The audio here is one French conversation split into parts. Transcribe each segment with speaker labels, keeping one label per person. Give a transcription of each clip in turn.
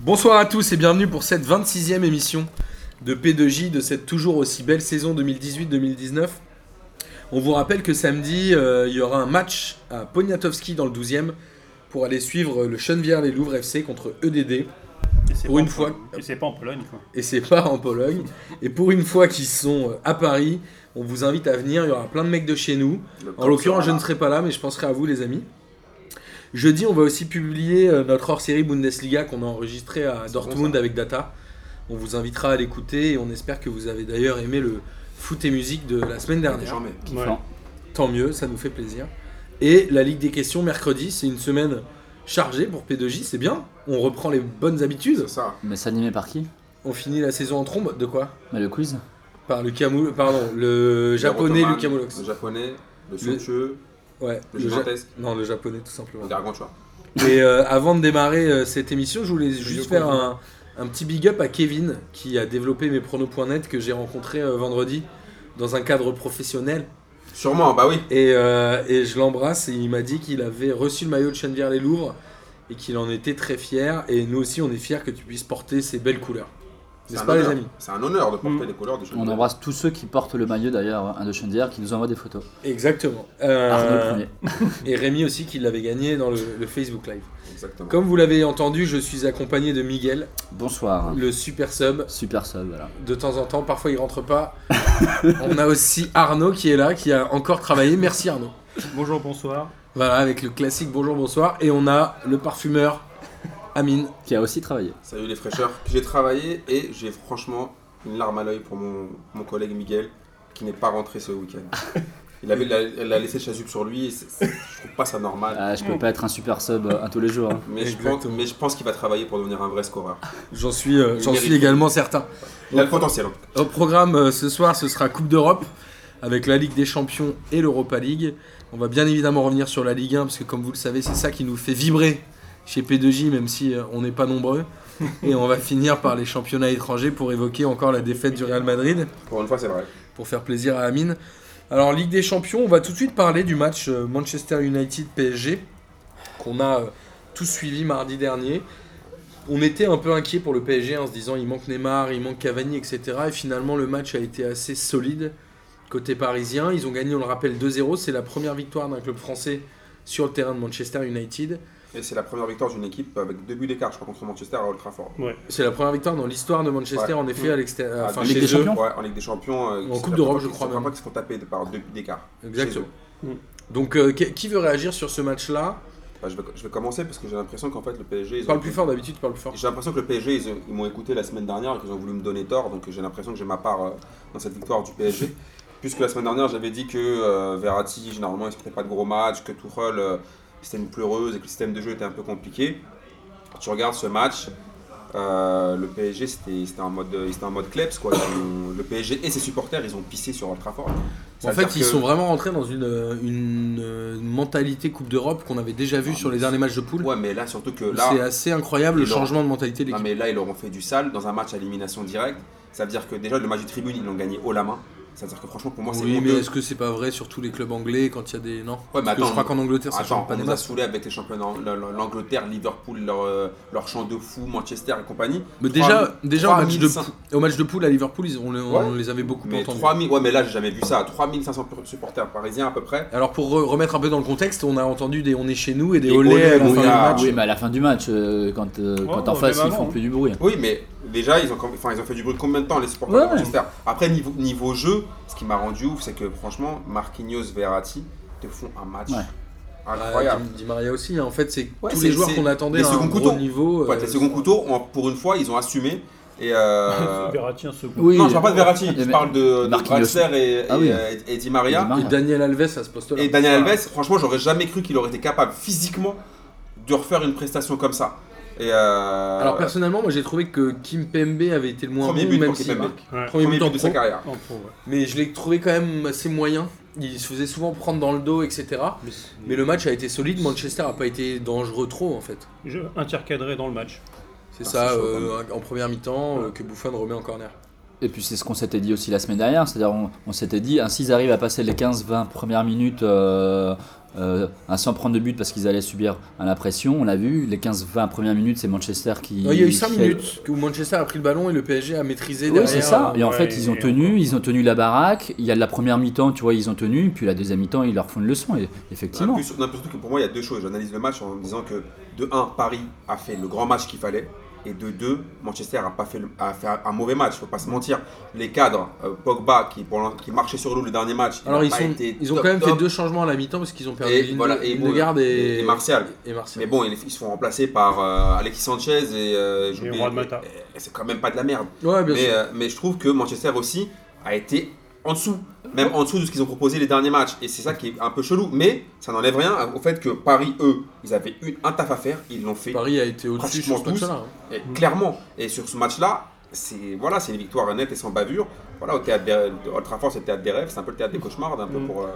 Speaker 1: Bonsoir à tous et bienvenue pour cette 26e émission de P2J de cette toujours aussi belle saison 2018-2019. On vous rappelle que samedi, euh, il y aura un match à Poniatowski dans le 12e pour aller suivre le Chennevières-les-Louvres FC contre E EDD.
Speaker 2: Et c'est
Speaker 1: Pour
Speaker 2: pas
Speaker 1: une
Speaker 2: en
Speaker 1: fois-
Speaker 2: Pologne- et c'est pas en Pologne, quoi.
Speaker 1: Et c'est pas en Pologne. Et pour une fois qu'ils sont euh, à Paris, on vous invite à venir. Il y aura plein de mecs de chez nous. En l'occurrence, je ne serai pas là, mais je penserai à vous, les amis. Jeudi, on va aussi publier euh, notre hors-série Bundesliga qu'on a enregistré à Dortmund avec Data. On vous invitera à l'écouter et on espère que vous avez d'ailleurs aimé le foot et musique de la semaine dernière.
Speaker 3: Jamais.
Speaker 2: Ouais.
Speaker 1: Tant mieux, ça nous fait plaisir. Et la Ligue des questions mercredi, c'est une semaine chargée pour P2J, c'est bien. On reprend les bonnes habitudes.
Speaker 3: C'est ça.
Speaker 4: Mais c'est animé par qui
Speaker 1: On finit la saison en trombe. De quoi
Speaker 4: Bah, Le quiz
Speaker 1: Par le Camou... Pardon, le japonais
Speaker 3: Le
Speaker 1: Lucas
Speaker 3: rotoman,
Speaker 1: Molox.
Speaker 3: Le japonais, le somptueux,
Speaker 1: Ouais,
Speaker 3: le,
Speaker 1: le ja-
Speaker 3: gigantesque,
Speaker 1: Non, le japonais tout simplement.
Speaker 3: le gargantua.
Speaker 1: Et euh, avant de démarrer euh, cette émission, je voulais juste
Speaker 3: Yoko.
Speaker 1: faire un, un petit big up à Kevin qui a développé mes pronos.net que j'ai rencontré euh, vendredi dans un cadre professionnel.
Speaker 3: Sûrement, bah oui.
Speaker 1: Et, euh, et je l'embrasse et il m'a dit qu'il avait reçu le maillot de Chennevières-les-Louvres et qu'il en était très fier. Et nous aussi, on est fiers que tu puisses porter ces belles couleurs.
Speaker 3: C'est
Speaker 1: N'est-ce
Speaker 3: un
Speaker 1: pas,
Speaker 3: honneur.
Speaker 1: les amis
Speaker 3: C'est un honneur de porter
Speaker 2: Mm.
Speaker 3: les couleurs de chez
Speaker 4: On embrasse tous ceux qui portent le maillot d'ailleurs, un de Chendière, qui nous envoie des photos.
Speaker 1: Exactement. Euh,
Speaker 4: Arnaud le premier.
Speaker 1: et Rémi aussi qui l'avait gagné dans le, le Facebook Live.
Speaker 3: Exactement.
Speaker 1: Comme vous l'avez entendu, je suis accompagné de Miguel,
Speaker 4: Bonsoir.
Speaker 1: le super sub.
Speaker 4: Super sub, voilà.
Speaker 1: de temps en temps, parfois il rentre pas. On a aussi Arnaud qui est là, qui a encore travaillé. Merci Arnaud.
Speaker 2: Bonjour, bonsoir.
Speaker 1: Voilà, avec le classique bonjour, bonsoir. Et on a le parfumeur Amine.
Speaker 4: Qui a aussi travaillé.
Speaker 3: Salut les fraîcheurs. J'ai travaillé et j'ai franchement une larme à l'œil pour mon, mon collègue Miguel qui n'est pas rentré ce week-end. Il avait la, elle a laissé chasuble sur lui. et c'est- c'est- je trouve pas ça normal.
Speaker 4: Ah, je peux pas être un super sub euh, à tous les jours. hein.
Speaker 3: Mais je, pense, mais je pense qu'il va travailler pour devenir un vrai scoreur.
Speaker 1: J'en suis, euh,
Speaker 3: Il
Speaker 1: j'en suis
Speaker 3: mérite.
Speaker 1: également certain.
Speaker 3: Il a le potentiel. en tout cas.
Speaker 1: Au programme euh, ce soir, ce sera Coupe d'Europe avec la Ligue des Champions et l'Europa League. On va bien évidemment revenir sur la Ligue 1 parce que comme vous le savez, c'est ça qui nous fait vibrer chez P2J même si euh, on n'est pas nombreux. Et on va finir par les championnats étrangers pour évoquer encore la défaite du Real Madrid.
Speaker 3: Pour une fois, c'est vrai.
Speaker 1: pour faire plaisir à Amine. Alors, Ligue des Champions, on va tout de suite parler du match euh, Manchester United-PSG qu'on a euh, tous suivi mardi dernier. On était un peu inquiet pour le PSG hein, en se disant il manque Neymar, il manque Cavani, etc. Et finalement, le match a été assez solide côté parisien. Ils ont gagné, on le rappelle, 2-0. C'est la première victoire d'un club français sur le terrain de Manchester United.
Speaker 3: Et c'est la première victoire d'une équipe avec deux buts d'écart, je crois, contre Manchester à Old Trafford.
Speaker 1: C'est la première victoire dans l'histoire de Manchester,
Speaker 3: Ouais.
Speaker 1: Euh, en effet, à l'extérieur.
Speaker 3: Ah,
Speaker 1: Enfin,
Speaker 4: Ligue
Speaker 1: chez
Speaker 4: des
Speaker 1: eux.
Speaker 4: Champions
Speaker 3: Ouais, en Ligue des Champions. euh,
Speaker 1: En
Speaker 3: c'est
Speaker 1: Coupe
Speaker 3: la
Speaker 1: d'Europe,
Speaker 3: première-
Speaker 1: je crois
Speaker 3: C'est la
Speaker 1: même.
Speaker 3: première fois qu'ils se font taper par deux buts d'écart.
Speaker 1: Exactement.
Speaker 2: Mm.
Speaker 1: Donc, euh, qui qui veut réagir sur ce match-là
Speaker 3: Bah, je, vais, je vais commencer parce que j'ai l'impression qu'en fait le PSG. Ils
Speaker 1: Parle
Speaker 3: ont-
Speaker 1: plus fort d'habitude, parle plus fort.
Speaker 3: J'ai l'impression que le PSG, ils, ont- ils m'ont écouté la semaine dernière et qu'ils ont voulu me donner tort, donc j'ai l'impression que j'ai ma part euh, dans cette victoire du PSG. Puisque la semaine dernière, j'avais dit que euh, Verratti, généralement, il sortait pas de gros matchs, que Tuchel, euh, c'était une pleureuse et que le système de jeu était un peu compliqué. Tu regardes ce match, euh, le PSG, c'était c'était en mode, euh, c'était en mode kleps, quoi. Ils ont- le PSG et ses supporters, ils ont pissé sur Old Trafford. Ça
Speaker 1: En
Speaker 3: veut
Speaker 1: fait,
Speaker 3: dire
Speaker 1: ils
Speaker 3: que-
Speaker 1: sont vraiment rentrés dans une, euh, une, euh, mentalité Coupe d'Europe qu'on avait déjà vue
Speaker 3: Ah,
Speaker 1: sur
Speaker 3: mais
Speaker 1: les derniers matchs de poule.
Speaker 3: Ouais, mais là, surtout que
Speaker 1: où
Speaker 3: là.
Speaker 1: C'est assez incroyable le
Speaker 3: ils ont-
Speaker 1: changement de mentalité de
Speaker 3: Non,
Speaker 1: l'équipe.
Speaker 3: mais là, ils leur ont fait du sale dans un match à élimination directe. Ça veut dire que déjà, le match du tribune, ils l'ont gagné haut la main. Ça veut dire que franchement, pour moi, c'est
Speaker 1: oui, mais
Speaker 3: honteux.
Speaker 1: est-ce que c'est pas vrai sur tous les clubs anglais quand il y a des. Non
Speaker 3: mais
Speaker 1: Parce que
Speaker 3: attends,
Speaker 1: je crois qu'en Angleterre, ça
Speaker 3: Attends,
Speaker 1: change pas
Speaker 3: on
Speaker 1: des
Speaker 3: nous a
Speaker 1: masses.
Speaker 3: saoulés avec les championnats. l- l- L'Angleterre, Liverpool, leur, euh, leur champ de fou, Manchester et compagnie.
Speaker 1: Mais
Speaker 3: Trois
Speaker 1: déjà, déjà au, match de,
Speaker 3: 3500.
Speaker 1: pou- au match de poule à Liverpool, ils- on, les- on
Speaker 3: Ouais.
Speaker 1: les avait beaucoup
Speaker 3: Mais
Speaker 1: entendus.
Speaker 3: 3000 ouais, mais là, j'ai jamais vu ça. 3500 pur- supporters parisiens à peu près.
Speaker 1: Alors pour re- remettre un peu dans le contexte, on a entendu des on est chez nous et des
Speaker 3: Des
Speaker 1: olé à la
Speaker 3: olé,
Speaker 1: fin
Speaker 3: oui,
Speaker 1: du
Speaker 3: ah,
Speaker 1: match.
Speaker 4: Oui, mais à la fin du match, euh, quand, euh,
Speaker 2: Ouais,
Speaker 4: quand en
Speaker 2: ouais,
Speaker 4: face,
Speaker 2: même
Speaker 4: ils font
Speaker 2: avant,
Speaker 4: plus du bruit.
Speaker 3: Oui, mais déjà, ils ont, com- enfin, ils ont fait du bruit de combien de temps, les supporters
Speaker 4: Ouais,
Speaker 3: de Manchester Après, niveau, niveau jeu, ce qui m'a rendu ouf, c'est que franchement, Marquinhos, Verratti te font un match
Speaker 4: Ouais.
Speaker 3: incroyable.
Speaker 1: Di- Di Maria aussi, hein. en fait, c'est
Speaker 3: Ouais,
Speaker 1: tous
Speaker 3: c'est-
Speaker 1: les joueurs
Speaker 3: c'est
Speaker 1: qu'on attendait
Speaker 3: les
Speaker 1: à un
Speaker 3: seconds
Speaker 1: gros
Speaker 3: couteaux.
Speaker 1: niveau.
Speaker 3: Ouais,
Speaker 1: euh,
Speaker 3: les seconds couteaux, on- pour une fois, ils ont assumé. Et euh...
Speaker 2: Verratti un second.
Speaker 4: Oui,
Speaker 3: non, je parle pas de Verratti,
Speaker 4: Mais-
Speaker 3: je parle de, de
Speaker 4: Marquinhos.
Speaker 3: Draxler et,
Speaker 4: Ah
Speaker 3: et-
Speaker 4: oui.
Speaker 3: euh, et Di Maria.
Speaker 4: Et Di Maria.
Speaker 1: Et Daniel Alves à ce poste-là.
Speaker 3: Et Daniel Alves, franchement, j'aurais jamais cru qu'il aurait été capable physiquement de refaire une prestation comme ça. Et euh...
Speaker 1: Alors personnellement, moi j'ai trouvé que Kim Pembe avait été le moins
Speaker 3: premier
Speaker 1: bon,
Speaker 3: but
Speaker 1: même
Speaker 3: pour
Speaker 1: s'il
Speaker 3: Kimpembe.
Speaker 1: marque.
Speaker 2: Ouais.
Speaker 1: Premier but en
Speaker 3: de sa
Speaker 1: pro.
Speaker 3: carrière.
Speaker 2: En pro, ouais.
Speaker 1: Mais je l'ai trouvé quand même assez moyen. Il se faisait souvent prendre dans le dos, etc.
Speaker 2: Mais,
Speaker 1: Mais le match a été solide. Manchester a pas été dangereux trop en fait.
Speaker 2: Je- un tir cadré dans le match.
Speaker 1: C'est
Speaker 3: Ah,
Speaker 1: ça,
Speaker 3: c'est chaud,
Speaker 1: euh, en première mi-temps, euh, que Buffon remet en corner.
Speaker 4: Et puis c'est ce qu'on s'était dit hein, aussi la semaine dernière, c'est-à-dire on, on s'était dit, ainsi ils arrivent à passer les 15-20 premières minutes euh, euh, à sans prendre de but parce qu'ils allaient subir à la pression. On l'a vu, les 15-20 premières minutes, c'est Manchester qui.
Speaker 1: Non, il y a eu 5
Speaker 4: qui
Speaker 1: minutes où Manchester a pris le ballon et le PSG a maîtrisé
Speaker 4: Oui,
Speaker 1: derrière.
Speaker 4: c'est ça.
Speaker 1: euh,
Speaker 4: Et en
Speaker 2: ouais,
Speaker 4: fait, ils ont
Speaker 2: et
Speaker 4: tenu,
Speaker 2: encore.
Speaker 4: ils ont tenu la baraque. Il y a de la première mi-temps, tu vois, ils ont tenu. Puis la deuxième mi-temps, ils leur font une leçon. Et
Speaker 3: Non,
Speaker 2: Bah,
Speaker 4: effectivement.
Speaker 3: Bah, plus, non, plus surtout que pour moi, il y a deux choses. J'analyse le match en me disant que, de 1, Paris a fait le grand match qu'il fallait. Et de 2, Manchester a, pas fait le- a fait un mauvais match, faut pas se mentir. Les cadres, euh, Pogba qui, pour l'in- qui marchait sur l'eau le dernier match, il
Speaker 1: Alors
Speaker 3: a
Speaker 1: ils,
Speaker 3: pas
Speaker 1: sont,
Speaker 3: été
Speaker 1: ils ont
Speaker 3: top,
Speaker 1: quand même fait
Speaker 3: top.
Speaker 1: deux changements à la mi-temps parce qu'ils ont perdu
Speaker 3: Et
Speaker 1: Linde-
Speaker 3: voilà, et
Speaker 1: Lindegaard et,
Speaker 3: et Martial.
Speaker 1: et Martial.
Speaker 3: Mais bon, ils, ils se font remplacer par euh, Alexis Sanchez et, euh, j'ai
Speaker 2: Et
Speaker 3: oublié-
Speaker 2: Juan-Mata.
Speaker 3: et- et C'est quand même pas de la merde.
Speaker 1: ouais, bien
Speaker 3: Mais,
Speaker 1: sûr.
Speaker 3: euh, mais je trouve que Manchester aussi a été en dessous, même en dessous de ce qu'ils ont proposé les derniers matchs. Et c'est ça qui est un peu chelou. Mais ça n'enlève rien au fait que Paris, eux, ils avaient une, un taf à faire, ils l'ont fait
Speaker 1: Paris a été au-dessus
Speaker 3: pratiquement
Speaker 1: sur ce match-là. hein.
Speaker 3: et clairement. Et sur ce match-là, c'est voilà, c'est une victoire nette et sans bavure. Voilà, au théâtre des, Old Trafford, c'est le théâtre des rêves, c'est un peu le théâtre des cauchemars, un peu
Speaker 2: Mm.
Speaker 3: pour. euh,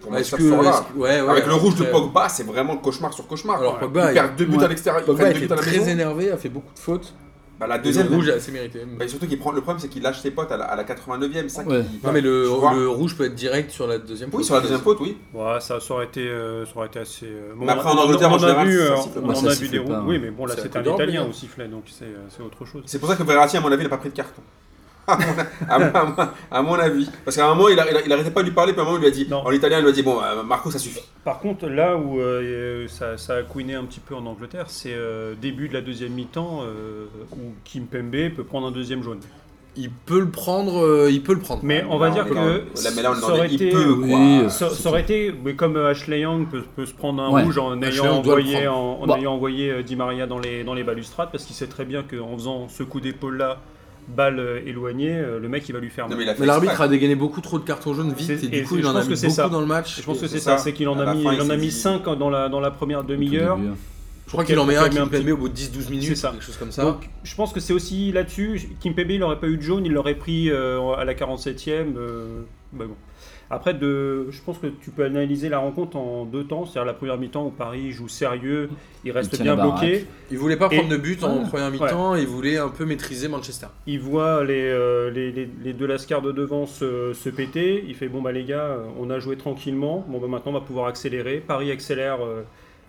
Speaker 3: pour
Speaker 1: Est-ce
Speaker 3: Manchester
Speaker 1: que-
Speaker 3: ce soir-là.
Speaker 1: est-ce que- ouais, ouais,
Speaker 3: Avec le rouge de
Speaker 1: après,
Speaker 3: Pogba, c'est vraiment cauchemar sur cauchemar.
Speaker 1: Alors,
Speaker 3: quoi.
Speaker 1: Pogba,
Speaker 3: ils
Speaker 1: il-
Speaker 3: perdent deux buts
Speaker 4: ouais.
Speaker 3: à l'extérieur, ils
Speaker 1: Pogba
Speaker 3: prennent deux
Speaker 1: était
Speaker 3: buts à la
Speaker 1: très
Speaker 3: maison.
Speaker 1: énervé, a fait beaucoup de fautes.
Speaker 3: Bah, la
Speaker 1: Et
Speaker 3: deuxième,
Speaker 1: le rouge a assez mérité.
Speaker 3: Bah, et surtout qu'il prend le problème c'est qu'il lâche ses potes à la, à la 89e, ça qui-
Speaker 4: Ouais.
Speaker 1: Non mais le,
Speaker 3: Tu vois
Speaker 1: le rouge peut être direct sur la deuxième
Speaker 3: Oui, sur la deuxième faute, oui.
Speaker 2: Ouais, ça, ça aurait été, euh, ça aurait été assez. euh, bon,
Speaker 3: Mais après,
Speaker 2: on a-
Speaker 3: en Angleterre,
Speaker 2: on
Speaker 3: en
Speaker 2: en a
Speaker 3: général,
Speaker 2: vu,
Speaker 3: ça
Speaker 2: euh,
Speaker 3: siffle
Speaker 2: on
Speaker 3: pas.
Speaker 2: en
Speaker 4: Ça
Speaker 2: a vu
Speaker 4: siffle
Speaker 2: des
Speaker 4: pas,
Speaker 2: roues.
Speaker 4: hein.
Speaker 2: Oui, mais bon, là,
Speaker 1: C'est
Speaker 2: c'était
Speaker 1: un
Speaker 2: un
Speaker 1: coup d'orgue,
Speaker 2: Italien
Speaker 1: mais-
Speaker 2: au sifflet, donc c'est euh, c'est autre chose.
Speaker 3: C'est pour ça que Verratti, à mon avis, n'a pas pris de carton. à, mon, à mon- à mon- à mon avis. Parce qu'à un moment, il, a- il, a- il arrêtait pas de lui parler, puis à un moment, il lui a dit,
Speaker 2: Non.
Speaker 3: en italien, il lui a dit Bon, euh, Marco, ça suffit.
Speaker 2: Par contre, là où euh, ça, ça a couiné un petit peu en Angleterre, c'est euh, début de la deuxième mi-temps euh, où Kim Pembe peut prendre un deuxième jaune.
Speaker 1: Il peut le prendre, euh, il peut le prendre.
Speaker 2: Mais on va
Speaker 3: Là,
Speaker 2: dire
Speaker 3: est
Speaker 2: que
Speaker 3: dans- là, mais là, on est
Speaker 2: ça
Speaker 3: dans des-
Speaker 2: aurait
Speaker 3: il
Speaker 2: été-
Speaker 3: peut, quoi.
Speaker 4: Oui,
Speaker 2: Ah, Ça, ça aurait été, mais comme euh, Ashley Young peut, peut se prendre un
Speaker 4: Ouais.
Speaker 2: rouge en,
Speaker 1: Ashley
Speaker 2: ayant
Speaker 1: Young doit le
Speaker 2: envoyé, en, en
Speaker 4: Bah.
Speaker 2: ayant envoyé euh, Di Maria dans les, dans les balustrades, parce qu'il sait très bien qu'en faisant ce coup d'épaule-là, balle euh, éloignée, euh, le mec il va lui faire
Speaker 3: Non,
Speaker 2: mal.
Speaker 3: mais il a fait
Speaker 1: Mais l'arbitre
Speaker 3: exprès.
Speaker 1: a dégainé beaucoup trop de cartons jaunes vite
Speaker 2: C'est-
Speaker 1: et
Speaker 2: et
Speaker 1: du coup
Speaker 2: c'est-
Speaker 1: il
Speaker 2: je
Speaker 1: en a
Speaker 2: pense
Speaker 1: mis
Speaker 2: que c'est
Speaker 1: beaucoup
Speaker 2: ça.
Speaker 1: dans le match.
Speaker 2: Je pense que
Speaker 1: Et-
Speaker 2: c'est ça,
Speaker 3: ça.
Speaker 2: c'est qu'il en
Speaker 3: À
Speaker 2: a
Speaker 3: la
Speaker 2: mis,
Speaker 3: fin,
Speaker 2: il en
Speaker 3: il
Speaker 2: a
Speaker 3: s'est
Speaker 2: mis
Speaker 3: dit-
Speaker 2: 5 dans la, dans la première demi-heure.
Speaker 1: Je crois qu'il en met un qui
Speaker 2: met un
Speaker 1: le
Speaker 2: petit-
Speaker 1: met au bout de 10-12 minutes,
Speaker 2: C'est ça.
Speaker 1: quelque chose comme ça.
Speaker 2: Donc je pense que c'est aussi là-dessus. Kimpembe, il n'aurait pas eu de jaune, il l'aurait pris euh, à la 47e. euh, bah bon. Après, de, je pense que tu peux analyser la rencontre en deux temps. C'est-à-dire la première mi-temps où Paris joue sérieux, il reste
Speaker 4: tient
Speaker 2: bien
Speaker 4: la baraque.
Speaker 2: bloqué.
Speaker 1: Il voulait pas
Speaker 2: Et-
Speaker 1: prendre de but en
Speaker 4: Ouais.
Speaker 1: première mi-temps, il voulait un peu maîtriser Manchester.
Speaker 2: Il voit les, euh, les, les- les deux lascars de devant se, se péter. Il fait Bon, bah les gars, euh, on a joué tranquillement. Bon, bah maintenant, on va pouvoir accélérer. Paris accélère euh,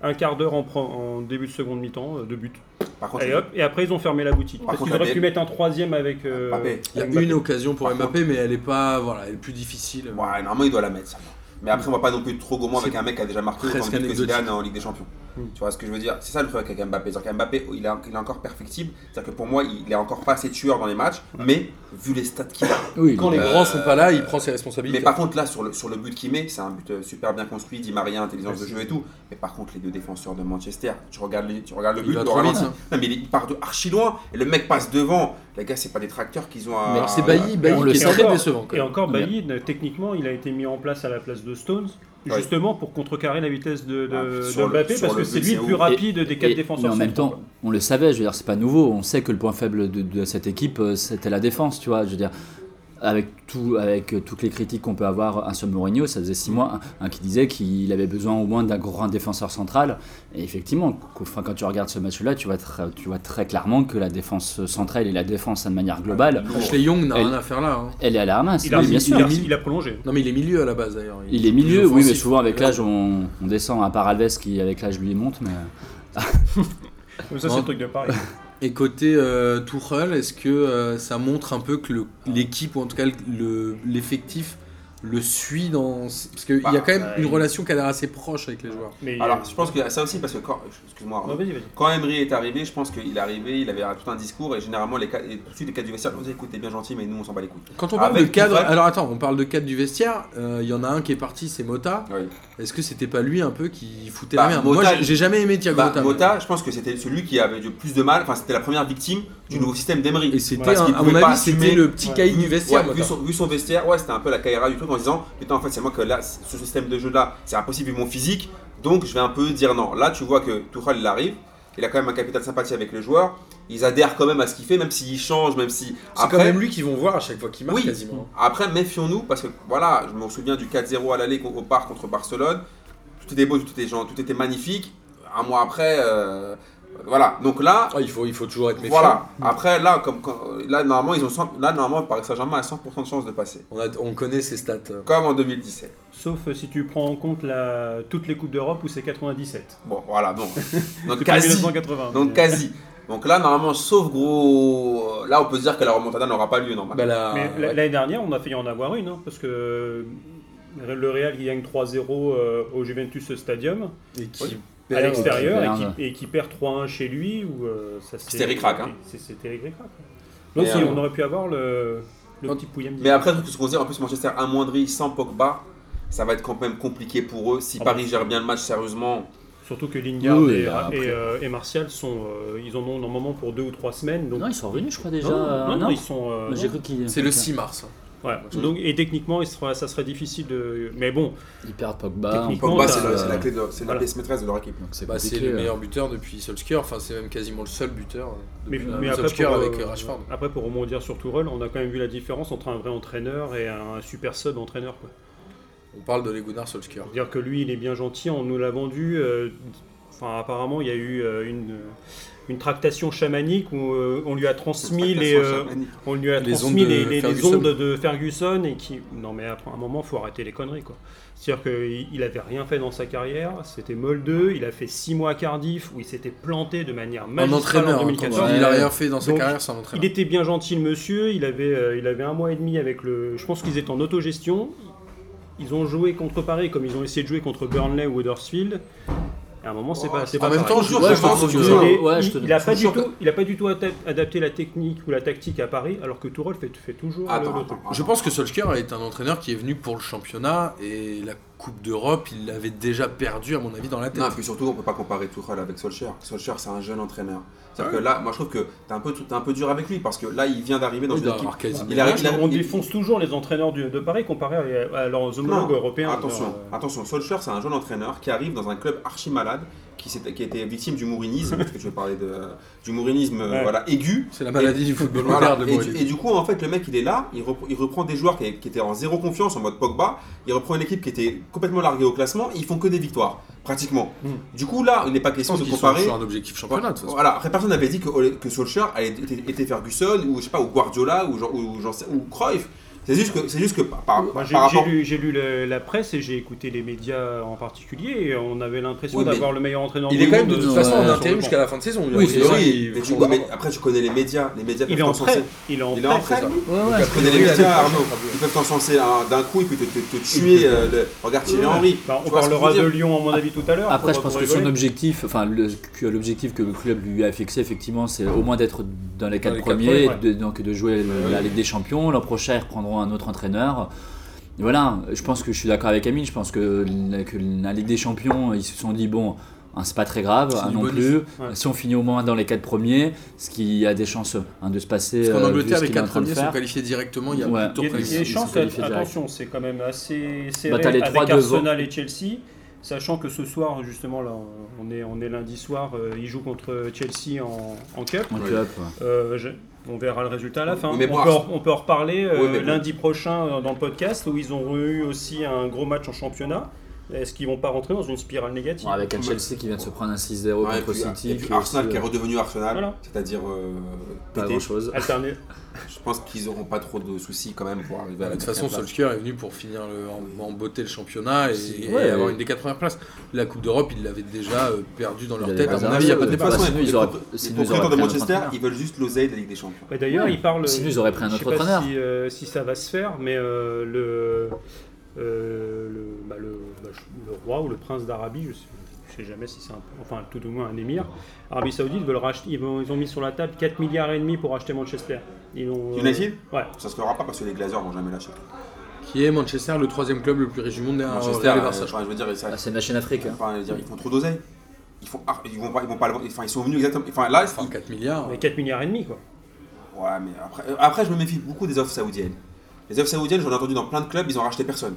Speaker 2: un quart d'heure en, pre- en début de seconde mi-temps, euh, de but.
Speaker 3: Par contre,
Speaker 2: Et hop, et après, ils ont fermé la boutique.
Speaker 3: Par
Speaker 2: Parce
Speaker 3: contre, Ah,
Speaker 2: qu'ils auraient
Speaker 3: Mbappé-
Speaker 2: pu mettre un troisième avec. euh,
Speaker 3: Mbappé.
Speaker 1: Il y a
Speaker 2: avec Mbappé.
Speaker 1: une occasion pour
Speaker 3: Par
Speaker 1: Mbappé, mais elle est pas, voilà, elle est plus difficile.
Speaker 3: ouais, normalement, il doit la mettre. ça. Mais après, on va pas non plus être trop gourmand avec
Speaker 1: C'est
Speaker 3: un mec qui a déjà marqué
Speaker 1: presque
Speaker 3: autant de buts que
Speaker 1: anecdotique. Hmm.
Speaker 3: Zidane en Ligue des Champions.
Speaker 2: Mm.
Speaker 3: Tu vois ce que je veux dire C'est ça le truc avec Mbappé. C'est-à-dire qu'Mbappé, oh, il, a- il est encore perfectible. C'est-à-dire que pour moi, il est encore pas assez tueur dans les matchs. Mais vu les stats qu'il a,
Speaker 4: Oui,
Speaker 1: Quand les
Speaker 3: Euh,
Speaker 1: grands sont pas là, il prend ses
Speaker 3: Mais
Speaker 1: responsabilités.
Speaker 3: par contre, là, sur le, sur le but qu'il met, c'est un but euh, super bien construit, Di Maria, intelligence de jeu et tout. Mais par contre, les deux défenseurs de Manchester, tu regardes, les- tu regardes le
Speaker 1: Il
Speaker 3: but,
Speaker 1: va
Speaker 3: le
Speaker 1: trop
Speaker 3: ralenti.
Speaker 1: vite, hein.
Speaker 3: Non, mais il part de archi loin, et le mec passe devant. Les gars, c'est pas des tracteurs qu'ils ont à.
Speaker 4: Mais
Speaker 1: C'est Bailly, Bailly
Speaker 4: on le
Speaker 1: qui est
Speaker 4: sait.
Speaker 1: très
Speaker 2: Encore.
Speaker 1: décevant. quand
Speaker 2: Et
Speaker 1: même.
Speaker 2: encore, Bailly, ne- techniquement, il a été mis en place à la place de Stones,
Speaker 3: Ouais.
Speaker 2: justement pour contrecarrer la vitesse de, de-
Speaker 3: Ah,
Speaker 2: de
Speaker 3: sur le-
Speaker 2: Mbappé,
Speaker 3: sur
Speaker 2: parce
Speaker 3: le
Speaker 2: que
Speaker 3: hein.
Speaker 2: c'est
Speaker 3: but,
Speaker 2: lui
Speaker 3: c'est
Speaker 2: le plus
Speaker 3: ouf.
Speaker 2: rapide des quatre
Speaker 4: Et-
Speaker 2: défenseurs.
Speaker 4: mais en même
Speaker 2: centraux,
Speaker 4: temps, on le savait, je veux dire, c'est pas nouveau. On sait que le point faible de, de cette équipe, euh, c'était la défense, tu vois. Je veux dire, avec, tout, avec euh, toutes les critiques qu'on peut avoir euh, sur Mourinho, ça faisait six mois un, un qui disait qu'il avait besoin au moins d'un grand défenseur central. Et effectivement, qu'au- enfin, quand tu regardes ce match-là, tu, vois très- tu vois très clairement que la défense centrale et la défense de manière globale,
Speaker 1: Ashley Young n'a
Speaker 4: Elle-
Speaker 1: rien à faire là. hein.
Speaker 4: elle est à la ramasse.
Speaker 2: Il a,
Speaker 4: Oui, bien
Speaker 2: il,
Speaker 4: sûr.
Speaker 2: a, il a prolongé.
Speaker 1: Non mais il est milieu à la base d'ailleurs.
Speaker 4: Il est milieu,
Speaker 1: plus
Speaker 4: oui, mais
Speaker 1: offensif.
Speaker 4: souvent avec l'âge, on, on descend, à part Alves qui, avec l'âge, lui monte. Mais...
Speaker 2: Ça, c'est
Speaker 1: Non.
Speaker 2: le truc de Paris.
Speaker 1: Et côté euh, Tuchel, est-ce que euh, ça montre un peu que le- l'équipe, ou en tout cas le- l'effectif, le, suit dans... ce- Parce qu'il
Speaker 3: Bah,
Speaker 1: y a quand même
Speaker 2: euh,
Speaker 1: une
Speaker 2: il-
Speaker 1: relation qui a l'air assez proche avec les joueurs.
Speaker 2: Mais,
Speaker 3: Alors, je pense que c'est aussi parce que quand. Excuse-moi. Arnaud.
Speaker 2: Non, vas-y, vas-y.
Speaker 3: Quand Emery est arrivé, je pense qu'il est arrivé, il avait tout un discours et généralement les cas, et tout de suite les cas du vestiaire, on dit écoute, t'es bien gentil, mais nous on s'en bat les couilles.
Speaker 1: Quand on parle
Speaker 3: Avec
Speaker 1: de cadre...
Speaker 3: Tuchel-
Speaker 1: Alors attends, on parle de cadre du vestiaire, euh, il y en a un qui est parti, c'est Mota.
Speaker 3: Oui.
Speaker 1: Est-ce que c'était pas lui un peu qui foutait
Speaker 3: Bah,
Speaker 1: la merde
Speaker 3: Mota-
Speaker 1: Moi j'ai- j'ai jamais aimé Thiago
Speaker 3: Bah,
Speaker 1: Mota. mais-
Speaker 3: Mota, je pense que c'était celui qui avait le plus de mal, enfin c'était la première victime du nouveau système d'Emery.
Speaker 1: Et c'était,
Speaker 3: Parce
Speaker 1: un-
Speaker 3: qu'il
Speaker 1: à
Speaker 3: pouvait
Speaker 1: mon
Speaker 3: pas
Speaker 1: avis, c'était
Speaker 3: assumer-
Speaker 1: le petit
Speaker 2: Ouais.
Speaker 1: caïd du
Speaker 3: Vu-
Speaker 1: vestiaire.
Speaker 3: ouais,
Speaker 1: Mota.
Speaker 3: vu, son, vu son vestiaire, ouais, c'était un peu la caïra du truc en disant Putain, en fait, c'est moi que là, c- ce système de jeu là, c'est impossible vu mon physique, donc je vais un peu dire non. Là, tu vois que Tuchel il arrive, il a quand même un capital de sympathie avec le joueur, ils adhèrent quand même à ce qu'il fait, même s'il change, même si.
Speaker 1: C'est quand même lui qu'ils vont voir à chaque fois qu'il marque
Speaker 3: Oui.
Speaker 1: quasiment.
Speaker 3: Après, méfions-nous parce que voilà, je me souviens du 4-0 à l'aller co- au parc contre Barcelone. Tout était beau, tout était, gen- tout était magnifique. Un mois après, euh, Voilà, donc là,
Speaker 1: Ah, il, faut, il faut toujours être méfiant.
Speaker 3: voilà. Après, là, comme, quand- là, normalement, ils ont 100 là, normalement, le Paris Saint-Germain a 100% de chance de passer.
Speaker 1: On, a- on connaît ses stats.
Speaker 3: Comme en 2017.
Speaker 2: Sauf euh, si tu prends en compte la... toutes les Coupes d'Europe où c'est 97.
Speaker 3: Bon, voilà, donc. donc,
Speaker 2: C'est pas
Speaker 3: quasi.
Speaker 2: 1980.
Speaker 3: Donc,
Speaker 2: mais-
Speaker 3: quasi. Donc là, normalement, sauf gros. Là, on peut se dire que la remontada n'aura pas lieu, normalement.
Speaker 1: Bah, la-
Speaker 2: Mais
Speaker 1: ouais.
Speaker 2: la- l'année dernière, on a failli en avoir une, hein, parce que euh, le Real gagne 3-0 euh, au Juventus Stadium
Speaker 1: Et qui
Speaker 2: Oui. à
Speaker 1: perd,
Speaker 2: l'extérieur et
Speaker 4: perd.
Speaker 2: qui, et qui perd 3-1 chez lui. Où, euh, ça s'est-
Speaker 3: hein. C'était ric-rac, hein.
Speaker 2: C'est- C'était ric-rac.
Speaker 3: Mais,
Speaker 2: Donc si,
Speaker 3: euh,
Speaker 2: on aurait pu avoir le, le
Speaker 1: Non.
Speaker 2: petit Pouyam.
Speaker 3: Mais après, ce qu'on dit, en plus, Manchester amoindri sans Pogba, ça va être quand même compliqué pour eux. Si
Speaker 2: Ah bah.
Speaker 3: Paris gère bien le match sérieusement,
Speaker 2: Surtout que Lingard
Speaker 4: Oui,
Speaker 2: et,
Speaker 4: et après-
Speaker 2: et, euh, et Martial sont, euh, ils en ont normalement pour deux ou trois semaines. Donc
Speaker 4: Non, ils sont revenus, je crois déjà.
Speaker 2: Non,
Speaker 4: euh,
Speaker 2: non,
Speaker 4: non.
Speaker 2: non, ils sont. euh,
Speaker 4: J'ai cru qu'ils.
Speaker 1: C'est le 6 mars.
Speaker 2: voilà. Donc, et techniquement, il sera- ça serait difficile de. Mais bon,
Speaker 4: Ils perdent Pogba.
Speaker 2: Technique.
Speaker 3: Pogba,
Speaker 2: Non,
Speaker 3: c'est
Speaker 2: t'as-
Speaker 3: le- c'est la clé de- c'est la
Speaker 2: voilà.
Speaker 3: pièce maîtresse de leur équipe.
Speaker 4: donc c'est
Speaker 1: Bah, c'est
Speaker 4: compliqué,
Speaker 1: le
Speaker 4: euh.
Speaker 1: meilleur buteur depuis Solskjaer. Enfin, c'est même quasiment le seul buteur. euh,
Speaker 2: mais,
Speaker 1: Depuis
Speaker 2: mais après,
Speaker 1: Solskjaer
Speaker 2: pour, euh,
Speaker 1: avec euh, Rashford.
Speaker 2: après, pour rebondir sur Tourelle, on a quand même vu la différence entre un vrai entraîneur et un super sub entraîneur. Quoi.
Speaker 1: On parle de Legunnar Solskjaer.
Speaker 2: Faut dire que lui, il est bien gentil, on nous l'a vendu. euh, Enfin, apparemment, il y a eu euh, une, une tractation chamanique où euh, on lui a transmis les, euh, on lui a
Speaker 1: Les
Speaker 2: transmis
Speaker 1: ondes de
Speaker 2: les, les- les
Speaker 1: Ferguson.
Speaker 2: ondes de Ferguson et qui. Non, mais après un moment, faut arrêter les conneries, quoi. C'est-à-dire qu'il n'avait rien fait dans sa carrière, c'était moldeux, il a fait six mois à Cardiff où il s'était planté de manière
Speaker 1: Un
Speaker 2: magistrale
Speaker 1: entraîneur,
Speaker 2: en
Speaker 1: hein,
Speaker 2: 2014.
Speaker 1: quand tu dis, il a rien fait dans sa
Speaker 2: Donc,
Speaker 1: carrière, c'est un
Speaker 2: Il
Speaker 1: entraîneur.
Speaker 2: était bien gentil, le monsieur. Il avait, euh, il avait un mois et demi avec le. Je pense qu'ils étaient en autogestion. Ils ont joué contre Paris comme ils ont essayé de jouer contre Burnley ou Huddersfield. Et à un moment, c'est pas. c'est
Speaker 3: en
Speaker 2: pas
Speaker 3: même
Speaker 2: pareil.
Speaker 3: temps, je jure,
Speaker 1: Ouais,
Speaker 3: que
Speaker 1: je
Speaker 3: je
Speaker 1: pense
Speaker 3: pense
Speaker 1: que-
Speaker 3: que-
Speaker 2: Il est-
Speaker 4: Ouais, je te
Speaker 2: il- il a
Speaker 3: donne.
Speaker 2: pas du
Speaker 3: Surtout-
Speaker 2: tout, il a pas du tout adap- adapté la technique ou la tactique à Paris, alors que Tourelle fait, fait toujours le-
Speaker 3: Attends,
Speaker 2: le,
Speaker 3: attends,
Speaker 2: truc.
Speaker 1: Je pense que Solskjaer est un entraîneur qui est venu pour le championnat et la Coupe d'Europe, il l'avait déjà perdu, à mon avis, dans la tête.
Speaker 3: Non, et puis surtout, on peut pas comparer Tuchel avec Solskjaer. Solskjaer, c'est un jeune entraîneur. C'est-à-dire que là, moi, je trouve que t'es un, peu- t'es un peu dur avec lui parce que là, il vient d'arriver dans
Speaker 1: il
Speaker 3: une
Speaker 1: doit
Speaker 3: équipe.
Speaker 1: avoir quasiment.
Speaker 3: Il arrive, il
Speaker 2: on
Speaker 3: arrive- il-
Speaker 2: défonce toujours les entraîneurs du- de Paris comparé à, à leurs homologues
Speaker 3: Non,
Speaker 2: européens.
Speaker 3: Attention,
Speaker 2: Alors, euh,
Speaker 3: attention, Solskjaer, c'est un jeune entraîneur qui arrive dans un club archi malade, qui, s'est- qui a été victime du mourinisme, parce que je vais parler de, du mourinisme euh,
Speaker 2: Ouais.
Speaker 3: voilà, aigu.
Speaker 1: C'est la maladie du football
Speaker 3: Voilà.
Speaker 1: moderne, le
Speaker 3: et,
Speaker 1: mot, il
Speaker 3: du,
Speaker 1: est-
Speaker 3: et du coup, en fait, le mec, il est là, il, repre- il reprend des joueurs qui, qui étaient en zéro confiance, en mode Pogba, il reprend une équipe qui était complètement larguée au classement, et ils font que des victoires, pratiquement.
Speaker 2: Mm.
Speaker 3: Du coup, là, il n'est pas
Speaker 1: Je
Speaker 3: question
Speaker 1: pense
Speaker 3: de
Speaker 1: qu'ils sont
Speaker 3: comparer.
Speaker 1: sur un objectif championnat, de toute façon.
Speaker 3: Voilà, personne n'avait dit que, Ole- que Solskjaer allait- était, était Ferguson, ou je sais pas, ou Guardiola, ou, genre- ou, genre- ou Cruyff. C'est juste que, c'est juste que par, par-
Speaker 2: moi,
Speaker 3: par
Speaker 2: j'ai j'ai
Speaker 3: rapport
Speaker 2: lu, j'ai lu la, la presse et j'ai écouté les médias en particulier. Et on avait l'impression
Speaker 3: Oui, mais
Speaker 2: d'avoir le meilleur entraîneur
Speaker 1: Il
Speaker 2: du
Speaker 1: est quand même
Speaker 2: monde,
Speaker 1: de toute
Speaker 2: euh,
Speaker 1: façon en
Speaker 2: sur le
Speaker 1: intérim
Speaker 2: banc.
Speaker 1: jusqu'à la fin de saison. lui.
Speaker 4: Oui,
Speaker 1: A
Speaker 4: c'est
Speaker 3: Mais
Speaker 1: priori,
Speaker 4: vrai.
Speaker 1: il-
Speaker 3: oui, mais
Speaker 1: faut
Speaker 3: tu-
Speaker 1: le voir.
Speaker 4: bah,
Speaker 3: mais après, tu connais les médias. Les médias
Speaker 2: Il est
Speaker 3: peuvent
Speaker 2: en
Speaker 3: t'encenser.
Speaker 2: prêt. Il est en
Speaker 3: Il est en
Speaker 2: prêt.
Speaker 3: prêt.
Speaker 1: ça.
Speaker 4: Ouais, ouais.
Speaker 3: Tu connais les
Speaker 1: Oui,
Speaker 3: médias,
Speaker 1: la-
Speaker 3: Arnaud. Ils peuvent t'encenser hein, d'un coup, ils peuvent te, te- te tuer. euh, le- Regarde Thierry Henry.
Speaker 2: Bah, on
Speaker 3: Tu vois ce que je
Speaker 2: parlera
Speaker 3: veux
Speaker 2: de
Speaker 3: dire
Speaker 2: Lyon, à mon avis, tout à l'heure.
Speaker 4: Après,
Speaker 2: faut pas
Speaker 4: je pense
Speaker 2: trop
Speaker 4: que son
Speaker 2: rigoler.
Speaker 4: objectif, enfin, le- que l'objectif que le club lui a fixé, effectivement, c'est au moins d'être dans les quatre
Speaker 1: les quatre
Speaker 4: premiers,
Speaker 2: premiers,
Speaker 4: de- donc de jouer le- la Ligue des Champions. L'an prochain, ils reprendront un autre entraîneur. Et Voilà, je pense que je suis d'accord avec Amine. Je pense que la, que la Ligue des Champions, ils se sont dit, bon, hein, c'est pas très grave,
Speaker 1: C'est
Speaker 4: hein,
Speaker 1: du
Speaker 4: non
Speaker 1: bonus.
Speaker 4: plus.
Speaker 2: Ouais.
Speaker 4: Si on finit au moins dans les quatre premiers, ce qui a des chances hein, de se passer.
Speaker 1: Parce
Speaker 4: euh,
Speaker 1: qu'en
Speaker 4: vu
Speaker 1: Angleterre,
Speaker 4: ce
Speaker 1: les
Speaker 4: qu'il est en
Speaker 1: 4
Speaker 4: train de
Speaker 1: premiers
Speaker 4: faire.
Speaker 1: sont qualifiés directement. Il y a
Speaker 4: Ouais.
Speaker 1: plus de tours
Speaker 2: Il y a- il y a
Speaker 1: qualifiés.
Speaker 2: des
Speaker 4: Ils
Speaker 2: chances,
Speaker 4: sont qualifiés direct.
Speaker 2: attention, c'est quand même assez serré
Speaker 4: Bah, t'as les
Speaker 2: avec
Speaker 4: trois devant.
Speaker 2: Arsenal et Chelsea. Sachant que ce soir, justement, là, on est, on est lundi soir, euh, ils jouent contre Chelsea en, en Cup.
Speaker 4: Donc,
Speaker 3: Ouais.
Speaker 4: hop, ouais.
Speaker 2: Euh, je- on verra le résultat à la fin.
Speaker 3: Oui, mais
Speaker 2: on,
Speaker 3: bon,
Speaker 2: peut,
Speaker 3: Ars-
Speaker 2: en- on peut en reparler euh,
Speaker 3: Oui, mais bon.
Speaker 2: lundi prochain euh, dans le podcast où ils ont eu aussi un gros match en championnat. Est-ce qu'ils vont pas rentrer dans une spirale négative
Speaker 4: Bon, avec un Chelsea qui vient de se prendre un 6-0
Speaker 3: Ouais, et
Speaker 4: contre
Speaker 3: puis-
Speaker 4: City.
Speaker 3: et
Speaker 4: qui
Speaker 3: puis
Speaker 4: est
Speaker 3: Arsenal
Speaker 4: aussi,
Speaker 3: qui est
Speaker 4: euh,
Speaker 3: redevenu Arsenal,
Speaker 2: Voilà.
Speaker 3: c'est-à-dire euh,
Speaker 4: pas
Speaker 3: pété.
Speaker 4: grand chose.
Speaker 2: Alterner-
Speaker 3: Je pense qu'ils n'auront pas trop de soucis quand même pour arriver à
Speaker 1: Bah,
Speaker 3: la
Speaker 1: de toute façon,
Speaker 3: quatrième place.
Speaker 1: Solskjaer est venu pour finir le- en, en beauté le championnat et, et
Speaker 4: Ouais.
Speaker 1: avoir une des quatre premières places. La Coupe d'Europe, ils l'avaient déjà euh, perdue dans
Speaker 4: Il
Speaker 1: leur
Speaker 4: avait
Speaker 1: tête.
Speaker 4: pas
Speaker 1: À mon
Speaker 4: ça.
Speaker 1: avis, il n'y a pas de
Speaker 4: Euh,
Speaker 1: débat.
Speaker 4: Bah,
Speaker 3: façon,
Speaker 4: sinon,
Speaker 3: les
Speaker 4: ils auraient-
Speaker 3: propri-
Speaker 4: sinon,
Speaker 3: les
Speaker 4: ils auraient
Speaker 3: propriétaires de
Speaker 4: pris un
Speaker 3: Manchester,
Speaker 4: entraîneur.
Speaker 3: ils veulent juste l'oseille de la Ligue des Champions.
Speaker 2: Bah, D'ailleurs,
Speaker 4: Ouais.
Speaker 2: il parle.
Speaker 4: Sinon, ils auraient pris un
Speaker 2: je sais
Speaker 4: autre
Speaker 2: pas
Speaker 4: entraîneur.
Speaker 2: Si, euh, si ça va se faire, mais euh, le, euh, le, bah, le- bah, je- le roi ou le prince d'Arabie, je sais, je sais jamais si c'est un, enfin tout au moins un émir, Arabie Saoudite veulent racheter. Ils, vont- ils ont mis sur la table 4 milliards et demi pour acheter Manchester. Ils ont, euh,
Speaker 3: United
Speaker 2: Ouais.
Speaker 3: Ça se fera pas parce que les Glazers vont jamais lâcher.
Speaker 1: Qui est Manchester, le troisième club le plus riche du monde derrière euh,
Speaker 3: Manchester,
Speaker 1: Real et
Speaker 3: euh,
Speaker 1: Barça, je crois.
Speaker 3: enfin, je veux dire, ça-
Speaker 4: Ah, c'est une machine africaine.
Speaker 3: enfin, je veux dire, ils font trop d'oseille. Ils font, ah, ils vont pas, ils vont pas, le- enfin, ils sont venus exactement. Enfin, là,
Speaker 1: Enfin, 4 milliards.
Speaker 2: Mais 4 milliards et demi, quoi.
Speaker 3: Ouais, mais après, euh, après, je me méfie beaucoup des offres saoudiennes. Les offres saoudiennes, j'en ai entendu dans plein de clubs, ils ont racheté personne.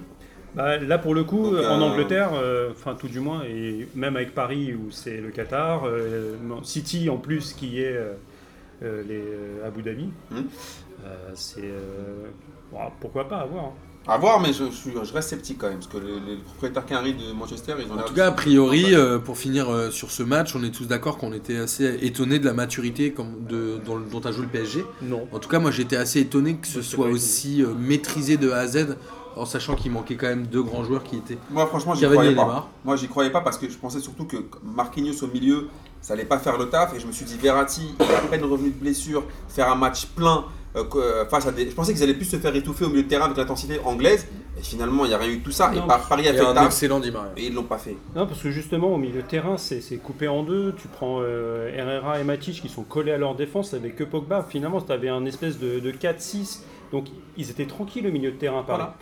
Speaker 2: Bah, là, pour le coup,
Speaker 3: Donc,
Speaker 2: euh, en
Speaker 3: euh,
Speaker 2: Angleterre, euh, enfin tout du moins, et même avec Paris où c'est le Qatar, euh, non, City en plus qui est euh, euh, les euh, Abu Dhabi,
Speaker 3: Hmm.
Speaker 2: euh, c'est euh, bon, pourquoi pas avoir. hein.
Speaker 3: À voir, mais je, je suis- je reste sceptique quand même, parce que les, les propriétaires Canary de Manchester, ils ont
Speaker 1: En
Speaker 3: l'air
Speaker 1: tout
Speaker 3: de-
Speaker 1: cas, a priori, euh, pour finir euh, sur ce match, on est tous d'accord qu'on était assez étonné de la maturité comme- de- dont, dont a joué le PSG.
Speaker 2: Non.
Speaker 1: En tout cas, moi j'étais assez étonné que ce
Speaker 2: c'est
Speaker 1: soit
Speaker 2: pas
Speaker 1: aussi euh, maîtrisé de A à Z, en sachant qu'il manquait quand même deux grands joueurs qui étaient
Speaker 3: Moi, franchement, j'y
Speaker 1: Cavani et
Speaker 3: croyais pas.
Speaker 1: Neymar.
Speaker 3: Moi, j'y croyais pas parce que je pensais surtout que Marquinhos au milieu, ça allait pas faire le taf. Et je me suis dit, Verratti, il est à peine revenu de blessure, faire un match plein euh, que- euh, face à des. Je pensais qu'ils allaient plus se faire étouffer au milieu de terrain avec l'intensité anglaise. Et finalement, il n'y a rien eu de tout ça.
Speaker 2: Non,
Speaker 3: et par Paris a
Speaker 1: Et
Speaker 3: fait le
Speaker 1: un
Speaker 3: taf.
Speaker 1: excellent Di Maria.
Speaker 3: Et ils l'ont pas fait.
Speaker 2: Non, parce que justement, au milieu de terrain, c'est c'est coupé en deux. Tu prends euh, Herrera et Matic qui sont collés à leur défense avec que Pogba. Finalement, tu avais un espèce de, de 4-6. Donc, ils étaient tranquilles au milieu de terrain, par
Speaker 3: Voilà.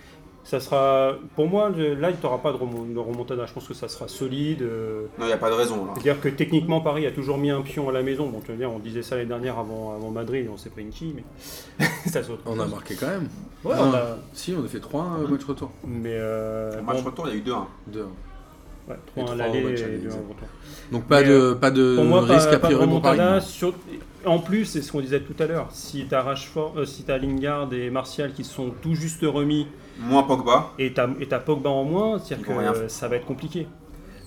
Speaker 2: Ça sera, pour moi, le- là, il n'y aura pas de remon- de remontada. Je pense que ça sera solide. euh,
Speaker 3: Non, il n'y a pas de raison. Là.
Speaker 2: C'est-à-dire que techniquement, Paris a toujours mis un pion à la maison. Bon, tu vas dire, on disait ça l'année dernière avant, avant Madrid, on s'est pris une qui, mais ça saute.
Speaker 1: On a marqué quand même.
Speaker 2: Ouais,
Speaker 1: Non.
Speaker 2: on a-
Speaker 1: Si, on a fait 3 matchs retour.
Speaker 2: Mais euh,
Speaker 3: Le match
Speaker 2: bon,
Speaker 3: retour, il y a eu 2-1.
Speaker 1: Deux.
Speaker 2: ouais,
Speaker 1: et
Speaker 2: trois à
Speaker 1: trois
Speaker 2: l'aller
Speaker 1: matchs à
Speaker 2: et
Speaker 1: l'aller,
Speaker 2: deux à
Speaker 1: exact.
Speaker 2: retour.
Speaker 1: Donc pas
Speaker 2: Mais, euh,
Speaker 1: de, pas de
Speaker 2: Pour moi, pas,
Speaker 1: Euh, risque à
Speaker 2: pas de
Speaker 1: priori pour Paris.
Speaker 2: remontada. sur- En plus, c'est ce qu'on disait tout à l'heure. Si t'as Rashford, euh, si t'as Lingard et Martial qui sont tout juste remis
Speaker 3: Moins Pogba.
Speaker 2: et t'as et t'as Pogba en moins, c'est-à-dire
Speaker 3: Ils
Speaker 2: que
Speaker 3: vont rien
Speaker 2: euh, ça va être compliqué.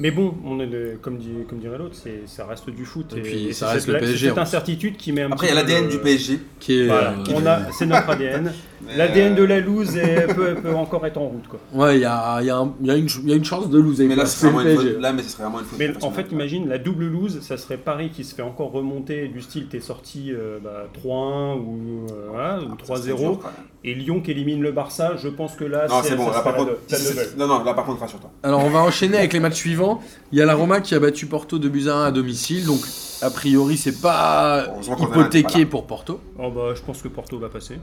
Speaker 2: Mais bon, on est de- comme dit- comme dirait l'autre, c'est- ça reste du foot.
Speaker 1: Et puis, ça
Speaker 2: c'est
Speaker 1: reste
Speaker 2: cette-
Speaker 1: le PSG,
Speaker 2: C'est
Speaker 1: en
Speaker 2: cette
Speaker 1: plus.
Speaker 2: incertitude qui met un
Speaker 3: Après, il
Speaker 2: petit
Speaker 3: y a
Speaker 2: peu
Speaker 3: l'ADN
Speaker 2: le-
Speaker 3: du PSG.
Speaker 1: Qui est,
Speaker 2: Voilà,
Speaker 1: euh,
Speaker 2: on a, c'est notre ADN.
Speaker 3: mais,
Speaker 2: L'ADN de
Speaker 3: euh,
Speaker 2: la loose est- peut, peut encore être en route. Quoi.
Speaker 1: euh, Ouais, il y a, il y a un- il y a une ch- il y a une chance de loser.
Speaker 3: Mais là,
Speaker 1: quoi.
Speaker 3: ce serait
Speaker 1: le
Speaker 3: vraiment une faute-
Speaker 1: PSG.
Speaker 3: là, mais ce serait vraiment une faute.
Speaker 2: Mais en
Speaker 3: professionnelle.
Speaker 2: fait, imagine la double loose, ça serait Paris qui se fait encore remonter du style t'es sorti euh, bah, 3-1 ou, euh, voilà, ou
Speaker 3: Ah, Ça serait
Speaker 2: 3-0
Speaker 3: dur, quand même.
Speaker 2: et Lyon qui élimine le Barça. Je pense que là,
Speaker 3: Non,
Speaker 2: c'est
Speaker 3: c'est bon.
Speaker 2: ça
Speaker 3: Là,
Speaker 2: sera
Speaker 3: par
Speaker 2: la,
Speaker 3: contre,
Speaker 2: la nouvelle.
Speaker 3: non, non, là, par contre, rassure-toi.
Speaker 1: Alors on va enchaîner avec les matchs suivants. Il y a la Roma qui a battu Porto de buts à 1 à domicile, donc a priori c'est pas
Speaker 3: Heureusement qu'on en a un,
Speaker 1: hypothéqué
Speaker 3: voilà.
Speaker 1: pour Porto.
Speaker 2: Oh, bah, je pense que Porto va passer.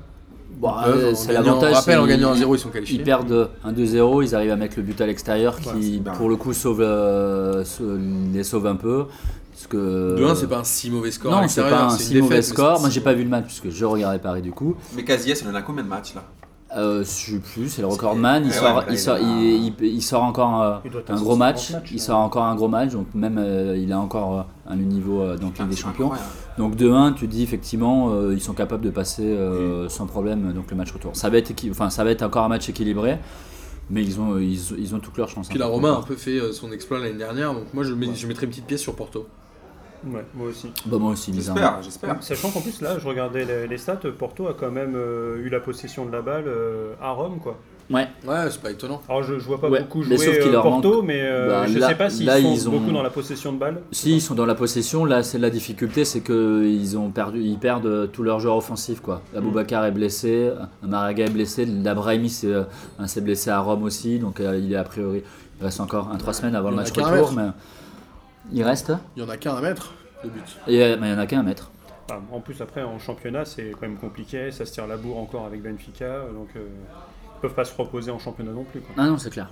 Speaker 4: Bon,
Speaker 1: Ils peuvent,
Speaker 4: euh,
Speaker 1: en
Speaker 4: c'est
Speaker 1: gagnant-
Speaker 4: l'avantage.
Speaker 1: On rappelle, en
Speaker 4: c'est-
Speaker 1: gagnant 1-0, ils sont
Speaker 4: Ils
Speaker 1: qualifiés.
Speaker 4: perdent un 2-0, ils arrivent à mettre le but à l'extérieur
Speaker 3: Ouais, c'est
Speaker 4: qui,
Speaker 3: bien.
Speaker 4: pour le coup, sauve, euh, sau- les sauve un peu. Parce que...
Speaker 1: 2-1, c'est pas un si mauvais score. à
Speaker 4: Non, c'est
Speaker 1: l'extérieur,
Speaker 4: pas un
Speaker 1: une
Speaker 4: si
Speaker 1: défaite,
Speaker 4: mauvais
Speaker 1: mais
Speaker 4: score.
Speaker 1: c'est-
Speaker 4: Moi, j'ai pas vu le match puisque je regardais Paris du coup.
Speaker 3: Mais Casillas, il en a combien de matchs là
Speaker 4: Euh, je sais plus, c'est le recordman. Il
Speaker 3: Ouais,
Speaker 4: sort,
Speaker 3: ouais,
Speaker 4: il
Speaker 3: il
Speaker 4: sort,
Speaker 3: a-
Speaker 4: il, il- il sort encore euh,
Speaker 2: Il doit être
Speaker 4: un
Speaker 2: à
Speaker 4: gros match.
Speaker 2: 50 matchs,
Speaker 4: Il
Speaker 2: là.
Speaker 4: sort encore un gros match. Donc même, euh, il a encore euh, un niveau euh, donc
Speaker 1: Ah,
Speaker 4: Ligue des
Speaker 3: C'est
Speaker 4: Champions.
Speaker 3: incroyable.
Speaker 4: Donc 2-1, tu te dis effectivement, euh, ils sont capables de passer euh, sans problème euh, donc le match retour. Ça va être, équi- enfin, ça va être encore un match équilibré, mais ils ont, euh, ils, ils ont toute leur chance.
Speaker 1: Puis la Roma a un peu fait euh, son exploit l'année dernière, donc moi je, mets, je mettrais une petite pièce sur Porto.
Speaker 2: Ouais, moi aussi.
Speaker 4: Bah, moi aussi, bizarrement.
Speaker 3: J'espère, j'espère.
Speaker 2: Ah, Sachant qu'en plus, là, je regardais les, les stats, Porto a quand même euh, eu la possession de la balle euh, à Rome. quoi.
Speaker 4: Ouais.
Speaker 1: Ouais, c'est pas étonnant.
Speaker 2: Alors, je, je vois pas
Speaker 4: Ouais,
Speaker 2: beaucoup
Speaker 4: mais
Speaker 2: jouer
Speaker 4: sauf qu'il
Speaker 2: euh,
Speaker 4: leur
Speaker 2: Porto, mais euh,
Speaker 4: Bah,
Speaker 2: je
Speaker 4: là-
Speaker 2: sais pas s'ils
Speaker 4: là,
Speaker 2: sont
Speaker 4: ils ont-
Speaker 2: beaucoup dans la possession de balle.
Speaker 4: Si ils sont dans la possession, là c'est la difficulté, c'est que ils ont perdu, ils perdent euh, tous leurs joueurs offensifs quoi.
Speaker 1: Mm.
Speaker 4: Aboubacar est blessé, Maraga est blessé, Labrahimi s'est euh, hein, s'est blessé à Rome aussi, donc euh, il est a priori, il reste encore un trois semaines avant
Speaker 1: Il
Speaker 4: le
Speaker 1: y en a
Speaker 4: match
Speaker 1: qu'un à
Speaker 4: retour, mais il reste.
Speaker 1: Il y en a qu'un à mettre, le but.
Speaker 4: Et, euh, mais il y en a qu'un à mettre.
Speaker 2: Ah, en plus, après, en championnat, c'est quand même compliqué. Ça se tire la bourre encore avec Benfica. Donc, euh, ils peuvent pas se reposer en championnat non plus. quoi.
Speaker 4: Ah non c'est clair.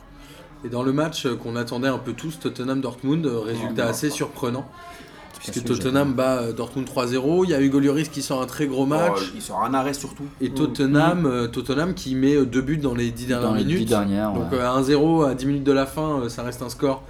Speaker 1: Et dans le match euh, qu'on attendait un peu tous, Tottenham-Dortmund, euh, résultat assez
Speaker 4: bah,
Speaker 1: surprenant. Puisque
Speaker 4: sûr que
Speaker 1: Tottenham bat euh, Dortmund 3-0, il y a Hugo Lloris qui sort un très gros match,
Speaker 3: Oh, il sort un arrêt surtout.
Speaker 1: et Tottenham, euh, Tottenham qui met euh, deux buts dans les dix dernières
Speaker 4: Dans les
Speaker 1: minutes.
Speaker 4: dix dernières.
Speaker 1: Donc
Speaker 4: ouais.
Speaker 1: euh, à 1-0 à 10 minutes de la fin, euh, ça reste un score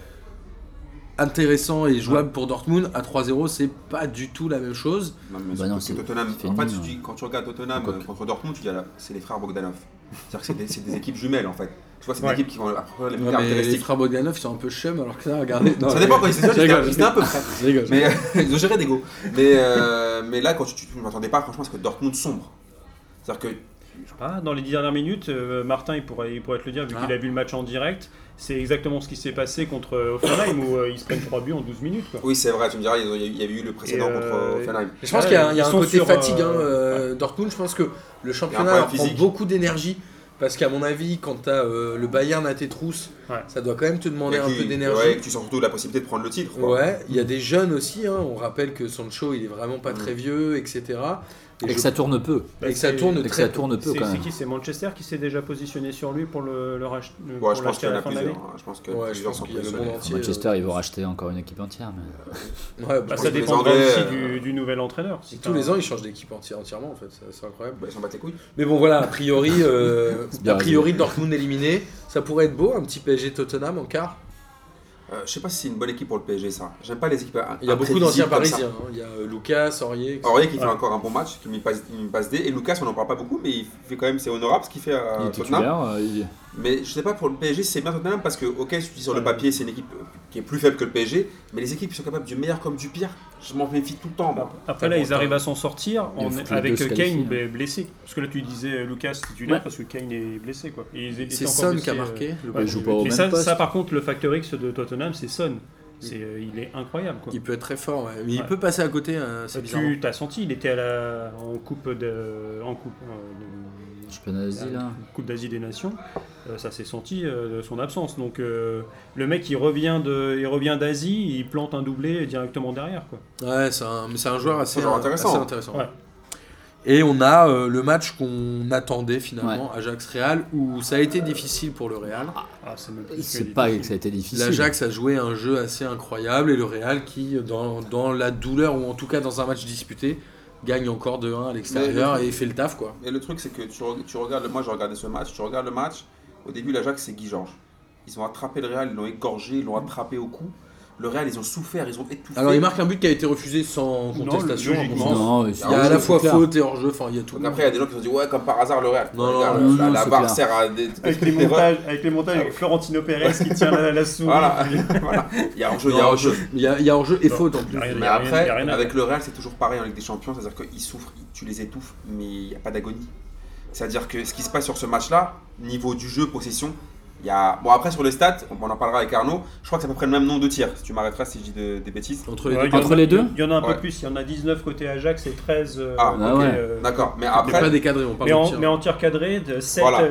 Speaker 1: intéressant et jouable pour Dortmund. À 3-0, c'est pas du tout la même chose.
Speaker 3: Non, mais
Speaker 4: Bah
Speaker 3: surtout
Speaker 4: non,
Speaker 3: que
Speaker 4: c'est-
Speaker 3: Tottenham.
Speaker 4: c'est
Speaker 3: en fait,
Speaker 4: nul,
Speaker 3: tu dis- quand tu regardes Tottenham
Speaker 4: Quoi
Speaker 3: euh,
Speaker 4: que-
Speaker 3: contre Dortmund, tu dis là, c'est les frères Bogdanov. C'est-à-dire que c'est des, c'est des équipes jumelles en fait. Tu vois, c'est
Speaker 2: Ouais.
Speaker 3: des équipes qui ont après, les mêmes
Speaker 1: Ouais, mais les
Speaker 3: caractéristiques.
Speaker 1: frères Bogdanov ils sont un peu chums alors que là, regardez. Non,
Speaker 3: Ça dépend quand ils étaient
Speaker 1: Je rigole,
Speaker 3: jeunes, ils étaient un peu prêts.
Speaker 1: je rigole.
Speaker 3: Mais euh, ils ont géré des gros. Mais, euh, mais là, quand tu, tu- je m'attendais pas franchement à ce que Dortmund sombre. C'est-à-dire que
Speaker 2: Ah, dans les dix dernières minutes, euh, Martin, il pourrait, il pourrait te le dire, vu
Speaker 1: Ah.
Speaker 2: qu'il a vu le match en direct. C'est exactement ce qui s'est passé contre euh, Offenheim, où euh, ils se prennent 3 buts en 12 minutes. Quoi.
Speaker 3: oui, c'est vrai, tu me diras, ils ont- il y a eu- il y avait eu le précédent
Speaker 2: Et,
Speaker 3: contre
Speaker 2: euh,
Speaker 3: euh, Offenheim.
Speaker 1: Je pense qu'il y a, il y a
Speaker 2: Ils
Speaker 1: un
Speaker 2: sont
Speaker 1: côté
Speaker 2: sur,
Speaker 1: fatigue. hein,
Speaker 2: euh,
Speaker 1: euh, Dortmund, je pense que le championnat
Speaker 3: problème
Speaker 1: leur prend
Speaker 3: physique.
Speaker 1: beaucoup d'énergie. Parce qu'à mon avis, quand t'as euh, le Bayern à tes trousses,
Speaker 2: Ouais.
Speaker 1: ça doit quand même te demander
Speaker 3: Et
Speaker 1: un
Speaker 3: qui-
Speaker 1: peu d'énergie.
Speaker 3: Ouais, tu sens surtout la possibilité de prendre le titre. quoi.
Speaker 1: Ouais, il y a des jeunes aussi, hein. on rappelle que Sancho il est vraiment pas très vieux, etc. Et,
Speaker 4: Et
Speaker 1: je-
Speaker 4: que ça tourne peu.
Speaker 1: et que ça tourne
Speaker 4: Et que
Speaker 1: très
Speaker 4: ça tourne peu
Speaker 2: C'est
Speaker 4: quand
Speaker 2: c'est
Speaker 4: même.
Speaker 2: qui C'est Manchester qui s'est déjà positionné sur lui pour le, le racheter
Speaker 3: Ouais, je pense qu'il y en a
Speaker 2: d'année
Speaker 3: plusieurs. hein. Je pense que
Speaker 1: Ouais, je
Speaker 3: plusieurs
Speaker 1: pense
Speaker 3: sont
Speaker 1: qu'il y a le
Speaker 3: positionnés.
Speaker 1: monde entier.
Speaker 4: Manchester,
Speaker 3: euh,
Speaker 4: ils vont racheter encore une équipe entière. mais-
Speaker 1: Ouais, bah,
Speaker 2: Bah,
Speaker 3: Je
Speaker 2: ça
Speaker 3: pense que les
Speaker 2: dépendra
Speaker 3: Anglais,
Speaker 2: aussi
Speaker 3: euh,
Speaker 2: du, du nouvel entraîneur. Si
Speaker 1: tous
Speaker 2: t'as-
Speaker 1: les ans, ils changent d'équipe entière, entièrement, en fait, c'est- c'est incroyable.
Speaker 3: Bah, ils s'en battent les couilles.
Speaker 1: Mais bon, voilà, a priori, euh,
Speaker 4: C'est bien
Speaker 1: a priori Dortmund éliminé, ça pourrait être beau, un petit PSG Tottenham en quart.
Speaker 3: Euh, je sais pas si c'est une bonne équipe pour le PSG, ça. J'aime pas les équipes.
Speaker 1: Il y a beaucoup d'anciens
Speaker 3: imprévisibles comme ça.
Speaker 1: parisiens. hein. Il y a euh, Lucas, Aurier. etc.
Speaker 3: Aurier qui fait
Speaker 2: Ouais.
Speaker 3: encore un bon match, qui me passe, il me passe des. Et Lucas, on en parle pas beaucoup, mais il fait quand même, c'est honorable ce qu'il fait à
Speaker 4: il est
Speaker 3: Tottenham.
Speaker 4: titulaire. euh, il-
Speaker 3: Mais je sais pas pour le PSG, c'est bien Tottenham parce que, ok, si tu dis sur le papier, c'est une équipe euh, qui est plus faible que le PSG, mais les équipes qui sont capables du meilleur comme du pire, je m'en méfie tout le temps. moi.
Speaker 2: Après là, ils arrivent à s'en sortir
Speaker 4: Il
Speaker 2: en-
Speaker 4: faut que les deux
Speaker 2: avec
Speaker 4: se qualifient,
Speaker 2: Kane
Speaker 4: hein.
Speaker 2: blé- blessé. Parce que là, tu disais euh, Lucas titulaire
Speaker 4: Ouais.
Speaker 2: parce que Kane est blessé quoi. Et ils étaient
Speaker 1: C'est
Speaker 2: encore
Speaker 1: Son
Speaker 2: blessés,
Speaker 1: qui a
Speaker 2: euh,
Speaker 1: marqué. le
Speaker 2: ouais.
Speaker 1: premier
Speaker 4: joue
Speaker 1: but.
Speaker 4: pas au-
Speaker 2: Et
Speaker 4: même
Speaker 2: ça,
Speaker 4: poste.
Speaker 2: ça, par contre, le facteur X de Tottenham, c'est Son. C'est, euh, il est incroyable quoi.
Speaker 1: Il peut être très fort, ouais. mais il
Speaker 2: Ouais.
Speaker 1: peut passer à côté, euh, c'est bizarre.
Speaker 2: Tu as senti, il était à la, en coupe de, en coupe, euh, de-
Speaker 4: Je peux nazi,
Speaker 1: hein.
Speaker 4: là.
Speaker 2: Coupe d'Asie des Nations, euh, ça s'est senti euh, de son absence. Donc euh, le mec il revient de, il revient d'Asie, il plante un doublé directement derrière quoi.
Speaker 1: Ouais, c'est un, mais c'est un joueur assez,
Speaker 3: Un joueur
Speaker 1: euh,
Speaker 3: intéressant.
Speaker 1: assez intéressant.
Speaker 2: Ouais.
Speaker 1: Et on a euh, le match qu'on attendait finalement, Ajax-Real, où ça a été difficile pour le Real.
Speaker 2: Ah, c'est même plus que
Speaker 4: C'est
Speaker 2: des-
Speaker 4: pas que ça a été difficile.
Speaker 1: L'Ajax a joué un jeu assez incroyable et le Real qui, dans, dans la douleur ou en tout cas dans un match disputé, gagne encore 2-1 à l'extérieur et fait le taf quoi.
Speaker 3: Et le truc, c'est que tu, re- tu regardes, moi j'ai regardé ce match, tu regardes le match, au début l'Ajax c'est Guy Georges. Ils ont attrapé le Real, ils l'ont égorgé, ils l'ont attrapé au cou. Le Real, ils ont souffert, ils ont étouffé.
Speaker 1: Alors il marque un but qui a été refusé sans
Speaker 2: Non,
Speaker 1: contestation. à un
Speaker 2: logiquement.
Speaker 1: moment.
Speaker 3: Ah
Speaker 4: Non,
Speaker 1: Il y a à la fois faute et hors-jeu, enfin il y a tout.
Speaker 3: Donc après, il y a des gens qui se disent, ouais, comme par hasard, le Real.
Speaker 1: Non, non,
Speaker 3: Regarde,
Speaker 4: non,
Speaker 3: la,
Speaker 4: non,
Speaker 3: la
Speaker 4: c'est
Speaker 3: barre
Speaker 4: clair.
Speaker 3: sert à des, des
Speaker 2: Avec les
Speaker 3: erreurs.
Speaker 2: montages, avec les montages, avec Florentino Pérez qui tient la, la souris.
Speaker 3: Ah Voilà, voilà. Il y a un jeu, il y a un jeu.
Speaker 1: Il y a, il y a hors-jeu et
Speaker 2: Non.
Speaker 1: faute en plus.
Speaker 2: Il y a
Speaker 3: Mais
Speaker 2: rien-
Speaker 3: après,
Speaker 2: il y a rien à
Speaker 3: avec le Real, c'est toujours pareil en Ligue des Champions, c'est-à-dire qu'ils souffrent, ils- tu les étouffes, mais il n'y a pas d'agonie. C'est-à-dire que ce qui se passe sur ce match-là, niveau du jeu, possession, il y a. Bon, après, sur les stats, on en parlera avec Arnaud, je crois que c'est à peu près le même nombre de tirs. Si tu m'arrêteras si je dis de- des bêtises.
Speaker 1: Entre les
Speaker 2: Ouais,
Speaker 1: deux.
Speaker 2: il y en a-
Speaker 4: Entre les deux
Speaker 2: Il y en a un
Speaker 3: Ouais.
Speaker 2: peu plus, il y en a 19 côté Ajax et 13 euh,
Speaker 3: Ah,
Speaker 2: côté,
Speaker 4: ah ouais.
Speaker 2: euh,
Speaker 3: D'accord, mais
Speaker 1: On n'est pas
Speaker 3: après.
Speaker 1: décadré, on parle
Speaker 2: mais,
Speaker 1: de
Speaker 2: en,
Speaker 1: tir.
Speaker 2: mais en tir cadré, de 7,
Speaker 3: Voilà.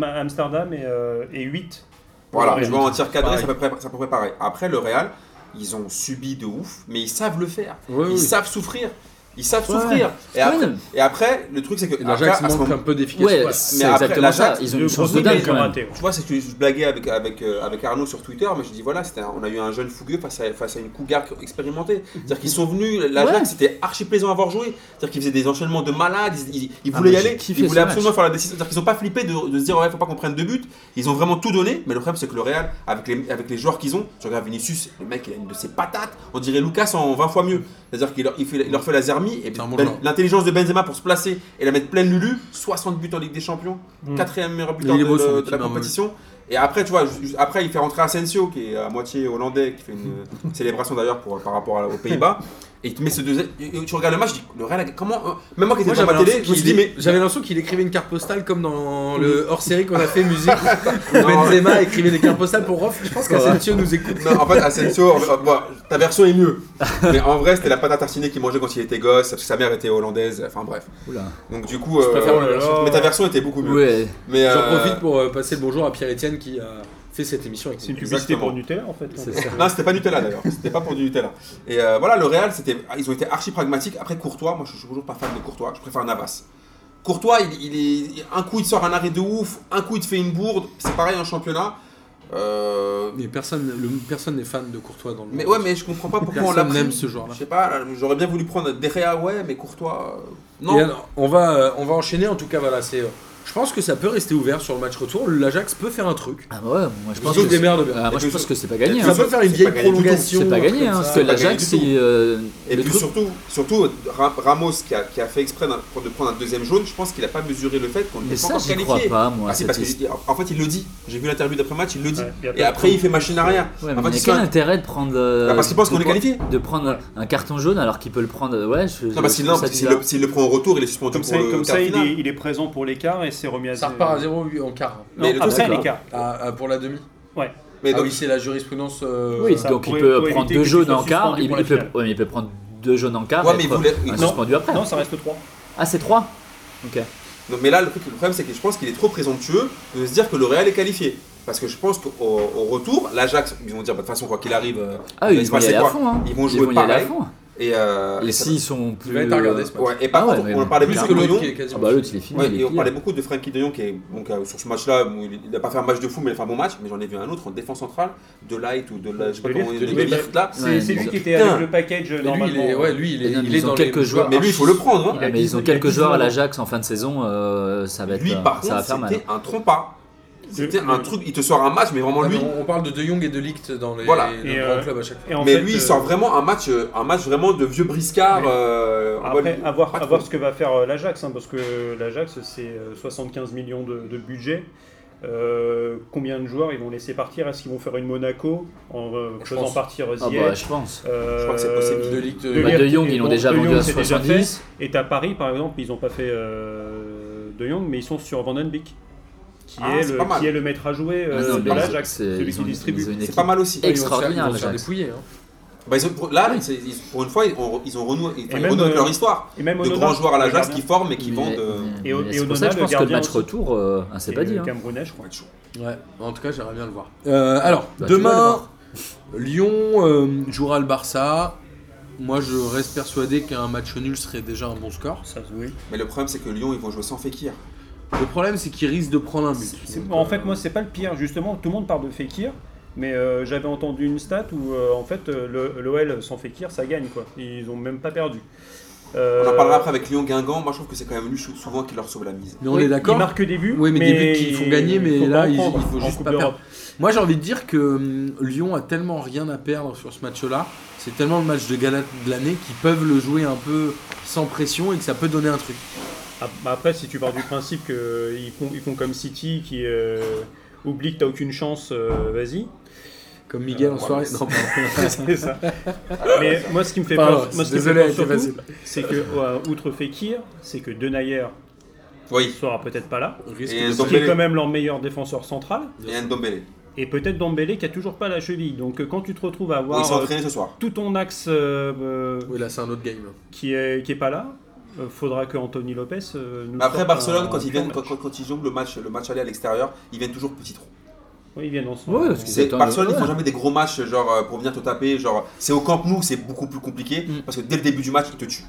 Speaker 2: Amsterdam et, euh, et 8.
Speaker 3: Voilà,
Speaker 2: Ouais,
Speaker 3: tu vois, en tir cadré,
Speaker 2: pareil.
Speaker 3: c'est à, peu près- c'est à peu près pareil. Après, le Real, ils ont subi de ouf, mais ils savent le faire.
Speaker 1: Ouais,
Speaker 3: ils
Speaker 1: ouais.
Speaker 3: savent souffrir. Ils savent
Speaker 4: Ouais.
Speaker 3: souffrir. Et, après,
Speaker 4: Ouais.
Speaker 3: et après, le truc, c'est que.
Speaker 1: Et
Speaker 3: après,
Speaker 1: L'Ajax
Speaker 3: à ce
Speaker 1: manque
Speaker 3: moment-
Speaker 1: un peu d'efficacité.
Speaker 4: Ouais,
Speaker 3: Ouais. Mais
Speaker 4: c'est
Speaker 3: après,
Speaker 4: exactement ça.
Speaker 3: l'Ajax,
Speaker 4: Ils ont
Speaker 2: Deux
Speaker 4: une chance
Speaker 2: grosses
Speaker 4: de
Speaker 2: idées,
Speaker 4: dingue
Speaker 2: ils
Speaker 4: quand
Speaker 2: ont
Speaker 4: même.
Speaker 2: raté, ouais.
Speaker 3: Tu vois, c'est que je blaguais avec, avec, euh, avec Arnaud sur Twitter, mais je dis voilà, c'était un- on a eu un jeune fougueux face à, face à une cougar
Speaker 1: Mhm.
Speaker 3: expérimentée. C'est-à-dire qu'ils sont venus, l'Ajax,
Speaker 4: Ouais.
Speaker 3: c'était archi plaisant à avoir joué. C'est-à-dire qu'ils faisaient des enchaînements de malades, ils, ils- ils
Speaker 4: Ah,
Speaker 3: voulaient
Speaker 4: mais
Speaker 3: y
Speaker 4: j'ai
Speaker 3: aller,
Speaker 4: kiffé
Speaker 3: ils
Speaker 4: ce
Speaker 3: voulaient
Speaker 4: match.
Speaker 3: absolument faire la décision. C'est-à-dire qu'ils sont pas flippés de, de se dire ouais, faut pas qu'on prenne deux buts. Ils ont vraiment tout donné, mais le problème c'est que le Real, avec les, avec les joueurs qu'ils ont, tu regardes Vinicius, le mec il a une de ses patates, on dirait Lucas en 20 fois mieux. C'est-à-dire qu'il leur, il fait- il leur fait la zermie, et
Speaker 1: C'est un bon
Speaker 3: Ben-
Speaker 1: joueur.
Speaker 3: l'intelligence de Benzema pour se placer et la mettre pleine Lulu, 60 buts en Ligue des Champions,
Speaker 2: Mm.
Speaker 3: quatrième meilleur
Speaker 1: Et
Speaker 3: buteur
Speaker 1: il est
Speaker 3: de,
Speaker 1: beau, son
Speaker 3: de
Speaker 1: petit
Speaker 3: la
Speaker 1: Marmol.
Speaker 3: compétition. Et après, tu vois, ju- ju- après, il fait rentrer Asensio, qui est à moitié hollandais, qui fait une une célébration d'ailleurs pour- par rapport à- aux Pays-Bas. Et il te met ce deuxième. et- et Tu regardes le match, je dis, le Real, a- comment. euh, Même moi qui
Speaker 1: Moi
Speaker 3: étais devant
Speaker 1: j'avais
Speaker 3: ma télé, je me
Speaker 1: l'impression
Speaker 3: suis dit,
Speaker 1: qu'il
Speaker 3: mais.
Speaker 1: j'avais l'impression qu'il écrivait une carte postale comme dans le hors-série qu'on a fait musique.
Speaker 3: Non,
Speaker 1: Benzema écrivait des cartes postales pour Rof. Je pense qu'Asensio nous écoute.
Speaker 3: non, en fait, Asensio, en- en- bon, ta version est mieux. Mais en vrai, c'était la pâte à tartiner qu'il mangeait quand il était gosse, parce que sa mère était hollandaise, enfin bref.
Speaker 4: Oula.
Speaker 3: Donc du coup. euh,
Speaker 1: préfère la
Speaker 2: version.
Speaker 3: mais ta version était beaucoup mieux.
Speaker 4: Ouais.
Speaker 3: Mais,
Speaker 1: J'en
Speaker 3: euh,
Speaker 1: profite pour euh, passer le bonjour à Pierre-Etienne qui a fait cette émission avec
Speaker 2: C'est une
Speaker 1: nous.
Speaker 2: publicité
Speaker 3: Exactement.
Speaker 2: pour Nutella en fait.
Speaker 1: C'est ça.
Speaker 3: Non, c'était pas Nutella d'ailleurs, c'était pas pour du Nutella. Et euh, voilà, le Real, c'était, ils ont été archi pragmatiques. Après Courtois, moi je suis toujours pas fan de Courtois, je préfère Navas. Courtois, il, il est, un coup il te sort un arrêt de ouf, un coup il te fait une bourde, c'est pareil en championnat. Euh,
Speaker 1: Mais personne le- personne n'est fan de Courtois dans le
Speaker 3: mais
Speaker 1: monde.
Speaker 3: ouais, mais je comprends pas pourquoi on l'a
Speaker 1: personne
Speaker 3: pris.
Speaker 1: n'aime ce joueur-là.
Speaker 3: Je sais pas, j'aurais bien voulu prendre Derrea, ouais, mais Courtois, euh, non.
Speaker 1: Et alors, on, va, euh, on va enchaîner en tout cas. Voilà, c'est, euh, je pense que ça peut rester ouvert sur le match retour. L'Ajax peut faire un truc.
Speaker 4: Ah bah ouais, moi je
Speaker 1: Ils
Speaker 4: pense
Speaker 1: se
Speaker 4: que c'est-
Speaker 1: démerdent bien.
Speaker 4: Ah, moi, je
Speaker 3: Et puis,
Speaker 4: pense que c'est pas
Speaker 3: et
Speaker 4: gagné.
Speaker 3: puis,
Speaker 4: hein.
Speaker 1: Ça peut faire une
Speaker 3: c'est
Speaker 1: vieille
Speaker 3: pas gagné du tout,
Speaker 1: prolongation.
Speaker 4: C'est pas gagné,
Speaker 1: comme ça.
Speaker 4: hein, parce que
Speaker 3: c'est pas
Speaker 4: l'Ajax,
Speaker 3: gagné du
Speaker 4: c'est. euh,
Speaker 3: Et
Speaker 4: le
Speaker 3: puis
Speaker 4: truc-
Speaker 3: surtout, surtout Ra- Ramos qui a, qui a fait exprès d'un- de prendre un deuxième jaune, je pense qu'il a pas mesuré le fait qu'on
Speaker 4: Mais
Speaker 3: n'était pas
Speaker 4: ça,
Speaker 3: encore
Speaker 4: j'y crois
Speaker 3: qualifié.
Speaker 4: pas, moi.
Speaker 3: Ah si,
Speaker 4: cette
Speaker 3: parce que
Speaker 4: histoire.
Speaker 3: en fait il le dit. J'ai vu l'interview d'après match, il le dit.
Speaker 2: Ouais, il y a pas
Speaker 3: et
Speaker 2: de
Speaker 3: après
Speaker 2: coup.
Speaker 3: il fait machine arrière.
Speaker 4: Ouais,
Speaker 3: En
Speaker 4: mais
Speaker 3: fait,
Speaker 4: il y a
Speaker 3: ils
Speaker 4: quel
Speaker 3: sont-
Speaker 4: intérêt de prendre. euh,
Speaker 3: Bah, parce qu'il pense qu'on
Speaker 4: de
Speaker 3: est
Speaker 4: prendre-
Speaker 3: qualifié.
Speaker 4: De prendre un carton jaune alors qu'il peut le prendre. Ouais, je.
Speaker 3: Non parce
Speaker 4: je
Speaker 3: qu'il
Speaker 4: trouve
Speaker 3: non,
Speaker 4: ça
Speaker 3: parce que s'il
Speaker 4: bizarre.
Speaker 3: le, s'il le prend au retour, il est suspendu
Speaker 2: Comme
Speaker 3: pour
Speaker 2: ça,
Speaker 3: le
Speaker 2: comme
Speaker 3: quart
Speaker 2: ça il,
Speaker 3: final.
Speaker 2: est, il est présent pour l'écart et c'est remis à
Speaker 1: Ça
Speaker 2: zéro.
Speaker 1: repart à 0 en quart.
Speaker 2: Non,
Speaker 3: Mais le
Speaker 2: après
Speaker 3: truc,
Speaker 1: c'est
Speaker 2: l'écart.
Speaker 1: À- à- pour la demi.
Speaker 2: Ouais.
Speaker 3: Mais
Speaker 1: ah
Speaker 3: donc,
Speaker 1: oui, c'est la jurisprudence. euh,
Speaker 4: Oui,
Speaker 2: ça
Speaker 4: donc il
Speaker 2: pourrait-
Speaker 4: peut
Speaker 2: pourrait
Speaker 4: prendre
Speaker 2: éviter
Speaker 4: deux
Speaker 2: que tu
Speaker 4: jaunes
Speaker 2: sois
Speaker 4: en quart.
Speaker 2: suspendu
Speaker 4: Il
Speaker 2: pour
Speaker 4: il
Speaker 2: la
Speaker 4: peut
Speaker 2: finale.
Speaker 4: ouais, mais il peut prendre deux jaunes en quart.
Speaker 3: Ouais,
Speaker 4: et
Speaker 3: mais
Speaker 4: être
Speaker 3: il voulait-
Speaker 4: un
Speaker 3: non.
Speaker 4: suspendu après.
Speaker 2: Non, ça reste 3.
Speaker 4: Ah, c'est 3 Ok.
Speaker 3: non, mais là le, truc- le problème c'est que je pense qu'il est trop présomptueux de se dire que le Real est qualifié. Parce que je pense qu'au au retour, l'Ajax, ils vont dire bah, de toute façon quoi qu'il arrive, euh,
Speaker 4: Ah,
Speaker 3: il va
Speaker 4: ils
Speaker 3: se
Speaker 4: vont y
Speaker 3: passer
Speaker 4: aller à
Speaker 3: quoi
Speaker 4: fond. hein.
Speaker 3: Ils vont
Speaker 4: Ils
Speaker 3: jouer
Speaker 4: vont y aller à
Speaker 3: pareil.
Speaker 4: fond.
Speaker 3: Et, euh,
Speaker 4: Et
Speaker 3: et ça-
Speaker 4: s'ils sont plus.
Speaker 1: Il va être à regarder ce match.
Speaker 3: ouais, et par
Speaker 4: Ah
Speaker 3: contre,
Speaker 4: ouais,
Speaker 3: on en
Speaker 4: mais
Speaker 3: parlait plus
Speaker 1: Plus
Speaker 3: que
Speaker 1: que
Speaker 4: clairement.
Speaker 3: de
Speaker 1: l'autre
Speaker 3: Lyon.
Speaker 1: qui est quasiment.
Speaker 4: Ah bah l'autre, il est fini.
Speaker 3: Ouais,
Speaker 4: il est
Speaker 3: et on
Speaker 4: plié.
Speaker 3: parlait beaucoup de Frankie de Jong qui est donc, euh, sur ce match-là, où il n'a pas fait un match de fou, mais il a fait un bon match. Mais j'en ai vu un autre en défense centrale, de Light ou de la, je sais pas
Speaker 2: De
Speaker 3: comment
Speaker 2: Ligt,
Speaker 3: il
Speaker 1: de
Speaker 3: de
Speaker 1: Ligt.
Speaker 3: Ligt, là.
Speaker 2: C'est
Speaker 4: Ouais,
Speaker 2: c'est
Speaker 4: mais-
Speaker 2: lui qui était
Speaker 3: Putain.
Speaker 2: avec le package euh,
Speaker 1: Mais lui, il
Speaker 2: normalement.
Speaker 1: est, ouais, lui, il est,
Speaker 4: Et non, mais
Speaker 1: il est
Speaker 4: ils ont
Speaker 1: dans
Speaker 4: quelques
Speaker 1: les
Speaker 4: joueurs.
Speaker 3: Mais lui, il faut le prendre. hein.
Speaker 2: Il a
Speaker 4: Ah, mais ils
Speaker 2: 19,
Speaker 4: ont
Speaker 2: il a
Speaker 4: quelques joueurs à
Speaker 2: 19.
Speaker 4: l'Ajax en fin de saison. euh, Ça va être.
Speaker 3: Lui,
Speaker 4: euh,
Speaker 3: par
Speaker 4: Ça va
Speaker 3: contre,
Speaker 2: hein.
Speaker 4: faire mal.
Speaker 3: c'était un trompard. C'était un truc, il te sort un match, mais vraiment
Speaker 1: Ah,
Speaker 3: lui.
Speaker 1: mais on, on parle de De Jong et de Ligt dans les,
Speaker 3: Voilà.
Speaker 1: le
Speaker 2: Et,
Speaker 1: grand
Speaker 2: euh,
Speaker 1: club à chaque fois.
Speaker 2: Et en
Speaker 3: mais
Speaker 2: fait,
Speaker 3: lui,
Speaker 2: euh,
Speaker 3: il sort vraiment un match, euh, un match vraiment de vieux briscard.
Speaker 2: Mais-
Speaker 3: euh, en
Speaker 2: Après,
Speaker 3: mode-
Speaker 2: à voir,
Speaker 3: pas
Speaker 2: à
Speaker 3: trop.
Speaker 2: voir ce que va faire euh, l'Ajax, hein, parce que l'Ajax, c'est euh, 75 millions de, de budget. Euh, combien de joueurs ils vont laisser partir Est-ce qu'ils vont faire une Monaco en euh,
Speaker 1: Je
Speaker 2: faisant
Speaker 1: pense.
Speaker 2: partir
Speaker 4: Ah
Speaker 2: Ziyech
Speaker 4: bah, je pense.
Speaker 2: Euh,
Speaker 3: Je crois que c'est possible.
Speaker 1: De Ligt,
Speaker 2: De
Speaker 1: euh,
Speaker 4: Bah,
Speaker 2: Ligt,
Speaker 4: de Jong,
Speaker 2: et
Speaker 4: ils l'ont
Speaker 2: bon,
Speaker 4: déjà
Speaker 2: De
Speaker 4: vendu
Speaker 2: Jong,
Speaker 4: à
Speaker 2: c'est déjà fait.
Speaker 4: 70.
Speaker 2: Et à Paris, par exemple, ils n'ont pas fait euh, De Jong, mais ils sont sur Vandenbeek, qui,
Speaker 3: Ah,
Speaker 2: est
Speaker 3: c'est
Speaker 2: le,
Speaker 3: pas mal.
Speaker 2: qui est le maître à jouer euh,
Speaker 4: Ah non,
Speaker 2: de
Speaker 4: mais
Speaker 2: l'Ajax,
Speaker 4: c'est- ils
Speaker 2: celui
Speaker 4: ont-
Speaker 2: qui
Speaker 4: ils ont
Speaker 2: distribue.
Speaker 4: une
Speaker 3: C'est
Speaker 4: équipe
Speaker 3: pas mal aussi.
Speaker 4: Extraordinaire,
Speaker 1: Ils vont se faire
Speaker 4: l'Ajax.
Speaker 1: dépouiller. hein.
Speaker 3: Bah, ils ont- là, c'est- ils- pour une fois, ils ont, ils ont renoué, ils-
Speaker 2: Et
Speaker 3: ils
Speaker 2: même,
Speaker 3: renoué avec
Speaker 2: euh,
Speaker 3: leur histoire.
Speaker 2: Et même
Speaker 3: De
Speaker 2: Onana,
Speaker 3: grands joueurs à
Speaker 2: le
Speaker 3: l'Ajax
Speaker 2: gardien.
Speaker 3: qui forment et qui
Speaker 4: Mais-
Speaker 3: vendent. euh,
Speaker 4: mais-
Speaker 2: Et au-
Speaker 4: mais
Speaker 2: et
Speaker 4: c'est
Speaker 2: au
Speaker 4: pour ça
Speaker 2: Nona,
Speaker 4: que je
Speaker 2: le
Speaker 4: pense que le
Speaker 2: gardien
Speaker 4: match
Speaker 2: aussi.
Speaker 4: retour, euh, ah, c'est
Speaker 2: Et
Speaker 4: pas dit.
Speaker 2: le
Speaker 4: hein.
Speaker 2: Camerounais, je crois.
Speaker 3: ouais, chaud.
Speaker 1: Ouais, en tout cas, j'aimerais bien le voir. Euh, alors,
Speaker 4: Bah, tu vas le
Speaker 1: demain,
Speaker 4: voir.
Speaker 1: Lyon euh, jouera le Barça. Moi, je reste persuadé qu'un match nul serait déjà un bon score.
Speaker 2: Ça, oui.
Speaker 3: Mais le problème, c'est que Lyon, ils vont jouer sans Fekir.
Speaker 1: Le problème, c'est qu'ils risquent de prendre un but.
Speaker 2: C'est-
Speaker 1: Donc,
Speaker 2: en
Speaker 1: euh,
Speaker 2: fait, moi, c'est pas le pire. Justement, tout le monde parle de Fekir, mais euh, j'avais entendu une stat où, euh, en fait, euh, le- l'OL sans Fekir, ça gagne, quoi. Ils ont même pas perdu. Euh,
Speaker 3: On en parlera après avec Lyon Guingamp. Moi, je trouve que c'est quand même lui sou- souvent qui leur sauve la mise.
Speaker 1: mais on
Speaker 2: oui,
Speaker 1: est d'accord.
Speaker 2: Ils marquent au début.
Speaker 1: Oui, mais des buts qui font gagner, mais
Speaker 2: faut pas
Speaker 1: là,
Speaker 2: en
Speaker 1: il-
Speaker 2: prendre
Speaker 1: il faut
Speaker 2: en
Speaker 1: juste
Speaker 2: Coupe
Speaker 1: pas
Speaker 2: d'Europe.
Speaker 1: Moi, j'ai envie de dire que hum, Lyon a tellement rien à perdre sur ce match-là. C'est tellement le match de gala de l'année qu'ils peuvent le jouer un peu sans pression et que ça peut donner un truc.
Speaker 2: Ah, bah Après, si tu pars du principe qu'ils font, ils font comme City, qui euh, oublie que t'as aucune chance, euh, vas-y.
Speaker 1: Comme Miguel
Speaker 3: Euh,
Speaker 1: en soirée.
Speaker 3: ouais, mais
Speaker 1: Non, pardon.
Speaker 2: C'est ça.
Speaker 3: Ah,
Speaker 2: Mais
Speaker 3: ouais,
Speaker 2: moi, ce qui me fait
Speaker 1: Pardon,
Speaker 2: peur, moi, ce qui me fait
Speaker 1: désolé,
Speaker 2: peur
Speaker 1: elle était
Speaker 2: surtout,
Speaker 1: facile.
Speaker 2: c'est que, euh, outre Fekir, c'est que Denayer
Speaker 3: Oui,
Speaker 2: sera peut-être pas là.
Speaker 1: Risque
Speaker 3: Et
Speaker 1: de-
Speaker 3: donc-
Speaker 2: qui est
Speaker 3: Ndombele.
Speaker 2: quand même leur meilleur défenseur central,
Speaker 3: et Ndombele.
Speaker 2: et peut-être Dembélé qui a toujours pas la cheville. Donc euh, quand tu te retrouves à
Speaker 3: Oui, ils
Speaker 2: avoir
Speaker 3: sont
Speaker 2: euh,
Speaker 3: entraînés ce soir.
Speaker 2: tout ton axe euh, euh,
Speaker 1: Oui, là, c'est un autre game.
Speaker 2: qui est qui est pas là, euh, faudra que Anthony Lopez. euh, nous
Speaker 3: Mais après
Speaker 2: sorte
Speaker 3: Barcelone,
Speaker 2: un-
Speaker 3: quand ils
Speaker 2: un
Speaker 3: viennent,
Speaker 2: match.
Speaker 3: quand, quand- quand ils jouent le match, le match aller à l'extérieur, ils viennent toujours petit trop.
Speaker 2: Oui, ils viennent ensemble.
Speaker 4: Ouais, parce
Speaker 2: On-
Speaker 4: qu'ils
Speaker 3: C'est-
Speaker 4: attendent-
Speaker 3: Barcelone, ils
Speaker 4: ouais.
Speaker 3: font jamais des gros matchs genre euh, pour venir te taper. Genre, c'est au Camp Nou, c'est beaucoup plus compliqué
Speaker 1: Mm.
Speaker 3: parce que dès le début du match, ils te tuent.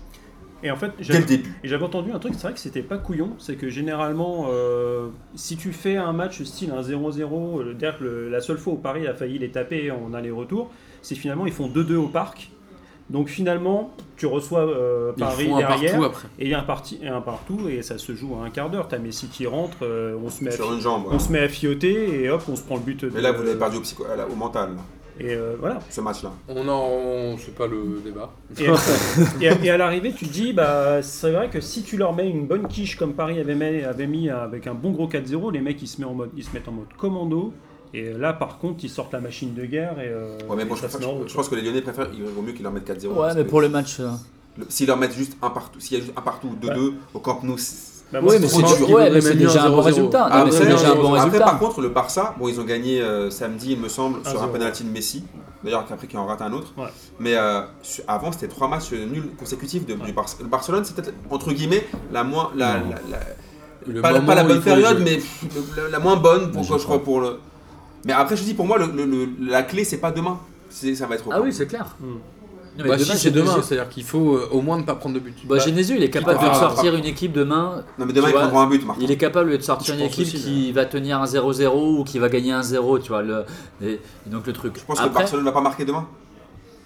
Speaker 2: Et en fait,
Speaker 3: Dès le
Speaker 2: j'avais
Speaker 3: début.
Speaker 2: et j'avais entendu un truc, c'est vrai que c'était pas couillon, c'est que généralement, euh, si tu fais un match style un 0-0, euh, d'ailleurs que le- la seule fois où Paris a failli les taper en aller-retour, c'est finalement ils font 2-2 au parc. Donc finalement, tu reçois euh,
Speaker 1: Ils
Speaker 2: Paris
Speaker 1: font un
Speaker 2: derrière.
Speaker 1: partout après.
Speaker 2: Et il y a un, parti, et un partout, et ça se joue à un quart d'heure. T'as Messi qui rentre, euh, on, se met à,
Speaker 3: Sur
Speaker 2: fi-
Speaker 3: une jambe. ouais.
Speaker 2: on se met à fioter, et hop, on se prend le but. de-
Speaker 3: Mais là, vous l'avez perdu au, psycho- à la- au mental, là,
Speaker 2: Et euh, voilà.
Speaker 3: ce match-là.
Speaker 1: On en. on- C'est pas le débat.
Speaker 2: Et, et à, et à l'arrivée, tu te dis, bah, c'est vrai que si tu leur mets une bonne quiche comme Paris avait mis, avait mis avec un bon gros 4-0, les mecs ils se, mettent en mode, ils se mettent en mode commando. Et là, par contre, ils sortent la machine de guerre. Et, euh,
Speaker 3: Ouais, mais
Speaker 2: et
Speaker 3: bon, je,
Speaker 2: ça se
Speaker 3: préfère-
Speaker 2: met en route,
Speaker 3: je pense que les Lyonnais préfèrent, il vaut mieux qu'ils leur mettent 4-0.
Speaker 4: Ouais,
Speaker 3: parce
Speaker 4: mais
Speaker 3: que
Speaker 4: pour le match. euh,
Speaker 3: le- S'ils leur mettent juste un partout, s'il y a juste un partout, 2-2, au Camp Nou, c'est-
Speaker 2: Bah, moi,
Speaker 4: Ouais,
Speaker 2: c'est
Speaker 4: mais
Speaker 2: pour
Speaker 4: c'est
Speaker 2: ça-
Speaker 1: dur.
Speaker 4: ouais, mais
Speaker 1: Ils
Speaker 4: c'est
Speaker 1: auraient
Speaker 4: déjà un
Speaker 1: mené
Speaker 4: bon
Speaker 1: 1-0.
Speaker 4: résultat.
Speaker 1: Ah,
Speaker 4: Non, mais c'est
Speaker 1: après,
Speaker 4: déjà un bon
Speaker 3: après, par
Speaker 4: résultat.
Speaker 3: contre, le Barça, bon, ils ont gagné euh, samedi, il me semble, sur un
Speaker 2: 1-0,
Speaker 3: penalty de Messi. D'ailleurs, après, qui en rate un autre.
Speaker 2: Ouais.
Speaker 3: Mais euh, su- avant, c'était trois matchs euh, nuls consécutifs de, du Bar- le Barcelone. C'était entre guillemets la moins, la,
Speaker 4: Non.
Speaker 3: la- la-
Speaker 1: Le
Speaker 3: pas, la-
Speaker 1: moment
Speaker 3: pas la
Speaker 1: où il
Speaker 3: bonne
Speaker 1: faut le
Speaker 3: période,
Speaker 1: jouer.
Speaker 3: mais le- la, la moins bonne pour
Speaker 4: Mais je
Speaker 3: quoi, je
Speaker 4: crois.
Speaker 3: crois pour le. Mais après, je dis pour moi, le- le- le- la clé, c'est pas demain. C'est- Ça va être. au
Speaker 4: Ah
Speaker 3: camp.
Speaker 4: oui, c'est clair.
Speaker 2: Hmm.
Speaker 4: Non, mais
Speaker 1: Bah, si, c'est demain.
Speaker 4: Genesio-
Speaker 1: C'est-à-dire qu'il faut euh, au moins ne pas prendre de but.
Speaker 4: Bah, Genesio, il est capable
Speaker 3: Ah,
Speaker 4: de
Speaker 3: ah,
Speaker 4: sortir une équipe demain.
Speaker 3: Non, mais demain,
Speaker 4: Tu
Speaker 3: ils
Speaker 4: vois,
Speaker 3: prendront un but, Marc.
Speaker 4: Il est capable de sortir
Speaker 2: Je
Speaker 4: une
Speaker 2: pense
Speaker 4: équipe
Speaker 2: aussi,
Speaker 4: qui va tenir un 0-0 ou qui va gagner un 0, tu vois. Le... et- et donc le truc.
Speaker 3: Je pense que
Speaker 4: Après,
Speaker 3: Barcelone va pas marquer demain.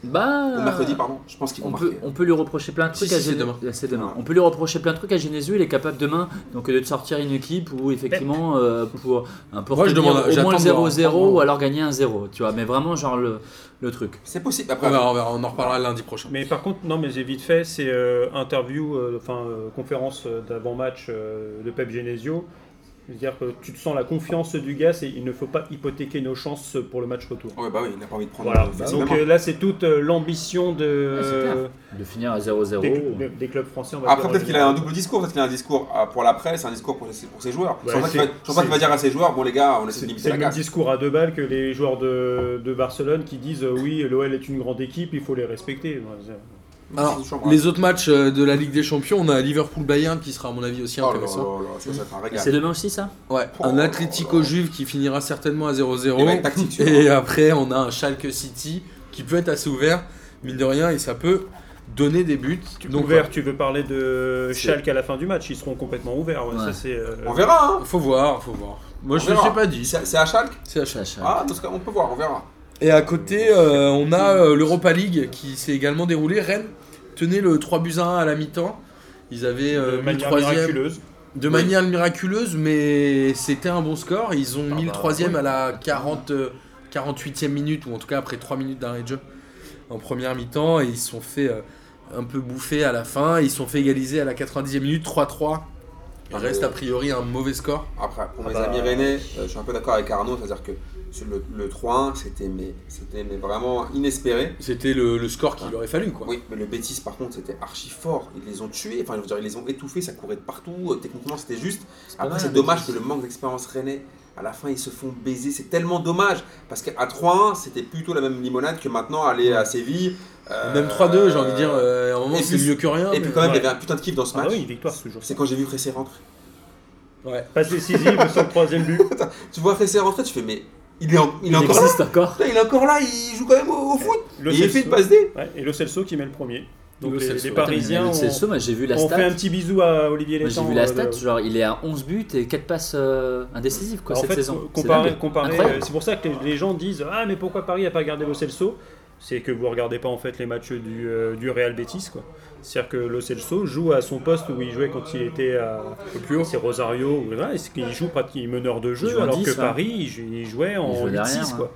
Speaker 3: Ou
Speaker 4: bah,
Speaker 3: mercredi, pardon. Je pense qu'ils vont
Speaker 4: On peut,
Speaker 3: marquer.
Speaker 4: on peut lui reprocher plein de
Speaker 1: Si,
Speaker 4: trucs
Speaker 1: si,
Speaker 4: à
Speaker 1: c'est
Speaker 4: Gene-
Speaker 1: demain.
Speaker 4: euh, c'est demain.
Speaker 3: Ouais.
Speaker 4: On peut lui reprocher plein de trucs à Genesio, il est capable demain donc euh, de sortir une équipe où effectivement euh, pour un peu
Speaker 1: Moi, je
Speaker 4: retenir
Speaker 1: demande-
Speaker 4: au
Speaker 1: j'attends
Speaker 4: moins
Speaker 1: de
Speaker 4: le
Speaker 1: voir.
Speaker 4: 0-0 ou alors gagner un 0, tu vois, mais vraiment genre le, le truc.
Speaker 3: C'est possible. Après,
Speaker 1: On verra, on verra, on en reparlera lundi prochain.
Speaker 2: Mais par contre, non, mais j'ai vite fait, c'est euh, interview, euh, enfin euh, conférence euh, d'avant-match euh, de Pep Genesio. C'est-à-dire que tu te sens la confiance du gars, c'est il ne faut pas hypothéquer nos chances pour le match retour.
Speaker 3: ouais, bah oui, il n'a pas envie de prendre.
Speaker 2: Voilà.
Speaker 3: Bah, c'est
Speaker 2: Donc
Speaker 3: demain.
Speaker 2: euh, là, c'est toute euh, l'ambition de,
Speaker 4: Ouais, Ah, c'est clair.
Speaker 2: euh,
Speaker 4: De finir à
Speaker 2: des,
Speaker 4: 0-0.
Speaker 2: des- des clubs français. On va
Speaker 3: Oh. Après,
Speaker 2: dire, euh,
Speaker 3: peut-être
Speaker 2: en
Speaker 3: qu'il a un
Speaker 2: général.
Speaker 3: double discours. Peut-être qu'il a un discours euh, pour la presse, un discours pour ses, pour ses joueurs.
Speaker 2: Ouais,
Speaker 3: je pense pas qu'il va-
Speaker 2: c'est-
Speaker 3: je pense pas qu'il va
Speaker 2: c'est-
Speaker 3: dire à ses joueurs Bon, les gars, on essaie de
Speaker 2: C'est
Speaker 3: limiter
Speaker 2: c'est
Speaker 3: la
Speaker 2: le même
Speaker 3: casse.
Speaker 2: discours à deux balles que les joueurs de, de Barcelone qui disent euh, oui, l'OL est une grande équipe, il faut les respecter. Ouais, c'est-
Speaker 1: Alors,
Speaker 3: C'est toujours-
Speaker 1: les autres matchs euh, de la Ligue des Champions, on a Liverpool-Bayern qui sera à mon avis aussi
Speaker 3: Oh là là
Speaker 1: intéressant.
Speaker 3: là là, ça va être un
Speaker 4: C'est
Speaker 3: régal.
Speaker 4: demain aussi ça
Speaker 1: Ouais,
Speaker 3: Oh
Speaker 1: un
Speaker 3: là
Speaker 1: Atlético
Speaker 3: là.
Speaker 1: Juve qui finira certainement à
Speaker 3: Il va être
Speaker 1: 0-0.
Speaker 3: tactique. celui-là.
Speaker 1: euh, Et bah, après, on a un Schalke City qui peut être assez ouvert, mine de rien, et ça peut donner des buts. Donc,
Speaker 2: Ouvert, tu veux parler de
Speaker 4: C'est-
Speaker 2: Schalke à la fin du match, ils seront complètement ouverts. ouais,
Speaker 4: Ouais.
Speaker 2: ça, c'est, euh,
Speaker 3: On verra, hein.
Speaker 1: faut voir, faut voir. Moi,
Speaker 3: On
Speaker 1: je ne
Speaker 3: verra.
Speaker 1: sais pas dit.
Speaker 3: C'est c'est à Schalke
Speaker 1: C'est à chaque.
Speaker 3: Ah, dans ce cas, on peut voir, on verra.
Speaker 1: Et à côté, euh, on a euh, l'Europa League qui s'est également déroulée. Rennes tenait le 3 buts à 1 à la mi-temps. Ils avaient
Speaker 2: de
Speaker 1: euh, mis
Speaker 2: manière
Speaker 1: troisième.
Speaker 2: miraculeuse.
Speaker 1: de manière miraculeuse, mais c'était un bon score. Ils ont
Speaker 4: Ah
Speaker 1: mis le
Speaker 4: bah,
Speaker 1: troisième
Speaker 4: oui.
Speaker 1: à la 40, euh, 48e minute, ou en tout cas après 3 minutes d'arrêt de jeu en première mi-temps, et ils se sont fait euh, un peu bouffer à la fin. Ils se sont fait égaliser à la 90e minute, 3-3. Il
Speaker 3: Ah,
Speaker 1: reste
Speaker 3: mais-
Speaker 1: a priori un mauvais score.
Speaker 3: Après, pour
Speaker 4: Ah
Speaker 3: mes
Speaker 4: bah.
Speaker 3: amis rennais, euh, je suis un peu d'accord avec Arnaud, c'est-à-dire que sur le, le 3-1, c'était mais, c'était mais vraiment inespéré.
Speaker 1: C'était le, le score qu'il aurait fallu, quoi.
Speaker 3: Oui, mais le Bétis, par contre, c'était archi fort. Ils les ont tués, enfin, je veux dire, ils les ont étouffés, ça courait de partout. euh, Techniquement, c'était juste. Après, c'est dommage que le manque d'expérience rennais, à la fin, ils se font baiser. C'est tellement dommage. Parce qu'à 3-1, c'était plutôt la même limonade que maintenant, aller à Séville. euh,
Speaker 1: Même 3-2, j'ai envie de dire,
Speaker 3: euh,
Speaker 1: euh, à un moment
Speaker 3: et
Speaker 1: c'est
Speaker 3: puis-
Speaker 1: mieux que rien.
Speaker 3: Et
Speaker 1: mais-
Speaker 3: puis, quand même,
Speaker 2: ouais.
Speaker 3: il y avait un putain de kiff dans ce
Speaker 2: Ah
Speaker 3: match.
Speaker 2: oui, victoire toujours.
Speaker 3: C'est quand j'ai vu Fressé rentrer.
Speaker 1: Ouais.
Speaker 2: Passe décisive sur le troisième but.
Speaker 3: Tu vois Fressé rentrer, tu fais, mais il est, en- il est
Speaker 4: Il
Speaker 3: encore là.
Speaker 4: existe encore
Speaker 3: Putain, Il est encore là, il joue quand même au, au foot.
Speaker 2: Le
Speaker 3: et il fait
Speaker 2: Celso.
Speaker 3: de passe D.
Speaker 2: Ouais, et le Celso qui met le premier. Donc
Speaker 1: Le
Speaker 2: les,
Speaker 1: Celso.
Speaker 2: les
Speaker 1: Putain,
Speaker 2: Parisiens ont,
Speaker 4: euh, C'est ça, j'ai vu la
Speaker 2: ont fait
Speaker 4: stat.
Speaker 2: un petit bisou à Olivier
Speaker 4: Moi, J'ai
Speaker 2: Létang.
Speaker 4: vu la
Speaker 2: euh,
Speaker 4: stat,
Speaker 2: de-
Speaker 4: genre il est à 11 buts et 4 passes euh, indécisives quoi,
Speaker 2: Alors,
Speaker 4: cette
Speaker 2: en fait,
Speaker 4: saison. C'est
Speaker 2: comparé-
Speaker 4: dingue.
Speaker 2: comparé- euh,
Speaker 4: Incroyable.
Speaker 2: c'est pour ça que les, les gens disent Ah, mais pourquoi Paris n'a pas gardé Lo Celso C'est que vous regardez pas en fait les matchs du, euh, du Real Betis. quoi. C'est-à-dire que Lo Celso joue à son poste où il jouait quand il était à
Speaker 1: Au plus haut.
Speaker 2: c'est Rosario. ou- voilà, et c'est qu'il joue pratiquement meneur de jeu,
Speaker 4: joue en
Speaker 2: alors
Speaker 4: 10,
Speaker 2: que
Speaker 4: hein.
Speaker 2: Paris, il jou- il jouait en
Speaker 4: joue
Speaker 2: 8-6.
Speaker 4: derrière, hein.
Speaker 2: quoi.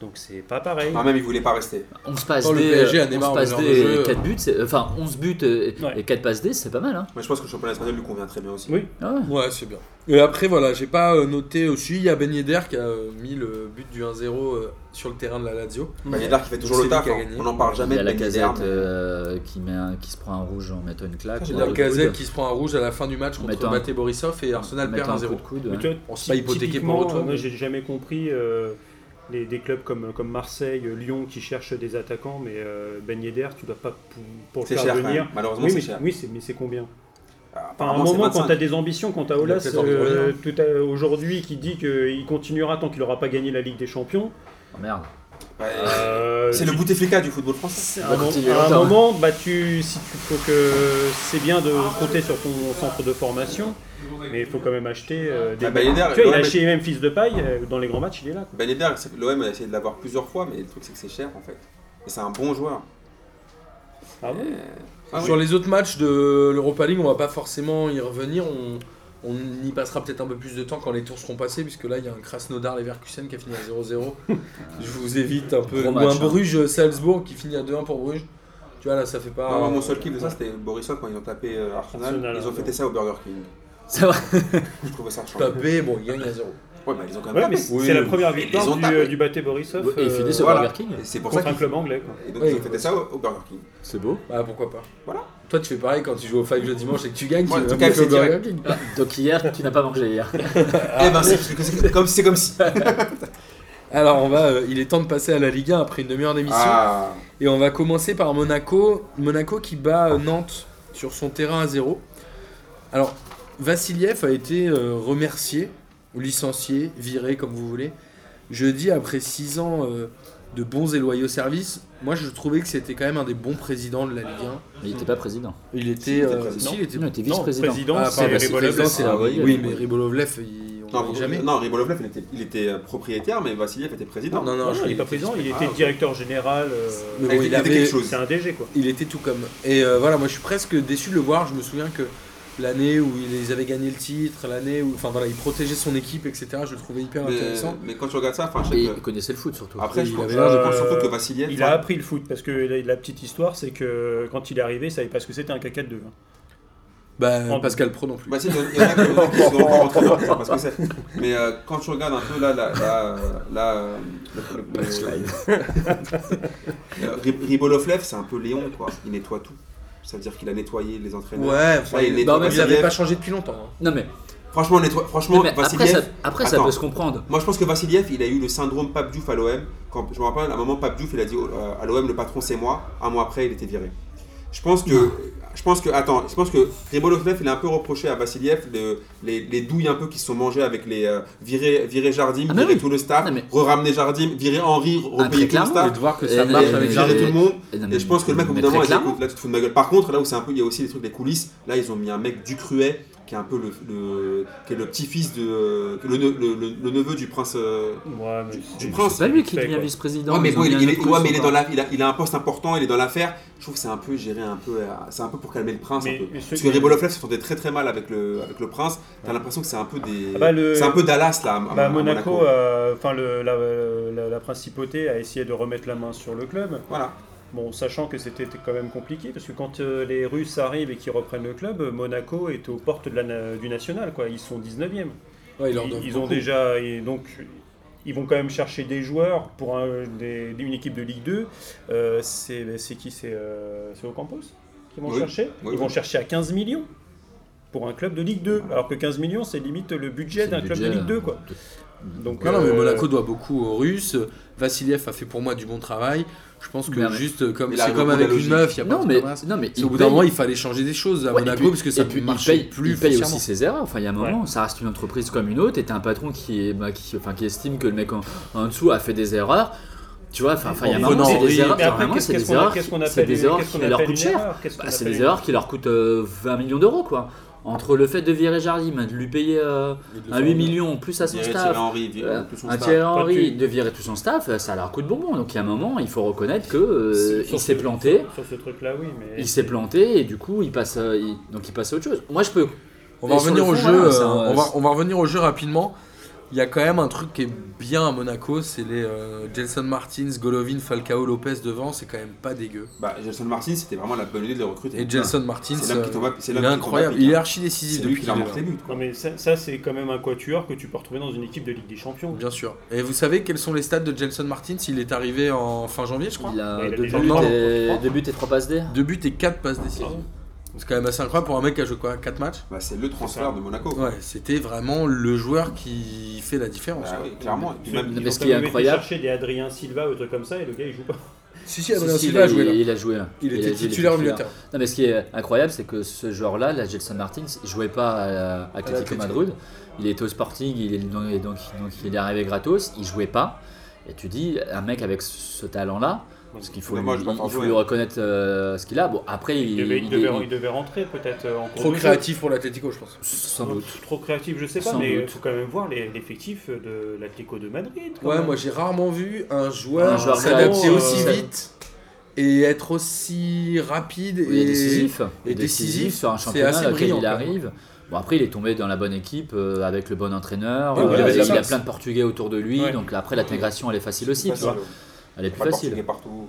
Speaker 2: Donc c'est pas pareil.
Speaker 3: Non, même, il voulait pas rester.
Speaker 4: 11 passes
Speaker 1: Oh, le
Speaker 4: D,
Speaker 1: PSG a
Speaker 4: euh,
Speaker 1: Neymar
Speaker 4: 11 passes
Speaker 1: au
Speaker 4: D
Speaker 1: meilleur de jeu.
Speaker 4: et 4 buts, c'est- enfin 11 buts et,
Speaker 2: Ouais.
Speaker 4: et 4 passes D, c'est pas mal hein.
Speaker 3: Mais je pense que le championnat espagnol lui convient très bien aussi.
Speaker 2: Oui.
Speaker 4: Ah ouais.
Speaker 1: Ouais, c'est bien. Et après, voilà, j'ai pas euh, noté aussi, il y a Ben Yedder qui a euh, mis le but du 1-0 euh, sur le terrain de la Lazio.
Speaker 3: Bah, Yedder qui fait toujours
Speaker 1: C'est
Speaker 3: le
Speaker 1: lui
Speaker 3: taf,
Speaker 1: qui a
Speaker 3: hein.
Speaker 1: gagné.
Speaker 3: on n'en parle
Speaker 4: Il
Speaker 3: jamais
Speaker 4: y a
Speaker 3: de
Speaker 4: la
Speaker 3: Ben Yedder,
Speaker 4: casette euh,
Speaker 3: mais-
Speaker 2: euh,
Speaker 4: qui, met un- qui se prend un rouge en mettant une claque.
Speaker 3: Ah, j'ai
Speaker 4: ou
Speaker 3: de
Speaker 1: La
Speaker 4: un coup de
Speaker 1: Gazette
Speaker 4: coude.
Speaker 1: qui se prend un rouge à la fin du match contre
Speaker 4: Mettant un-
Speaker 1: Maté Borisov et Arsenal
Speaker 4: Mettant
Speaker 1: perd
Speaker 4: un coup
Speaker 1: 1-0.
Speaker 4: de coude,
Speaker 2: Mais
Speaker 4: ouais.
Speaker 2: tu vois,
Speaker 1: On s'est pas hypothéqué pour le
Speaker 2: typiquement,
Speaker 1: retour,
Speaker 2: euh, Moi,
Speaker 1: mais-
Speaker 2: j'ai jamais compris euh, les, des clubs comme, comme Marseille, euh, Lyon qui cherchent des attaquants, mais euh, Ben Yedder, tu dois pas pou- pour le
Speaker 3: C'est
Speaker 2: faire
Speaker 3: cher, quand même.
Speaker 2: venir.
Speaker 3: malheureusement
Speaker 2: Oui,
Speaker 3: c'est
Speaker 2: mais,
Speaker 3: cher.
Speaker 2: oui, c'est- mais c'est combien Enfin, à un
Speaker 3: Apparemment, c'est
Speaker 2: moment, quand
Speaker 3: 25.
Speaker 2: tu as des ambitions, quand tu as
Speaker 1: Il a
Speaker 2: Olas
Speaker 1: peut-être envie de
Speaker 2: euh, tout à- aujourd'hui qui dit qu'il continuera tant qu'il n'aura pas gagné la Ligue des Champions,
Speaker 4: Oh, merde.
Speaker 3: Ouais.
Speaker 2: euh,
Speaker 3: C'est le
Speaker 2: tu-
Speaker 3: Bouteflika du football français.
Speaker 2: à un, moment-
Speaker 4: continuer
Speaker 2: Ah, à un
Speaker 4: longtemps.
Speaker 2: moment, bah, tu, si tu faut que c'est bien de compter sur ton centre de formation, mais il faut quand même acheter euh, des.
Speaker 3: Ah, bah, Yedder,
Speaker 2: tu vois, il a
Speaker 3: ouais,
Speaker 2: acheté même fils de paille euh, dans les grands matchs, il est là.
Speaker 3: Ben Yedder, c'est- l'OM a essayé de l'avoir plusieurs fois, mais le truc c'est que c'est cher en fait. Et c'est un bon joueur.
Speaker 2: Ah bon
Speaker 3: Euh, ah oui.
Speaker 1: Sur les autres matchs de l'Europa League, on va pas forcément y revenir. On, on y passera peut-être un peu plus de temps quand les tours seront passés, puisque là, il y a un Krasnodar Leverkusen qui a fini à 0-0. Je vous évite un peu.
Speaker 4: Gros
Speaker 1: Ou
Speaker 4: match,
Speaker 1: un
Speaker 4: hein.
Speaker 1: Bruges-Salzbourg qui finit à 2-1 pour Bruges. Tu vois, là, ça fait pas.
Speaker 3: Ah, moi, mon seul kiff de ça, c'était Borisov quand ils ont tapé euh, Arsenal.
Speaker 2: Arsenal,
Speaker 3: Ils ont
Speaker 2: ouais.
Speaker 3: fêté ça au Burger King.
Speaker 4: C'est vrai.
Speaker 3: Je trouvais ça charmant.
Speaker 1: Tapé, bon, il gagne à 0.
Speaker 3: Ouais, bah ils ont quand même
Speaker 2: Ouais, mais
Speaker 3: tapé.
Speaker 2: c'est
Speaker 1: Oui,
Speaker 2: c'est la
Speaker 1: oui.
Speaker 2: première
Speaker 3: Ils les
Speaker 2: victoire
Speaker 3: ont
Speaker 2: du,
Speaker 3: tapés.
Speaker 2: euh, du Baté Borisov.
Speaker 4: Et il finit
Speaker 2: euh,
Speaker 4: sur
Speaker 3: voilà.
Speaker 4: Burger King.
Speaker 3: Et c'est pour ça
Speaker 2: contre un
Speaker 3: qu'ils
Speaker 2: club anglais. Quoi.
Speaker 3: et donc,
Speaker 1: Oui,
Speaker 3: ils ont fêté ça au, au Burger King.
Speaker 4: C'est beau.
Speaker 1: Bah, pourquoi pas.
Speaker 3: Voilà.
Speaker 1: Toi, tu fais pareil quand tu joues au Five le dimanche et que tu gagnes.
Speaker 3: Moi,
Speaker 1: tu
Speaker 3: en
Speaker 1: vas
Speaker 3: tout cas,
Speaker 1: bouffer au
Speaker 3: c'est
Speaker 1: Burger
Speaker 3: direct.
Speaker 1: King.
Speaker 4: Donc hier, tu n'as pas mangé hier.
Speaker 3: Eh ben, c'est c'est comme, c'est comme si.
Speaker 1: Alors, on va, euh, il est temps de passer à la Ligue 1 après une demi-heure d'émission.
Speaker 3: Ah,
Speaker 1: Et on va commencer par Monaco. Monaco qui bat euh, Nantes sur son terrain à 0. Alors, Vassiliev a été euh, remercié, ou licencié, viré, comme vous voulez. Jeudi, après 6 ans euh, de bons et loyaux services, moi je trouvais que c'était quand même un des bons présidents de la Ligue 1.
Speaker 4: Mais il n'était pas président.
Speaker 1: Il
Speaker 3: Si,
Speaker 1: était.
Speaker 3: il était
Speaker 1: euh,
Speaker 3: président.
Speaker 1: si, il était-
Speaker 4: Non, il était
Speaker 2: Non,
Speaker 4: vice-président.
Speaker 2: président,
Speaker 1: Ah,
Speaker 2: c'est
Speaker 1: pardon,
Speaker 4: c'est
Speaker 2: Ribolovlev.
Speaker 1: président, c'est la-
Speaker 4: oui,
Speaker 1: Oui,
Speaker 4: oui.
Speaker 1: mais Ribolovlev, il- on
Speaker 3: non,
Speaker 1: ne jamais.
Speaker 3: non Ribolovlev, il était, il était euh, propriétaire, mais Vassiliev était président.
Speaker 1: Non, non,
Speaker 2: Non,
Speaker 1: je-
Speaker 2: il n'est pas président, il
Speaker 3: Ah,
Speaker 2: était
Speaker 3: ok.
Speaker 2: directeur général. euh,
Speaker 1: Mais bon,
Speaker 3: Ah, il
Speaker 1: il
Speaker 3: était
Speaker 1: avait,
Speaker 3: quelque chose.
Speaker 2: C'est un DG quoi.
Speaker 1: il était tout comme. Et euh, voilà, moi je suis presque déçu de le voir. Je me souviens que l'année où ils avaient gagné le titre, l'année où. Enfin voilà, il protégeait son équipe, etc. Je le trouvais hyper
Speaker 3: Mais, euh,
Speaker 1: intéressant.
Speaker 3: mais quand tu regardes ça, enfin, je sais
Speaker 4: Et
Speaker 3: que- Ah.
Speaker 4: il connaissait le foot surtout.
Speaker 3: Après,
Speaker 1: Oui,
Speaker 3: je,
Speaker 1: il
Speaker 3: pense,
Speaker 1: avait
Speaker 3: je
Speaker 2: l'air de-
Speaker 3: pense surtout que Vassiliev.
Speaker 2: Il a appris le foot parce que la, la petite histoire, c'est que quand il est arrivé, il savait pas ce que c'était un caca de hein. 2.
Speaker 1: Bah,
Speaker 2: En-
Speaker 1: Pascal Pro non plus.
Speaker 3: Bah, si, il y en a- il y en a qui- qui sont encore en train de dire parce que c'est. Mais euh, quand tu regardes un peu là, là, là, là, euh, le- le- euh, Rib- Ribolovlev, c'est un peu Léon, quoi. Il nettoie tout. Ça veut dire qu'il a nettoyé les entraîneurs.
Speaker 1: ouais, enfin,
Speaker 3: Ouais, il
Speaker 1: il
Speaker 3: est
Speaker 1: non, mais
Speaker 3: dans
Speaker 1: ils n'avaient
Speaker 3: Vassiliev.
Speaker 1: pas changé depuis longtemps. hein.
Speaker 4: Non mais,
Speaker 3: Franchement, nettoie-
Speaker 4: non,
Speaker 3: franchement
Speaker 4: mais après,
Speaker 3: Vassiliev.
Speaker 4: ça, après, ça
Speaker 3: bah, Attends.
Speaker 4: peut se comprendre.
Speaker 3: Moi, je pense que Vassiliev, il a eu le syndrome Pape Diouf à l'OM. Quand je me rappelle, à un moment, Pape Diouf, il a dit euh, à l'OM, le patron, c'est moi. Un mois après, il était viré. Je pense que, je pense que, attends, je pense que Ribolovlev, il a un peu reproché à Vassiliev le- les, les douilles un peu qui se sont mangées avec les euh, virer, virer Jardim,
Speaker 4: Ah, mais
Speaker 3: virer
Speaker 4: oui.
Speaker 3: tout le staff,
Speaker 4: Non, mais-
Speaker 3: re-ramener Jardim, virer Henri,
Speaker 4: Ah, très
Speaker 3: repayer tout le
Speaker 4: clairement,
Speaker 1: Et
Speaker 3: staff.
Speaker 1: de voir que
Speaker 4: Et-
Speaker 1: ça
Speaker 4: et-
Speaker 1: marche
Speaker 4: et-
Speaker 1: avec
Speaker 4: et-
Speaker 1: Jardim.
Speaker 3: virer tout le monde.
Speaker 4: Et, non,
Speaker 3: Et je pense que le mec, au
Speaker 4: mais
Speaker 3: bout d'un
Speaker 4: très
Speaker 3: moment, il dit,
Speaker 4: clairement.
Speaker 3: écoute, là, tu te fous de ma gueule. Par contre, là où c'est un peu, il y a aussi des trucs, des coulisses. Là, ils ont mis un mec du Cruet qui est un peu le, le- qui est le petit-fils de le, ne- le- le- le neveu du prince. euh,
Speaker 2: Ouais, mais
Speaker 3: du
Speaker 2: c'est-
Speaker 3: prince.
Speaker 4: C'est pas lui qui
Speaker 2: Fait,
Speaker 4: devient
Speaker 2: quoi.
Speaker 4: vice-président.
Speaker 3: ouais, mais
Speaker 4: ils
Speaker 3: bon,
Speaker 4: ont
Speaker 3: il,
Speaker 4: mis un
Speaker 3: il est,
Speaker 4: autre truc
Speaker 3: ouais, mais il est
Speaker 4: ou
Speaker 3: dans
Speaker 4: pas
Speaker 3: la, il a, il a un poste important, il est dans l'affaire. Je trouve que c'est un peu géré un peu, à- c'est un peu pour calmer le prince
Speaker 2: Mais-
Speaker 3: un peu.
Speaker 2: mais ceux
Speaker 3: Parce
Speaker 2: qui-
Speaker 3: que Ribolovlev se sentait très très mal avec le, avec le prince. T'as l'impression que c'est un peu des,
Speaker 2: Ah bah, le-
Speaker 3: c'est un peu Dallas là. À, Ah, à-
Speaker 2: Bah,
Speaker 3: à
Speaker 2: Monaco, euh, enfin le- la, la- la principauté a essayé de remettre la main sur le club.
Speaker 3: Voilà.
Speaker 2: Bon, sachant que c'était quand même compliqué, parce que quand euh, les Russes arrivent et qu'ils reprennent le club, euh, Monaco est aux portes de la na- du national, quoi. Ils sont 19e.
Speaker 1: Ouais, il
Speaker 2: Ils,
Speaker 1: Ah, leur donne
Speaker 2: ils ont
Speaker 1: beaucoup.
Speaker 2: déjà. Et donc, ils vont quand même chercher des joueurs pour un- des- une équipe de Ligue 2. Euh, c'est c'est qui C'est euh, c'est Ocampos qu'ils vont
Speaker 3: Oui.
Speaker 2: chercher Ils
Speaker 3: Oui, oui.
Speaker 2: vont chercher à 15 millions pour un club de Ligue 2. Alors que 15 millions, c'est limite le budget
Speaker 4: C'est le
Speaker 2: d'un club de
Speaker 4: budget,
Speaker 2: Ligue 2,
Speaker 4: euh,
Speaker 2: quoi. Donc,
Speaker 1: Non, non, mais
Speaker 2: euh,
Speaker 1: Monaco doit beaucoup aux Russes. Vassiliev a fait pour moi du bon travail. Je pense que
Speaker 4: Mais arrête.
Speaker 1: juste euh, comme
Speaker 3: Mais là,
Speaker 1: c'est
Speaker 3: il
Speaker 1: comme
Speaker 3: y a
Speaker 1: avec
Speaker 3: beaucoup
Speaker 1: une
Speaker 3: de la
Speaker 1: meuf, il y a pas
Speaker 4: Ben Non
Speaker 1: de
Speaker 4: mais,
Speaker 1: commerce.
Speaker 4: non, mais
Speaker 1: C'est Au bout d'un
Speaker 4: paye-
Speaker 1: moment, il fallait changer des choses à
Speaker 4: Ouais, et
Speaker 1: Monaco
Speaker 4: puis-
Speaker 1: parce que
Speaker 4: et
Speaker 1: ça
Speaker 4: puis, il
Speaker 1: marchait
Speaker 4: paye-
Speaker 1: plus.
Speaker 4: Il paye
Speaker 1: foncièrement.
Speaker 4: aussi ses erreurs. Enfin, il y a un moment,
Speaker 2: Ouais.
Speaker 4: ça reste une entreprise comme une autre. Et t'as un patron qui, est, bah, qui, enfin, qui estime que le mec en, en dessous a fait des erreurs. Tu vois, enfin, enfin, il y a un
Speaker 1: Bon,
Speaker 4: moment,
Speaker 1: non,
Speaker 4: c'est
Speaker 1: oui,
Speaker 4: des erreurs.
Speaker 2: Mais
Speaker 4: enfin,
Speaker 2: après,
Speaker 4: vraiment,
Speaker 2: qu'est-ce
Speaker 4: c'est
Speaker 2: qu'est-ce
Speaker 4: des
Speaker 2: qu'on
Speaker 4: erreurs.
Speaker 2: qu'est-ce qu'on
Speaker 4: qui- C'est
Speaker 2: appelle
Speaker 4: des
Speaker 2: une-
Speaker 4: erreurs
Speaker 2: qu'est-ce
Speaker 4: qui
Speaker 2: qu'on
Speaker 4: leur
Speaker 2: appelle
Speaker 4: coûtent
Speaker 2: une
Speaker 4: cher.
Speaker 2: erreur Qu'est-ce qu'on
Speaker 4: Bah, c'est
Speaker 2: appelle
Speaker 4: des
Speaker 2: une
Speaker 4: erreurs qui leur coûtent euh, 20 millions d'euros, quoi. Entre le fait de virer Jardim, de lui payer euh,
Speaker 1: Et de le
Speaker 4: un
Speaker 1: faire
Speaker 4: 8
Speaker 1: bien.
Speaker 4: millions plus à son
Speaker 3: Thierry
Speaker 4: staff,
Speaker 3: Henry, il-
Speaker 4: euh,
Speaker 3: tout son
Speaker 4: un
Speaker 3: staff.
Speaker 4: Thierry
Speaker 2: Toi,
Speaker 4: Henry,
Speaker 2: tu-
Speaker 4: de virer tout son staff, euh, ça leur coûte bonbon. Donc il y a un moment, il faut reconnaître que euh,
Speaker 2: Sur
Speaker 4: il
Speaker 2: ce-
Speaker 4: s'est planté.
Speaker 2: Sur ce truc-là, oui, mais.
Speaker 4: Il s'est planté et du coup il passe, euh, il- donc il passe à autre chose. Moi je peux.
Speaker 1: On va
Speaker 4: Et sur
Speaker 1: revenir
Speaker 4: le
Speaker 1: au
Speaker 4: fond,
Speaker 1: jeu.
Speaker 4: voilà,
Speaker 1: euh,
Speaker 4: c'est un-
Speaker 1: on, va, on va revenir au jeu rapidement. Il y a quand même un truc qui est bien à Monaco, c'est les euh, Jelson Martins, Golovin, Falcao, Lopez devant, c'est quand même pas dégueu.
Speaker 3: Bah, Gelson Martin, c'était vraiment la bonne idée de le recruter.
Speaker 1: Et Jelson Martins,
Speaker 3: C'est l'homme qui tombe à- c'est
Speaker 1: euh, il
Speaker 3: l'homme
Speaker 1: est
Speaker 3: qui tombe à
Speaker 1: incroyable,
Speaker 3: pic,
Speaker 1: il est
Speaker 3: hein.
Speaker 1: archi décisif
Speaker 3: c'est lui
Speaker 1: depuis
Speaker 3: qui leur
Speaker 1: qu'il est
Speaker 3: marque
Speaker 1: là.
Speaker 3: les buts. quoi.
Speaker 2: Non, mais ça, ça, c'est quand même un quatuor que tu peux retrouver dans une équipe de Ligue des Champions.
Speaker 1: Bien sûr. Et vous savez quels sont les stats de Jelson Martins Il est arrivé en fin janvier, je crois.
Speaker 4: Il a
Speaker 2: Il a
Speaker 4: deux
Speaker 2: déjà
Speaker 4: buts
Speaker 1: eu
Speaker 4: et-
Speaker 2: trois.
Speaker 4: deux buts et trois passes D.
Speaker 1: Deux buts et quatre passes décisives. C'est quand même assez incroyable pour un mec qui a joué quoi 4 matchs
Speaker 3: Bah, c'est le transfert de Monaco.
Speaker 1: Ouais, c'était vraiment le joueur qui fait la différence.
Speaker 3: Bah
Speaker 1: quoi.
Speaker 3: oui, clairement. Et puis même-
Speaker 4: Mais
Speaker 2: ils ont
Speaker 4: ce
Speaker 2: quand
Speaker 4: qui est
Speaker 2: même été
Speaker 4: incroyable-
Speaker 2: chercher des Adrien Silva ou trucs comme ça, et le gars, il joue pas.
Speaker 1: Si, si, Adrien
Speaker 4: Si, si,
Speaker 1: Silva a joué là.
Speaker 4: il a joué. là.
Speaker 1: Il
Speaker 4: a
Speaker 1: était
Speaker 4: joué,
Speaker 1: titulaire au milieu de terrain.
Speaker 4: Non, mais ce qui est incroyable, c'est que ce joueur-là, la Gelson Martins, il jouait pas à la- à Atlético
Speaker 1: l'Atlético.
Speaker 4: Madrid. Il était au Sporting, il est, donc, et donc- donc il est arrivé gratos, il jouait pas. Et tu dis, un mec avec ce talent-là, parce qu'il faut,
Speaker 3: Mais
Speaker 4: lui,
Speaker 3: moi, je
Speaker 4: il
Speaker 3: m'attends
Speaker 4: faut
Speaker 3: à
Speaker 4: lui
Speaker 3: jouer. hein.
Speaker 4: reconnaître euh, ce qu'il a. Bon, après, il,
Speaker 2: Il devait, il
Speaker 4: il
Speaker 2: devait-
Speaker 4: est-
Speaker 2: il devait rentrer peut-être euh, en cours
Speaker 1: Trop
Speaker 2: de jeu.
Speaker 1: créatif pour l'Atlético, je pense.
Speaker 4: sans doute.
Speaker 2: Trop créatif, je sais pas,
Speaker 4: Sans
Speaker 2: mais il
Speaker 4: doute.
Speaker 2: faut quand même voir les- l'effectif de l'Atlético de Madrid. quand
Speaker 1: Ouais,
Speaker 2: même.
Speaker 1: moi j'ai rarement vu un joueur,
Speaker 4: Un joueur
Speaker 1: s'adapter
Speaker 2: vraiment,
Speaker 1: aussi
Speaker 2: euh,
Speaker 1: vite et être aussi rapide
Speaker 4: Il est
Speaker 1: et
Speaker 4: décisif. Il est
Speaker 1: et décisif,
Speaker 4: décisif sur un
Speaker 1: c'est
Speaker 4: championnat
Speaker 1: assez
Speaker 4: dans lequel
Speaker 1: brillant,
Speaker 4: il
Speaker 1: quoi.
Speaker 4: arrive. Bon, après, il est tombé dans la bonne équipe euh, avec le bon entraîneur.
Speaker 1: Et
Speaker 4: euh,
Speaker 1: il avait de
Speaker 4: il
Speaker 1: la
Speaker 4: a
Speaker 1: chance.
Speaker 4: plein de Portugais autour de lui.
Speaker 2: Ouais.
Speaker 4: Donc là, après, l'intégration, elle est facile aussi. tu
Speaker 3: Facile.
Speaker 4: vois. Elle est plus
Speaker 3: Pas de Portugais
Speaker 4: facile.
Speaker 3: partout.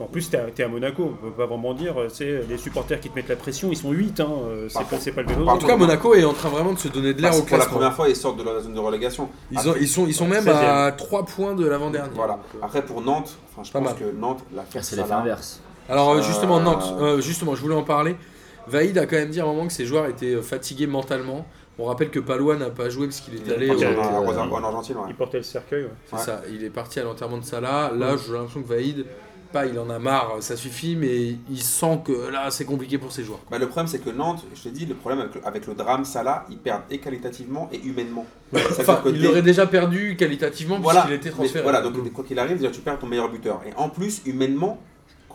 Speaker 2: En plus, t'es à, t'es à Monaco, on peut pas vraiment dire. euh, C'est les supporters qui te mettent la pression, ils sont 8, hein, euh, c'est
Speaker 3: Par
Speaker 2: pas, c'est pas le vélo.
Speaker 1: En tout cas, Monaco est en train vraiment de se donner de l'air
Speaker 3: Parce
Speaker 1: au
Speaker 3: que Ah, pour la
Speaker 1: classement.
Speaker 3: première fois, ils sortent de la zone de relégation.
Speaker 1: Ils, ont- ils sont, ils sont même
Speaker 2: 16e.
Speaker 1: à 3 points de l'avant-dernier.
Speaker 3: Voilà. Après, pour Nantes, enfin, je
Speaker 1: Pas
Speaker 3: pense
Speaker 1: mal. Ah,
Speaker 3: que Nantes, l'affaire
Speaker 4: C'est l'effet
Speaker 3: Salah,
Speaker 4: inverse.
Speaker 1: Alors, euh,
Speaker 3: Euh,
Speaker 1: justement, Nantes, euh, justement, je voulais en parler. Vaïd a quand même dit à un moment que ses joueurs étaient euh, fatigués mentalement. On rappelle que Palois n'a pas joué parce qu'il est
Speaker 3: il est
Speaker 1: allé.
Speaker 3: parti
Speaker 1: au-
Speaker 2: euh,
Speaker 3: en-
Speaker 4: euh,
Speaker 3: en- en Argentine, ouais.
Speaker 2: Ils portaient le cercueil. ouais.
Speaker 1: C'est
Speaker 3: Ouais.
Speaker 1: ça, il est parti à l'enterrement de Salah. Là, j'ai l'impression que Vaïd, pas il en a marre, ça suffit, mais il sent que là, c'est compliqué pour ses joueurs.
Speaker 3: Bah, le problème, c'est que Nantes, je te dis, le problème avec, le- avec le drame Salah, ils perdent et qualitativement et humainement.
Speaker 1: Enfin,
Speaker 3: C'est-à-dire que
Speaker 1: il
Speaker 3: dès-
Speaker 1: aurait déjà perdu qualitativement
Speaker 3: voilà,
Speaker 1: puisqu'il était
Speaker 3: mais
Speaker 1: transféré.
Speaker 3: voilà, donc quoi qu'il arrive, déjà, tu perds ton meilleur buteur. Et en plus, humainement,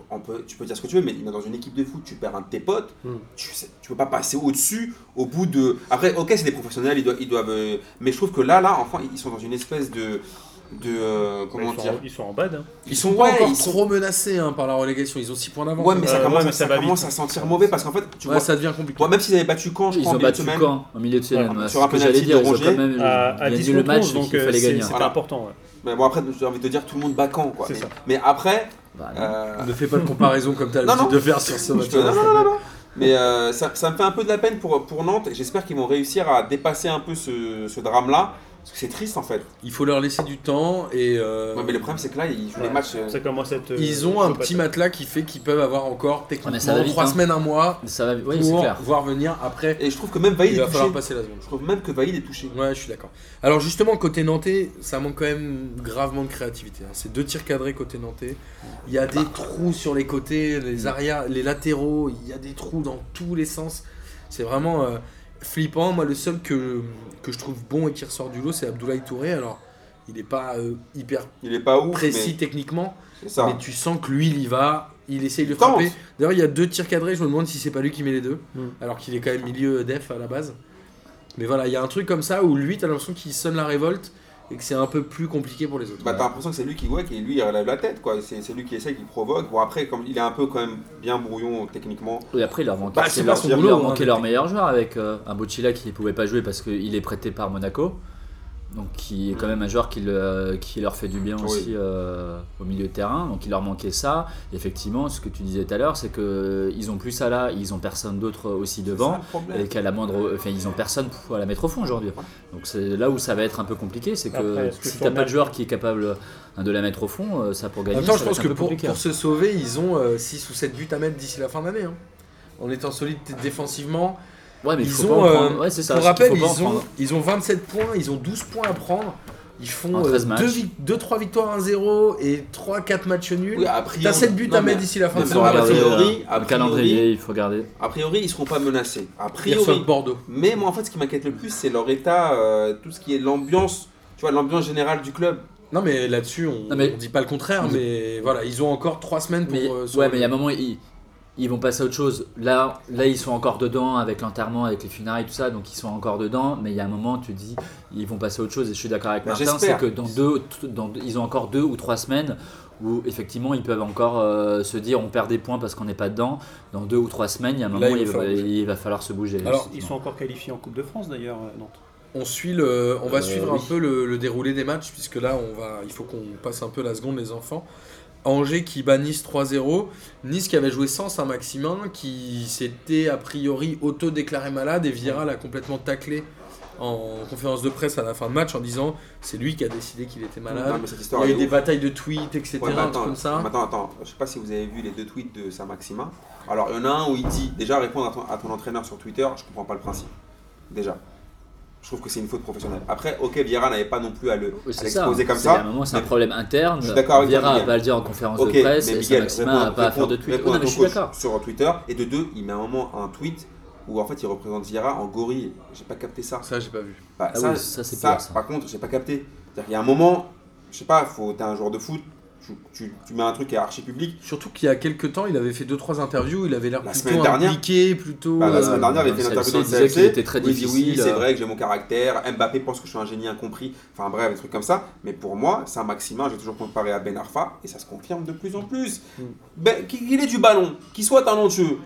Speaker 3: on peut, tu peux dire ce que tu veux, mais dans une équipe de foot, tu perds un de tes potes,
Speaker 2: Mm.
Speaker 3: tu, sais- tu peux pas passer au-dessus au bout de. Après, ok, c'est des professionnels, ils doivent. Ils doivent euh, mais je trouve que là, là, enfin, ils sont dans une espèce de. de euh, comment
Speaker 2: Ils sont
Speaker 3: dire
Speaker 2: en- Ils sont en bad. hein.
Speaker 1: ils sont
Speaker 3: ouais,
Speaker 1: pas encore
Speaker 3: ils sont-
Speaker 1: trop menacés hein, par la relégation, ils ont 6 points d'avance.
Speaker 3: Ouais, mais ça
Speaker 2: Euh,
Speaker 3: commence,
Speaker 2: ouais, mais
Speaker 3: ça
Speaker 2: ça va
Speaker 3: commence à sentir mauvais parce qu'en fait, tu
Speaker 1: Ouais,
Speaker 3: vois,
Speaker 1: ça devient compliqué.
Speaker 3: toi, même s'ils avaient battu quand je
Speaker 4: Ils
Speaker 3: crois, en
Speaker 4: ont
Speaker 3: milieu de
Speaker 4: battu
Speaker 3: semaine,
Speaker 4: quand en milieu de semaine.
Speaker 3: Ouais,
Speaker 4: ouais,
Speaker 3: sur
Speaker 4: ce
Speaker 3: un
Speaker 4: que
Speaker 3: penalty
Speaker 4: j'allais
Speaker 3: de
Speaker 4: dire, ils ont
Speaker 3: Rongier
Speaker 4: quand même
Speaker 2: à, à
Speaker 4: gagné
Speaker 2: 10
Speaker 4: le
Speaker 2: contre
Speaker 4: match
Speaker 2: 11, donc
Speaker 4: qu'il
Speaker 2: euh,
Speaker 4: fallait
Speaker 2: c'est
Speaker 4: gagner.
Speaker 2: c'est
Speaker 3: Voilà.
Speaker 2: important. ouais.
Speaker 3: mais bon, après, j'ai envie de dire tout le monde bat quand, quoi.
Speaker 2: C'est
Speaker 3: Mais,
Speaker 2: ça.
Speaker 3: mais après,
Speaker 4: Bah, non.
Speaker 3: euh,
Speaker 1: Ne fais pas de comparaison comme t'as
Speaker 3: Non,
Speaker 1: l'habitude
Speaker 3: non.
Speaker 1: de faire sur ce match.
Speaker 3: Non, non, non, non, non. Mais euh, ça, ça me fait un peu de la peine pour, pour Nantes. et J'espère qu'ils vont réussir à dépasser un peu ce, ce drame-là. Parce que c'est triste en fait.
Speaker 1: Il faut leur laisser du temps et euh,
Speaker 3: Ouais, mais le problème, c'est que là, ils jouent
Speaker 2: Ouais.
Speaker 3: les matchs. euh,
Speaker 2: Ça commence à être, euh,
Speaker 1: ils ont un
Speaker 2: chaud,
Speaker 1: petit
Speaker 2: patate.
Speaker 1: matelas qui fait qu'ils peuvent avoir encore techniquement
Speaker 4: mais ça va vite,
Speaker 1: 3
Speaker 4: hein.
Speaker 1: semaines, un mois
Speaker 4: Ça va, oui, c'est
Speaker 1: pour
Speaker 4: clair.
Speaker 1: voir venir. Après,
Speaker 3: Et je trouve que même Vaïd
Speaker 1: il
Speaker 3: est
Speaker 1: va falloir
Speaker 3: touché.
Speaker 1: passer la seconde.
Speaker 3: Je trouve même que Vaïd est touché.
Speaker 1: Ouais, je suis d'accord. Alors justement, côté nantais, ça manque quand même gravement de créativité. hein. C'est deux tirs cadrés côté nantais. Il y a des trous sur les côtés, les
Speaker 3: Mm.
Speaker 1: arrières, les latéraux, il y a des trous dans tous les sens. C'est vraiment euh, flippant. Moi, le seul que, que je trouve bon et qui ressort du lot, c'est Abdoulaye Touré. Alors, il n'est pas euh, hyper
Speaker 3: Il est pas ouf.
Speaker 1: précis
Speaker 3: mais
Speaker 1: techniquement,
Speaker 3: C'est ça.
Speaker 1: mais tu sens que lui, il y va il essaye de
Speaker 3: Il tente.
Speaker 1: frapper. D'ailleurs, il y a deux tirs cadrés, je me demande si c'est pas lui qui met les deux,
Speaker 2: Mm.
Speaker 1: alors qu'il est quand même milieu def à la base. Mais voilà, il y a un truc comme ça où lui, t'as l'impression qu'il sonne la révolte et que c'est un peu plus compliqué pour les autres.
Speaker 3: Bah, t'as l'impression que c'est lui qui ouais, qui lui il relève la tête quoi. C'est c'est lui qui essaie, qui provoque. Bon après comme il est un peu quand même bien brouillon techniquement.
Speaker 4: Et après, il leur manquait,
Speaker 1: Bah,
Speaker 4: c'est
Speaker 1: c'est
Speaker 4: leur,
Speaker 1: pas son
Speaker 4: il leur
Speaker 1: boulot,
Speaker 4: manquait
Speaker 1: hein,
Speaker 4: leur
Speaker 1: mais-
Speaker 4: meilleur joueur avec euh, un Bocilla qui ne pouvait pas jouer parce qu'il est prêté par Monaco. Donc, qui est quand même un joueur qui, le- euh, qui leur fait du bien
Speaker 3: Oui.
Speaker 4: aussi euh, au milieu de terrain. Donc, il leur manquait ça. Effectivement, ce que tu disais tout à l'heure, c'est qu'ils ont plus ça là, ils ont personne d'autre aussi
Speaker 3: C'est
Speaker 4: devant.
Speaker 3: ça, le problème.
Speaker 4: et qu'à la moindre, enfin ils ont personne pour la mettre au fond aujourd'hui. Donc c'est là où ça va être un peu compliqué, c'est que
Speaker 2: Après, est-ce que
Speaker 4: si
Speaker 2: sur
Speaker 4: t'as pas de
Speaker 2: le-
Speaker 4: joueur qui est capable hein, de la mettre au fond, euh, ça pour
Speaker 1: En
Speaker 4: gagner.
Speaker 1: même temps,
Speaker 4: ça
Speaker 1: je
Speaker 4: va
Speaker 1: pense
Speaker 4: être
Speaker 1: que
Speaker 4: un peu
Speaker 1: pour,
Speaker 4: compliqué. hein.
Speaker 1: pour se sauver, ils ont 6 ou 7 buts à mettre d'ici la fin d'année. hein. En étant solide défensivement.
Speaker 4: ouais, mais il
Speaker 1: ils
Speaker 4: faut
Speaker 1: ont,
Speaker 4: pas en
Speaker 1: euh,
Speaker 4: prendre. Ouais, c'est ça.
Speaker 1: Pour
Speaker 4: c'est qu'il
Speaker 1: rappel,
Speaker 4: faut pas en
Speaker 1: ils ont,
Speaker 4: prendre.
Speaker 1: ils ont 27 points, ils ont 12 points à prendre. Ils
Speaker 4: En
Speaker 1: font euh,
Speaker 4: 13 matchs.
Speaker 1: 2-3 victoires 1-0 et 3-4 matchs nuls.
Speaker 3: Oui,
Speaker 4: ah,
Speaker 3: a priori-
Speaker 1: T'as 7 buts
Speaker 3: non,
Speaker 1: à
Speaker 3: mais
Speaker 1: mettre d'ici la fin Bah,
Speaker 4: Il
Speaker 1: de
Speaker 3: Mais
Speaker 4: faut
Speaker 3: ça,
Speaker 1: saison.
Speaker 3: a priori,
Speaker 4: regarder, euh,
Speaker 3: a
Speaker 4: le
Speaker 3: priori-
Speaker 4: calendrier, il faut regarder.
Speaker 3: A priori ils seront pas menacés. A
Speaker 1: Ils reçoivent
Speaker 3: priori.
Speaker 1: Bordeaux.
Speaker 3: Mais moi en fait ce qui m'inquiète le plus c'est leur état, euh, tout ce qui est l'ambiance, tu vois l'ambiance générale du club.
Speaker 1: Non, mais là-dessus, on,
Speaker 4: Non, mais-
Speaker 1: on dit pas le contraire,
Speaker 4: Oui.
Speaker 1: mais voilà, ils ont encore 3 semaines pour.
Speaker 4: Mais,
Speaker 1: euh, se
Speaker 4: ouais, mais il y a un
Speaker 1: relever.
Speaker 4: moment, ils, ils vont passer à autre chose. Là, là, ils sont encore dedans avec l'enterrement, avec les funérailles, tout ça, donc ils sont encore dedans. Mais il y a un moment, tu dis, ils vont passer à autre chose. Et je suis d'accord avec
Speaker 3: Bah,
Speaker 4: Martin, c'est
Speaker 3: j'espère.
Speaker 4: que dans deux, dans deux- ils ont encore deux ou trois semaines où effectivement ils peuvent encore euh, se dire on perd des points parce qu'on n'est pas dedans. Dans deux ou trois semaines, il y a un
Speaker 1: Là,
Speaker 4: moment,
Speaker 1: il va
Speaker 4: il, va,
Speaker 1: falloir bouger.
Speaker 4: il va falloir se bouger.
Speaker 1: Alors,
Speaker 2: Ils sont encore qualifiés en Coupe de France d'ailleurs, euh, Nantes.
Speaker 1: On, suit le, on va
Speaker 4: Euh,
Speaker 1: suivre
Speaker 4: oui.
Speaker 1: un peu le, le déroulé des matchs, puisque là, on va, il faut qu'on passe un peu la seconde, les enfants. Angers qui bat Nice 3-0. Nice qui avait joué sans Saint-Maximin, qui s'était a priori auto-déclaré malade, et Vieira l'a complètement taclé en conférence de presse à la fin de match en disant c'est lui qui a décidé qu'il était
Speaker 4: Bah
Speaker 3: Non,
Speaker 1: malade.
Speaker 3: mais cette
Speaker 1: Il y
Speaker 3: histoire
Speaker 1: a
Speaker 3: est
Speaker 1: eu des
Speaker 3: ouf.
Speaker 1: batailles de tweets, etc.
Speaker 3: Mmh. Ouais, mais
Speaker 1: un
Speaker 3: attends,
Speaker 1: truc comme ça.
Speaker 3: mais Attends, attends, je sais pas si vous avez vu les deux tweets de Saint-Maximin. Alors, il y en a un où il dit déjà répondre à ton, à ton entraîneur sur Twitter, je comprends pas le principe. Déjà, je trouve que c'est une faute professionnelle. Après, ok, Vieira n'avait pas non plus à le à
Speaker 4: Oui, c'est ça.
Speaker 3: l'exposer comme
Speaker 4: C'est- il y a
Speaker 3: ça.
Speaker 4: un moment, c'est un
Speaker 3: Mais-
Speaker 4: problème interne.
Speaker 3: Je suis d'accord avec toi,
Speaker 4: Vieira va
Speaker 3: Miguel.
Speaker 4: pas le dire en conférence
Speaker 3: Ok,
Speaker 4: de presse et
Speaker 3: Miguel,
Speaker 4: Saint-Maximin va
Speaker 3: réponds-
Speaker 4: pas à faire de
Speaker 3: réponds-
Speaker 4: tweet.
Speaker 3: réponds
Speaker 4: Non,
Speaker 3: à
Speaker 4: mais je
Speaker 3: ton
Speaker 4: suis
Speaker 3: coach
Speaker 4: d'accord.
Speaker 3: Sur Twitter, et de deux, il met un moment un tweet où en fait il représente Vieira en gorille. J'ai pas capté ça.
Speaker 1: Ça, j'ai pas vu.
Speaker 3: Bah,
Speaker 4: Ah oui, ça, c'est pire, ça.
Speaker 3: Par contre, j'ai pas capté. C'est-à-dire qu'il y a un moment, je sais pas, faut- t'es un joueur de foot, tu, tu- tu mets un truc qui est archi public.
Speaker 1: Surtout qu'il y a quelques temps, il avait fait 2-3 interviews, il avait l'air
Speaker 3: La
Speaker 1: plutôt
Speaker 3: semaine dernière.
Speaker 1: impliqué, plutôt.
Speaker 3: Bah,
Speaker 1: euh,
Speaker 3: la semaine dernière, il avait fait
Speaker 4: dans
Speaker 3: une
Speaker 4: le
Speaker 3: interview dans le
Speaker 4: CFC, il disait
Speaker 3: CFC.
Speaker 4: qu'il était très
Speaker 3: où il dit,
Speaker 4: difficile,
Speaker 3: oui, c'est
Speaker 4: euh.
Speaker 3: vrai que j'ai mon caractère. Mbappé pense que je suis un génie incompris. Enfin bref, des trucs comme ça. Mais pour moi, Saint-Maximin, j'ai toujours comparé à Ben Arfa et ça se confirme de plus en plus.
Speaker 4: Hmm.
Speaker 2: Mm.
Speaker 3: Ben, qu'il qu'il ait du ballon, qu'il soit talentueux.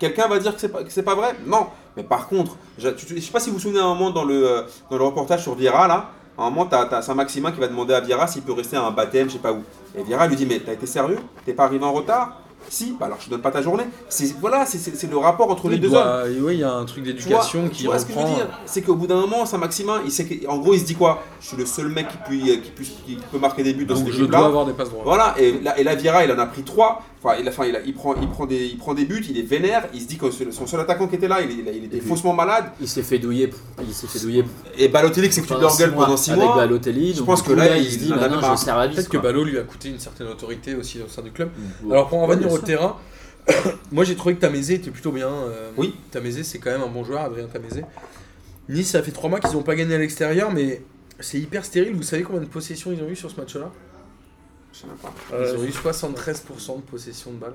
Speaker 3: Quelqu'un va dire que c'est pas, que c'est pas vrai Non. Mais par contre, je, tu- tu- je sais pas si vous vous souvenez un moment dans le, euh, dans le reportage sur Vieira là. À un moment, t'as as, Saint-Maximin qui va demander à Vieira s'il peut rester à un baptême, je sais pas où. Et Vieira lui dit Mais t'as été sérieux T'es pas arrivé en retard Si, bah alors je te donne pas ta journée. C'est- Voilà, c'est- c'est c'est le rapport entre les
Speaker 1: il
Speaker 3: deux hommes.
Speaker 1: doit- Oui, il y a un truc
Speaker 3: Tu vois,
Speaker 1: d'éducation qui
Speaker 3: tu vois ce que je veux
Speaker 1: reprend. euh.
Speaker 3: dire C'est qu'au bout d'un moment, Saint-Maximin, il sait que- en gros, il se dit quoi Je suis le seul mec qui, puis- euh, qui, puisse- qui peut marquer des buts dans
Speaker 1: Donc
Speaker 3: cette
Speaker 1: je dois
Speaker 3: équipe-là.
Speaker 1: avoir des passes droits.
Speaker 3: Voilà, et là, et là, Vieira, il en a pris trois. Enfin, il, a- enfin, il, a- il prend, il, prend des, il prend des buts, il est vénère. Il se dit que son seul attaquant qui était là, il, il- il était
Speaker 4: Et puis-
Speaker 3: faussement malade.
Speaker 4: Il s'est fait douiller. Il s'est fait douiller.
Speaker 3: Et Balotelli, que c'est foutu de
Speaker 4: pendant
Speaker 3: leur
Speaker 4: six
Speaker 3: gueule
Speaker 4: mois
Speaker 3: pendant six
Speaker 4: avec
Speaker 3: mois.
Speaker 4: Balotelli.
Speaker 3: Je
Speaker 4: donc
Speaker 3: pense
Speaker 4: du
Speaker 3: que
Speaker 4: coup,
Speaker 3: là,
Speaker 4: il se
Speaker 3: il
Speaker 4: dit
Speaker 3: en avait
Speaker 4: maintenant je
Speaker 3: marre.
Speaker 4: sers la vie.
Speaker 1: Peut-être que
Speaker 4: quoi. Mm.
Speaker 1: Ballot lui a coûté une certaine autorité aussi au sein du club.
Speaker 4: Ouais.
Speaker 1: Alors pour en
Speaker 4: Ouais,
Speaker 1: revenir
Speaker 4: bien
Speaker 1: au
Speaker 4: sûr.
Speaker 1: terrain, moi j'ai trouvé que Tamézé était plutôt bien. euh,
Speaker 3: Oui.
Speaker 1: Tamézé c'est quand même un bon joueur, Adrien Tamézé. Nice, ça fait trois mois qu'ils n'ont pas gagné à l'extérieur, mais c'est hyper stérile. Vous savez combien de possessions ils ont eu sur ce match-là
Speaker 3: Euh, Je sais même pas.
Speaker 1: Ils ont eu 73% de possession de balles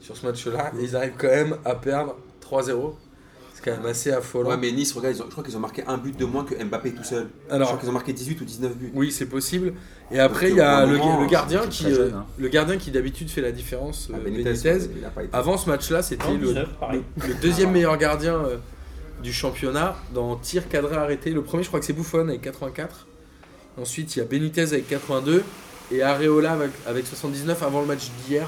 Speaker 1: sur ce match-là. Et ils arrivent quand même à perdre 3-0. C'est quand même assez affolant.
Speaker 3: Ah. Ouais, mais Nice, regarde, ils ont- je crois qu'ils ont marqué un but de moins que Mbappé tout seul. je
Speaker 1: Alors, euh,
Speaker 3: crois qu'ils ont marqué 18 ou 19 buts.
Speaker 1: Oui, c'est possible. Et après, il
Speaker 3: Donc,
Speaker 1: y
Speaker 3: au
Speaker 1: a
Speaker 3: bout
Speaker 1: le,
Speaker 3: d'un moment,
Speaker 1: le gardien
Speaker 4: c'est
Speaker 1: qui,
Speaker 4: très jeune,
Speaker 1: euh,
Speaker 4: hein.
Speaker 1: le gardien qui d'habitude fait la différence,
Speaker 3: Ah,
Speaker 1: euh,
Speaker 3: Benitez,
Speaker 1: Benitez.
Speaker 3: il a pas été.
Speaker 1: Avant ce match-là, c'était
Speaker 2: Non,
Speaker 1: le,
Speaker 2: 19, pareil.
Speaker 1: le- le deuxième meilleur gardien euh, du championnat dans tir cadré arrêté. Le premier, je crois que c'est Buffon avec 84. Ensuite, il y a Benitez avec 82 et Areola avec, avec 79 avant le match d'hier.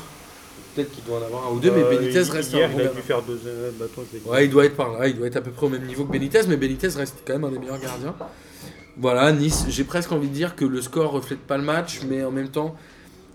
Speaker 1: Peut-être qu'il doit en avoir un ou deux, mais
Speaker 2: Euh,
Speaker 1: Benitez
Speaker 2: hi-
Speaker 1: reste
Speaker 2: hier,
Speaker 1: un bon
Speaker 2: il a
Speaker 1: gardien.
Speaker 2: dû faire deux. euh, bah, attends, je vais-
Speaker 1: Ouais, il doit être par là, il doit être à peu près au même niveau que Benitez, mais Benitez reste quand même un des meilleurs gardiens. Voilà, Nice, j'ai presque envie de dire que le score reflète pas le match, mais en même temps,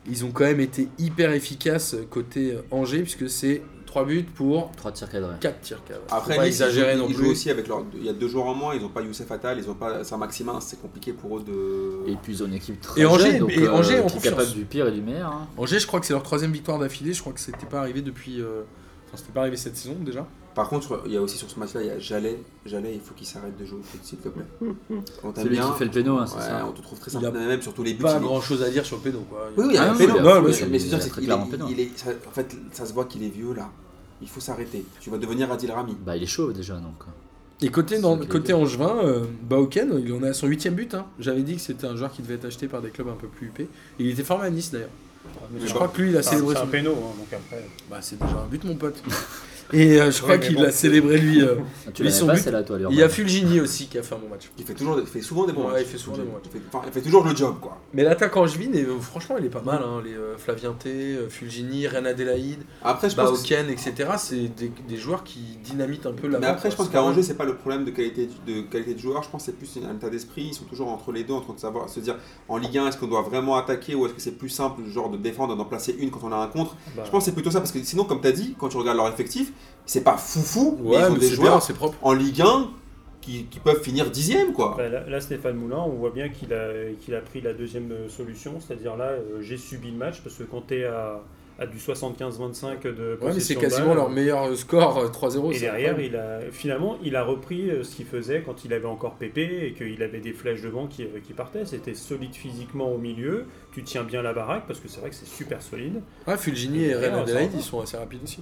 Speaker 1: ils ont quand même été hyper efficaces côté euh, Angers, puisque c'est 3 buts pour
Speaker 4: Trois tirs cadrés.
Speaker 1: 4 tirs cadres.
Speaker 3: Après,
Speaker 1: Faut pas
Speaker 3: Nice,
Speaker 1: exagérer
Speaker 3: ils,
Speaker 1: non
Speaker 3: ils
Speaker 1: plus.
Speaker 3: jouent aussi avec leur. Il y a deux joueurs en moins, ils n'ont pas Youssef Attal, ils n'ont pas Saint-Maximin, c'est compliqué pour eux de.
Speaker 4: Et puis ils ont une équipe très
Speaker 1: Et Angers-
Speaker 4: jeune, donc euh,
Speaker 1: et Angers en
Speaker 4: qui est
Speaker 1: confiance.
Speaker 4: capable du pire et du meilleur. hein.
Speaker 1: Angers, je crois que c'est leur troisième victoire d'affilée, je crois que c'était pas arrivé depuis. euh, Enfin, c'était pas arrivé cette saison déjà.
Speaker 3: Par contre, il y a aussi sur ce match-là, il y a Jallet. Jallet, il faut qu'il s'arrête de jouer au foot, s'il te plaît. On t'aime
Speaker 4: C'est lui qui fait le péno, hein, c'est
Speaker 3: ouais,
Speaker 4: ça
Speaker 3: on te trouve très
Speaker 1: Il a
Speaker 3: sympa, même sur tous les buts.
Speaker 1: Pas
Speaker 3: il est-
Speaker 1: grand chose à dire sur le pédo quoi.
Speaker 3: Oui, oui, il y a
Speaker 4: Ah,
Speaker 3: un
Speaker 4: oui,
Speaker 3: péno.
Speaker 4: oui, bien
Speaker 3: mais
Speaker 4: sûr,
Speaker 3: mais
Speaker 4: il
Speaker 3: c'est
Speaker 4: est
Speaker 3: sûr, c'est
Speaker 4: très
Speaker 3: qu'il
Speaker 4: clairement
Speaker 3: est-
Speaker 4: péno.
Speaker 3: il est- ça- en fait, ça se voit qu'il est vieux là. Il faut s'arrêter. Tu vas devenir Adil Rami.
Speaker 4: Bah, il est chaud déjà donc. Ah,
Speaker 1: Et côté,
Speaker 4: C'est
Speaker 1: dans,
Speaker 4: ça que
Speaker 1: côté
Speaker 4: je veux
Speaker 1: Angevin, euh, Bauken, il en est à son huitième but. hein. J'avais dit que c'était un joueur qui devait être acheté par des clubs un peu plus huppés. Il était formé à Nice d'ailleurs.
Speaker 2: Mais
Speaker 1: Je
Speaker 2: c'est
Speaker 3: Oui,
Speaker 1: crois
Speaker 3: bah,
Speaker 1: que lui, il a
Speaker 2: c'est
Speaker 1: célébré
Speaker 2: un
Speaker 1: son
Speaker 2: péno, hein, donc après.
Speaker 1: Bah, c'est déjà un but, mon pote. Et euh, je crois
Speaker 2: Ouais, mais
Speaker 1: qu'il
Speaker 2: bon.
Speaker 1: l'a célébré lui. euh.
Speaker 4: Ah, tu
Speaker 1: Lui,
Speaker 4: l'avais
Speaker 1: son
Speaker 4: pas
Speaker 1: but,
Speaker 4: celle-là, toi, Léon.
Speaker 1: Il y a Fulgini aussi qui a fait un bon match.
Speaker 3: Il fait, toujours, il fait souvent des bons
Speaker 1: Ouais,
Speaker 3: matchs.
Speaker 1: il fait souvent des bons matchs.
Speaker 3: Il fait, enfin, il fait toujours le job, quoi.
Speaker 1: Mais l'attaque angevine, est- euh, franchement, elle est pas mal. hein. Les euh, Flavienté, euh, Fulgini, Ren Adélaïde,
Speaker 3: Après, je pense que
Speaker 1: Bauken, etc. C'est des, des joueurs qui dynamitent un peu la
Speaker 3: Mais après, je pense qu'à Angers, c'est pas le problème de qualité de, qualité de joueur. Je pense que c'est plus un état d'esprit. Ils sont toujours entre les deux, en train de savoir se dire en Ligue 1, est-ce qu'on doit vraiment attaquer ou est-ce que c'est plus simple, genre de défendre, d'en placer une quand on a un contre.
Speaker 2: bah,
Speaker 3: Je pense que c'est plutôt ça parce que sinon, comme tu as dit, quand tu regardes leur effectif, c'est pas foufou. mais ils
Speaker 1: Ouais,
Speaker 3: ont
Speaker 1: mais
Speaker 3: des
Speaker 1: c'est
Speaker 3: joueurs
Speaker 1: bien, c'est propre.
Speaker 3: en Ligue 1 qui, qui peuvent finir dixième, quoi.
Speaker 2: Bah, là, là, Stéphane Moulin, on voit bien qu'il a, qu'il a pris la deuxième euh, solution, c'est-à-dire là, euh, j'ai subi le match, parce que quand t'es à, à du 75-25 de
Speaker 1: Ouais, mais c'est
Speaker 2: possession de
Speaker 1: quasiment
Speaker 2: balle,
Speaker 1: leur meilleur euh, score, euh, 3-0.
Speaker 2: Et
Speaker 1: c'est
Speaker 2: derrière,
Speaker 1: incroyable.
Speaker 2: il a, finalement, il a repris euh, ce qu'il faisait quand il avait encore Pépé et qu'il avait des flèches devant qui, euh, qui partaient. C'était solide physiquement au milieu. Tu tiens bien la baraque parce que c'est vrai que c'est super solide.
Speaker 1: Ouais, Fulgini
Speaker 2: Et
Speaker 1: et Ren
Speaker 2: derrière,
Speaker 1: Adelaide,
Speaker 2: ça va.
Speaker 1: ils sont assez rapides aussi.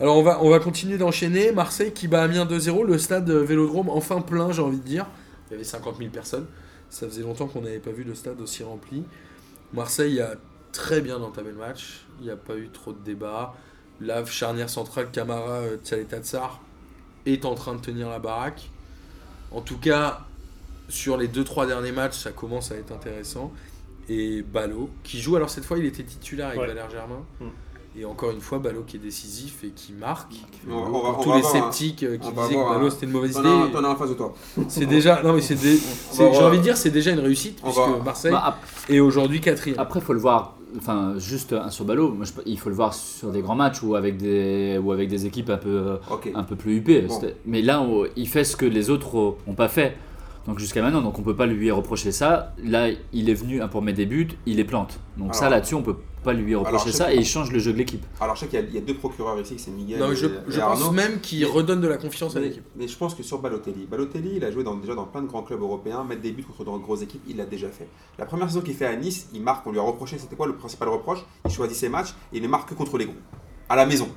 Speaker 1: Alors on va, on va continuer d'enchaîner. Marseille qui bat Amiens 2-0, le stade euh, Vélodrome enfin plein, j'ai envie de dire. Il y avait 50 000 personnes. Ça faisait longtemps qu'on n'avait pas vu le stade aussi rempli. Marseille a très bien entamé le match. Il n'y a pas eu trop de débats. La charnière centrale, Camara, euh, Tsaleta Tsar est en train de tenir la baraque. En tout cas, sur les 2-3 derniers matchs, ça commence à être intéressant. Et Ballot, qui joue, alors cette fois, il était titulaire avec
Speaker 2: Ouais.
Speaker 1: Valère Germain.
Speaker 3: Hmm.
Speaker 2: Mm.
Speaker 1: Et encore une fois, Ballot qui est décisif et qui marque.
Speaker 3: On va- on va-
Speaker 1: Pour
Speaker 3: on
Speaker 1: tous
Speaker 3: va
Speaker 1: les
Speaker 3: avoir un-
Speaker 1: sceptiques euh,
Speaker 3: on
Speaker 1: qui
Speaker 3: va hein.
Speaker 1: disaient que
Speaker 3: avoir
Speaker 1: Ballot
Speaker 3: un-
Speaker 1: c'était une mauvaise
Speaker 3: T'en
Speaker 1: idée,
Speaker 3: as un- t'en as un en face de toi.
Speaker 1: c'est déjà. Non, mais c'est. des- c'est-
Speaker 3: va-
Speaker 1: J'ai envie de dire, c'est déjà une réussite,
Speaker 3: on
Speaker 1: puisque
Speaker 3: va- Ah.
Speaker 1: Marseille
Speaker 4: Bah, ap-
Speaker 1: est aujourd'hui quatrième.
Speaker 4: après, faut le voir. Enfin, juste un sur ballot. Moi, je- il faut le voir sur des grands matchs ou avec des ou avec des équipes un peu. euh,
Speaker 3: Ok.
Speaker 4: un peu plus huppé.
Speaker 3: Bon.
Speaker 4: C'était- Mais là, on- il fait ce que les autres euh, ont pas fait. Donc jusqu'à maintenant, donc on peut pas lui reprocher ça. Là, il est venu hein, pour mettre des buts, il les plante. Donc ça,
Speaker 3: Alors-
Speaker 4: là-dessus, on peut pas lui
Speaker 3: Alors,
Speaker 4: reprocher
Speaker 3: je-
Speaker 4: ça et il change le jeu de l'équipe.
Speaker 3: Alors, je sais qu'il y a- il y, a deux procureurs ici, c'est Miguel
Speaker 1: Non, mais
Speaker 3: et,
Speaker 1: je, je
Speaker 3: et Arnaud.
Speaker 1: pense même qu'il
Speaker 3: Mais-
Speaker 1: redonne de la confiance à
Speaker 3: Mais,
Speaker 1: l'équipe.
Speaker 3: mais je pense que sur Balotelli, Balotelli, il a joué dans, déjà dans plein de grands clubs européens, mettre des buts contre de grosses équipes, il l'a déjà fait. La première saison qu'il fait à Nice, il marque, on lui a reproché, c'était quoi le principal reproche Il choisit ses matchs et il ne marque que contre les gros, à la maison.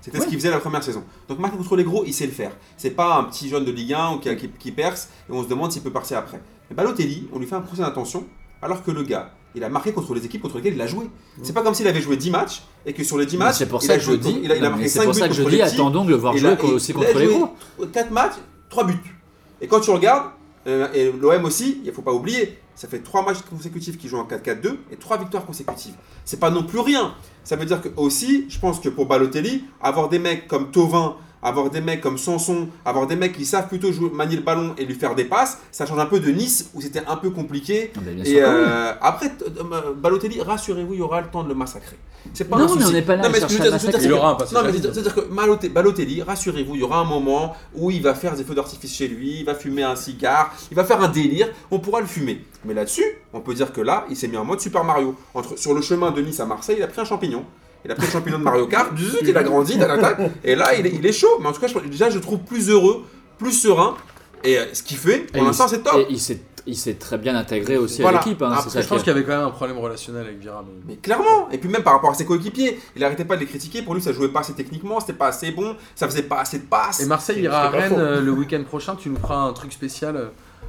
Speaker 3: C'était ce qu'il faisait la première saison. Donc marquer contre les gros, il sait le faire. C'est pas un petit jeune de Ligue 1 ou qui, qui- qui perce et on se demande s'il peut percer après. Mais Balotelli, on lui fait un procès d'intention alors que le gars, il a marqué contre les équipes contre lesquelles il a joué. C'est pas comme s'il avait joué 10 matchs et que sur les 10
Speaker 4: Mm. Mais
Speaker 3: matchs,
Speaker 4: C'est pour
Speaker 3: il
Speaker 4: ça
Speaker 3: a
Speaker 4: que je
Speaker 3: joué
Speaker 4: dis.
Speaker 3: il a, il a
Speaker 4: non, mais
Speaker 3: marqué
Speaker 4: C'est
Speaker 3: 5
Speaker 4: pour
Speaker 3: buts
Speaker 4: ça que je
Speaker 3: contre
Speaker 4: dis.
Speaker 3: les petits.
Speaker 4: Attendons de le voir
Speaker 3: Et
Speaker 4: jouer
Speaker 3: là,
Speaker 4: co-
Speaker 3: il-
Speaker 4: aussi
Speaker 3: il
Speaker 4: contre
Speaker 3: a
Speaker 4: les
Speaker 3: joué
Speaker 4: gros.
Speaker 3: 4 matchs, 3 buts. Et quand tu regardes, euh, et l'OM aussi, il ne faut pas oublier, ça fait 3 matchs consécutifs qu'ils jouent en 4-4-2 et 3 victoires consécutives. C'est pas non plus rien. Ça veut dire que aussi, je pense que pour Balotelli, avoir des mecs comme Tovin, avoir des mecs comme Sanson, avoir des mecs qui savent plutôt jouer, manier le ballon et lui faire des passes, ça change un peu de Nice où c'était un peu compliqué.
Speaker 4: Ah, mais bien sûr
Speaker 3: Et
Speaker 4: que oui.
Speaker 3: euh, après, t- euh, Balotelli, rassurez-vous, il y aura le temps de le massacrer. C'est pas
Speaker 4: Non,
Speaker 3: un
Speaker 4: mais
Speaker 3: souci.
Speaker 4: on n'est pas là
Speaker 3: Non,
Speaker 4: à
Speaker 3: mais ce que je veux
Speaker 4: chercher
Speaker 3: dire,
Speaker 4: à
Speaker 3: ce que je veux dire,
Speaker 4: massacrer.
Speaker 3: c'est
Speaker 1: Il
Speaker 3: que-
Speaker 1: aura un passage
Speaker 3: non, mais
Speaker 1: rapide.
Speaker 3: c'est- c'est-à-dire que Malote- Balotelli, rassurez-vous, il y aura un moment où il va faire des feux d'artifice chez lui, il va fumer un cigare, il va faire un délire, on pourra le fumer. Mais là-dessus, on peut dire que là, il s'est mis en mode Super Mario. Entre, sur le chemin de Nice à Marseille, il a pris un champignon. Il a pris le champignon de Mario Kart, zut, il a grandi, tatata, et là, il est, il est chaud. Mais en tout cas, je- déjà, je le trouve plus heureux, plus serein, et euh, ce qu'il fait,
Speaker 4: Et
Speaker 3: pour
Speaker 4: il-
Speaker 3: l'instant, c'est top.
Speaker 4: Et il s'est il s'est très bien intégré aussi
Speaker 3: Voilà.
Speaker 4: à l'équipe. hein,
Speaker 3: Après,
Speaker 4: c'est ça
Speaker 1: Je pense
Speaker 4: qui
Speaker 1: qu'il y avait quand même un problème relationnel avec Vira. mais-
Speaker 3: Mais clairement, et puis même par rapport à ses coéquipiers, il arrêtait pas de les critiquer. Pour lui, ça jouait pas assez techniquement, c'était pas assez bon, ça faisait pas assez de passes.
Speaker 1: Et Marseille
Speaker 2: C'est-
Speaker 1: ira à
Speaker 2: c'est pas
Speaker 1: Rennes
Speaker 2: faux.
Speaker 1: euh, le week-end prochain. Tu nous feras un truc spécial euh,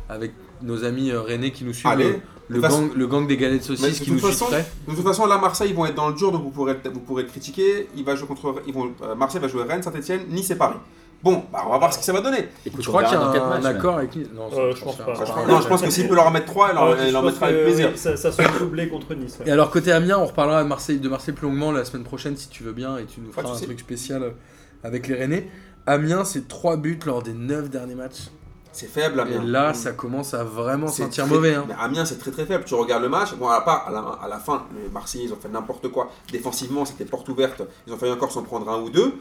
Speaker 1: avec nos amis euh, rennais qui nous suivent.
Speaker 3: Allez.
Speaker 1: euh, le,
Speaker 3: De toute
Speaker 1: gang, le gang des galettes
Speaker 3: Mais
Speaker 1: saucisses
Speaker 3: de
Speaker 1: qui
Speaker 3: toute
Speaker 1: nous suit
Speaker 3: façon-
Speaker 1: de près.
Speaker 3: De toute façon, là, Marseille, ils vont être dans le dur, donc vous pourrez, le- vous pourrez le critiquer. Il va jouer contre, ils vont, euh, Marseille va jouer Rennes, Saint-Etienne, Nice et Paris. Bon, bah, on va voir ce que ça va donner.
Speaker 4: Écoute,
Speaker 1: Tu
Speaker 4: on
Speaker 1: crois qu'il y a
Speaker 4: verra dans quatre
Speaker 1: un,
Speaker 4: matchs, mais-
Speaker 1: accord avec lui Non, c'est un
Speaker 2: Euh, je pense
Speaker 1: transfert.
Speaker 2: pas.
Speaker 3: Enfin, je
Speaker 2: Ah,
Speaker 3: pense-
Speaker 2: ouais.
Speaker 3: non, je pense que s'il peut leur en mettre 3, il en,
Speaker 2: Ah, je
Speaker 3: il en
Speaker 2: pense
Speaker 3: mettra
Speaker 2: que,
Speaker 3: avec plaisir.
Speaker 2: oui, ça, ça sera doublé contre Nice. ouais.
Speaker 1: Et alors côté Amiens, on reparlera de Marseille, de Marseille plus longuement la semaine prochaine si tu veux bien et tu nous
Speaker 3: Pas de
Speaker 1: feras un
Speaker 3: souci.
Speaker 1: truc spécial euh, avec les Rennais. Amiens, c'est 3 buts lors des 9 derniers matchs.
Speaker 3: C'est faible,
Speaker 1: Et
Speaker 3: Amiens.
Speaker 1: là, ça commence à vraiment
Speaker 3: Ah, C'est
Speaker 1: sentir
Speaker 3: très-
Speaker 1: mauvais. hein.
Speaker 3: Mais Amiens, c'est très très faible. Tu regardes le match, bon, à part à la, à la fin, les Marseillais, ils ont fait n'importe quoi. Défensivement, c'était porte ouverte. Ils ont failli encore s'en prendre un ou deux.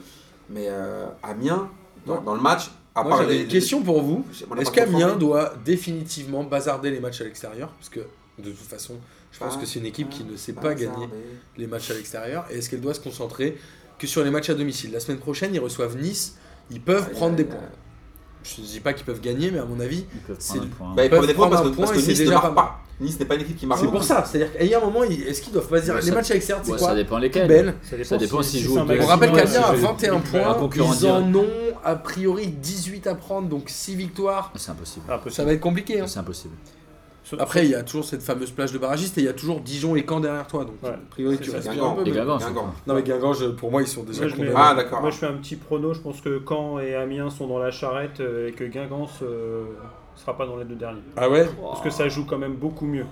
Speaker 3: Mais euh, Amiens, dans,
Speaker 1: Ouais.
Speaker 3: dans le match, à
Speaker 1: Moi,
Speaker 3: part
Speaker 1: j'avais
Speaker 3: les.
Speaker 1: une question pour vous.
Speaker 3: les- on a
Speaker 1: Est-ce
Speaker 3: pas trop
Speaker 1: qu'Amiens
Speaker 3: formé.
Speaker 1: doit définitivement bazarder les matchs à l'extérieur Parce que de toute façon, je pense que c'est une équipe qui ne sait pas gagner les matchs à l'extérieur. Et est-ce qu'elle doit se concentrer que sur les matchs à domicile La semaine prochaine, ils reçoivent Nice, Ils peuvent
Speaker 3: Ouais,
Speaker 1: prendre
Speaker 3: ouais,
Speaker 1: des
Speaker 3: ouais.
Speaker 1: points. Je ne dis pas qu'ils peuvent gagner, mais à mon avis,
Speaker 4: Ils peuvent
Speaker 1: C'est-
Speaker 4: prendre un point.
Speaker 3: Bah, ils
Speaker 1: peuvent
Speaker 3: prennent des points
Speaker 1: prendre
Speaker 3: parce
Speaker 1: un
Speaker 3: que, parce
Speaker 1: point
Speaker 3: que
Speaker 1: et c'est
Speaker 3: Nice ne
Speaker 1: déjà
Speaker 3: marque
Speaker 1: pas mal.
Speaker 3: pas. Nice n'est pas une équipe qui marque
Speaker 1: c'est
Speaker 3: beaucoup.
Speaker 1: pour ça. C'est-à-dire qu'il y a un moment, ils- est-ce qu'ils doivent pas se dire
Speaker 4: Ouais,
Speaker 1: les
Speaker 4: ça-
Speaker 1: matchs avec Serre, c'est
Speaker 4: Ouais,
Speaker 1: quoi
Speaker 4: ça dépend lesquels.
Speaker 1: Belle.
Speaker 4: Ça dépend s'ils jouent au
Speaker 1: On
Speaker 4: Maximum,
Speaker 1: rappelle
Speaker 4: ouais,
Speaker 1: qu'Amiens a
Speaker 4: c'est-
Speaker 1: 21
Speaker 4: un
Speaker 1: points,
Speaker 4: concurrent
Speaker 1: ils en ont a priori 18 à prendre, donc 6 victoires.
Speaker 4: C'est impossible.
Speaker 2: Ah,
Speaker 1: Ça va être compliqué. hein.
Speaker 4: C'est impossible.
Speaker 1: Après, il y a toujours cette fameuse plage de barragiste et il y a toujours Dijon et Caen derrière toi, donc
Speaker 2: Ouais.
Speaker 1: a priori tu
Speaker 2: C'est ça,
Speaker 1: respires
Speaker 3: Guingamp.
Speaker 1: un peu.
Speaker 4: Et
Speaker 1: mais-
Speaker 4: Guingamp, c'est
Speaker 3: Oh, Guingamp.
Speaker 1: Non mais Guingamp, je- pour moi, ils sont déjà
Speaker 2: Moi, je mets-
Speaker 1: condamnés.
Speaker 3: Ah, d'accord.
Speaker 2: Moi, je fais un petit prono. Je pense que Caen et Amiens sont dans la charrette euh, et que Guingamp ne sera pas dans les deux derniers.
Speaker 1: Ah ouais
Speaker 2: Parce que ça joue quand même beaucoup mieux.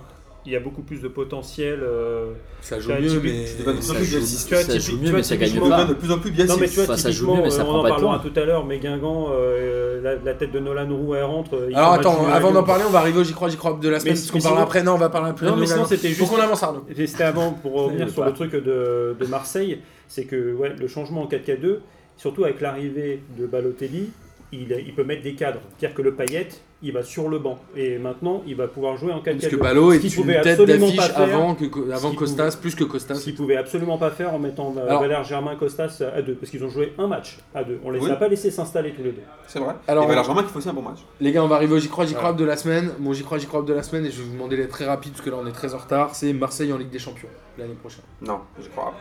Speaker 2: Il y a beaucoup plus de potentiel. euh,
Speaker 1: Ça joue
Speaker 2: Tu vois,
Speaker 1: mieux,
Speaker 2: typique-
Speaker 1: mais...
Speaker 3: tu donnes
Speaker 1: ça
Speaker 3: surtout
Speaker 1: joue-
Speaker 3: des-
Speaker 2: tu vois,
Speaker 4: Ça joue
Speaker 2: typi-
Speaker 4: mieux,
Speaker 2: tu
Speaker 4: mais
Speaker 2: vois,
Speaker 4: ça gagne
Speaker 2: typiquement,
Speaker 3: devient
Speaker 4: pas.
Speaker 3: de plus en plus biaisé.
Speaker 2: Non, mais tu vois,
Speaker 4: Enfin, ça joue
Speaker 2: typiquement,
Speaker 4: mieux, mais ça
Speaker 2: euh,
Speaker 4: prend
Speaker 2: on en
Speaker 4: pas de
Speaker 2: parlera
Speaker 4: points.
Speaker 2: tout à l'heure, mais Guingamp, euh, la, la tête de Nolan Roux elle rentre. euh, il
Speaker 1: Alors
Speaker 2: faut
Speaker 1: attends,
Speaker 2: maintenir
Speaker 1: avant
Speaker 2: la
Speaker 1: d'en
Speaker 2: gueule.
Speaker 1: parler, on va arriver au J'y crois, J'y crois de la semaine,
Speaker 2: Mais-
Speaker 1: parce qu'on
Speaker 2: mais
Speaker 1: parle
Speaker 2: sinon-
Speaker 1: après, non, on va parler après.
Speaker 2: Non, mais
Speaker 1: on
Speaker 2: sinon,
Speaker 1: avance.
Speaker 2: c'était
Speaker 1: Faut
Speaker 2: juste.
Speaker 1: qu'on avance, Arnaud.
Speaker 2: Et C'était avant pour revenir
Speaker 4: le
Speaker 2: sur le
Speaker 4: pas.
Speaker 2: truc de, de Marseille, c'est que ouais, le changement en 4K2, surtout avec l'arrivée de Balotelli, il, il peut mettre des cadres. C'est-à-dire que le paillette, il va sur le banc. Et maintenant, il va pouvoir jouer en 4K2.
Speaker 1: Parce que Ballot
Speaker 2: Ce
Speaker 1: est
Speaker 2: qu'il
Speaker 1: une
Speaker 2: pouvait
Speaker 1: tête
Speaker 2: absolument
Speaker 1: d'affiche
Speaker 2: pas faire,
Speaker 1: avant, que, avant
Speaker 2: qu'il
Speaker 1: Costas, plus que Costas.
Speaker 2: Ce qu'ils pouvaient absolument pas faire en mettant euh,
Speaker 1: Alors-
Speaker 2: Valère Germain Costas à deux, parce qu'ils ont joué un match à deux. On les
Speaker 3: Oui.
Speaker 2: a pas laissés s'installer tous les deux.
Speaker 3: C'est vrai.
Speaker 1: Alors,
Speaker 3: et Valère Germain qui fait aussi un bon match.
Speaker 1: Les gars, on va arriver au J'y crois, J'y crois
Speaker 2: Voilà.
Speaker 1: de la semaine. Mon J'y crois, J'y crois de la semaine, et je vais vous demander d'être très rapide, parce que là, on est très en retard. C'est Marseille en Ligue des Champions, l'année prochaine.
Speaker 3: Non, je crois.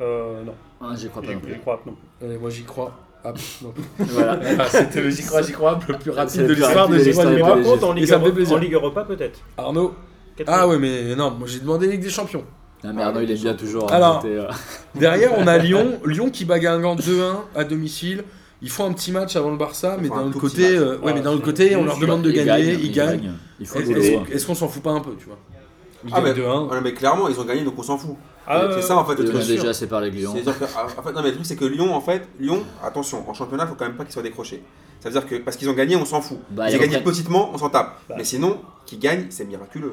Speaker 2: Euh, non,
Speaker 4: Ah, J'y crois pas
Speaker 2: j'y
Speaker 4: non plus.
Speaker 2: j'y crois pas non plus.
Speaker 1: Allez, moi, j'y crois. Ah, non.
Speaker 4: Voilà.
Speaker 1: Ah, C'était le J'y crois, J'y crois le plus
Speaker 4: C'est
Speaker 1: rapide
Speaker 4: le
Speaker 1: de
Speaker 4: plus
Speaker 1: l'histoire
Speaker 4: rapide
Speaker 1: de
Speaker 4: de
Speaker 1: J'y crois,
Speaker 4: l'histoire.
Speaker 1: J'y
Speaker 2: Mais
Speaker 1: crois.
Speaker 2: par
Speaker 4: léger.
Speaker 2: contre, en
Speaker 1: Et
Speaker 2: Ligue,
Speaker 1: ça me fait
Speaker 2: Euro-
Speaker 1: plaisir.
Speaker 2: en Ligue Europa, peut-être.
Speaker 1: Arnaud Ah
Speaker 2: Quatre-vingts.
Speaker 1: ouais, mais non, moi, j'ai demandé Ligue des Champions.
Speaker 4: Non, Ah, mais Arnaud, il est bien toujours. hein,
Speaker 1: Alors.
Speaker 4: c'était, euh,
Speaker 1: Derrière, on a Lyon. Lyon qui bat Guingamp 2-1 à domicile. Ils font un petit match avant le Barça,
Speaker 3: Ils
Speaker 1: mais
Speaker 3: font
Speaker 1: d'un
Speaker 3: un
Speaker 1: autre
Speaker 3: tout petit
Speaker 1: côté,
Speaker 3: match. Ah,
Speaker 1: euh, ouais,
Speaker 2: Ouais,
Speaker 1: mais d'un autre
Speaker 2: c'est-
Speaker 1: côté, on leur
Speaker 2: ils
Speaker 1: demande de gagner, ils gagnent.
Speaker 4: Ils font
Speaker 1: Est-ce
Speaker 4: le boulot. hein.
Speaker 1: est-ce qu'on s'en fout pas un peu, tu vois Ils
Speaker 3: Ah,
Speaker 1: gagnent
Speaker 3: mais-
Speaker 1: 2-1.
Speaker 3: Ouais, mais clairement, ils ont gagné, donc on s'en fout.
Speaker 2: Ah,
Speaker 3: c'est
Speaker 2: ouais,
Speaker 3: ça en fait le
Speaker 4: Ils ont
Speaker 3: truc.
Speaker 4: déjà séparé Lyon.
Speaker 3: C'est-à-dire que, ah, en fait, non, mais le truc, c'est que Lyon, en fait, Lyon, attention, en championnat, faut quand même pas qu'ils soient décrochés. Ça veut dire que parce qu'ils ont gagné, on s'en fout.
Speaker 4: Bah,
Speaker 3: ils
Speaker 4: et
Speaker 3: ont gagné
Speaker 4: après-
Speaker 3: petitement, on s'en tape.
Speaker 2: Bah.
Speaker 3: Mais sinon, qu'ils gagnent, c'est miraculeux.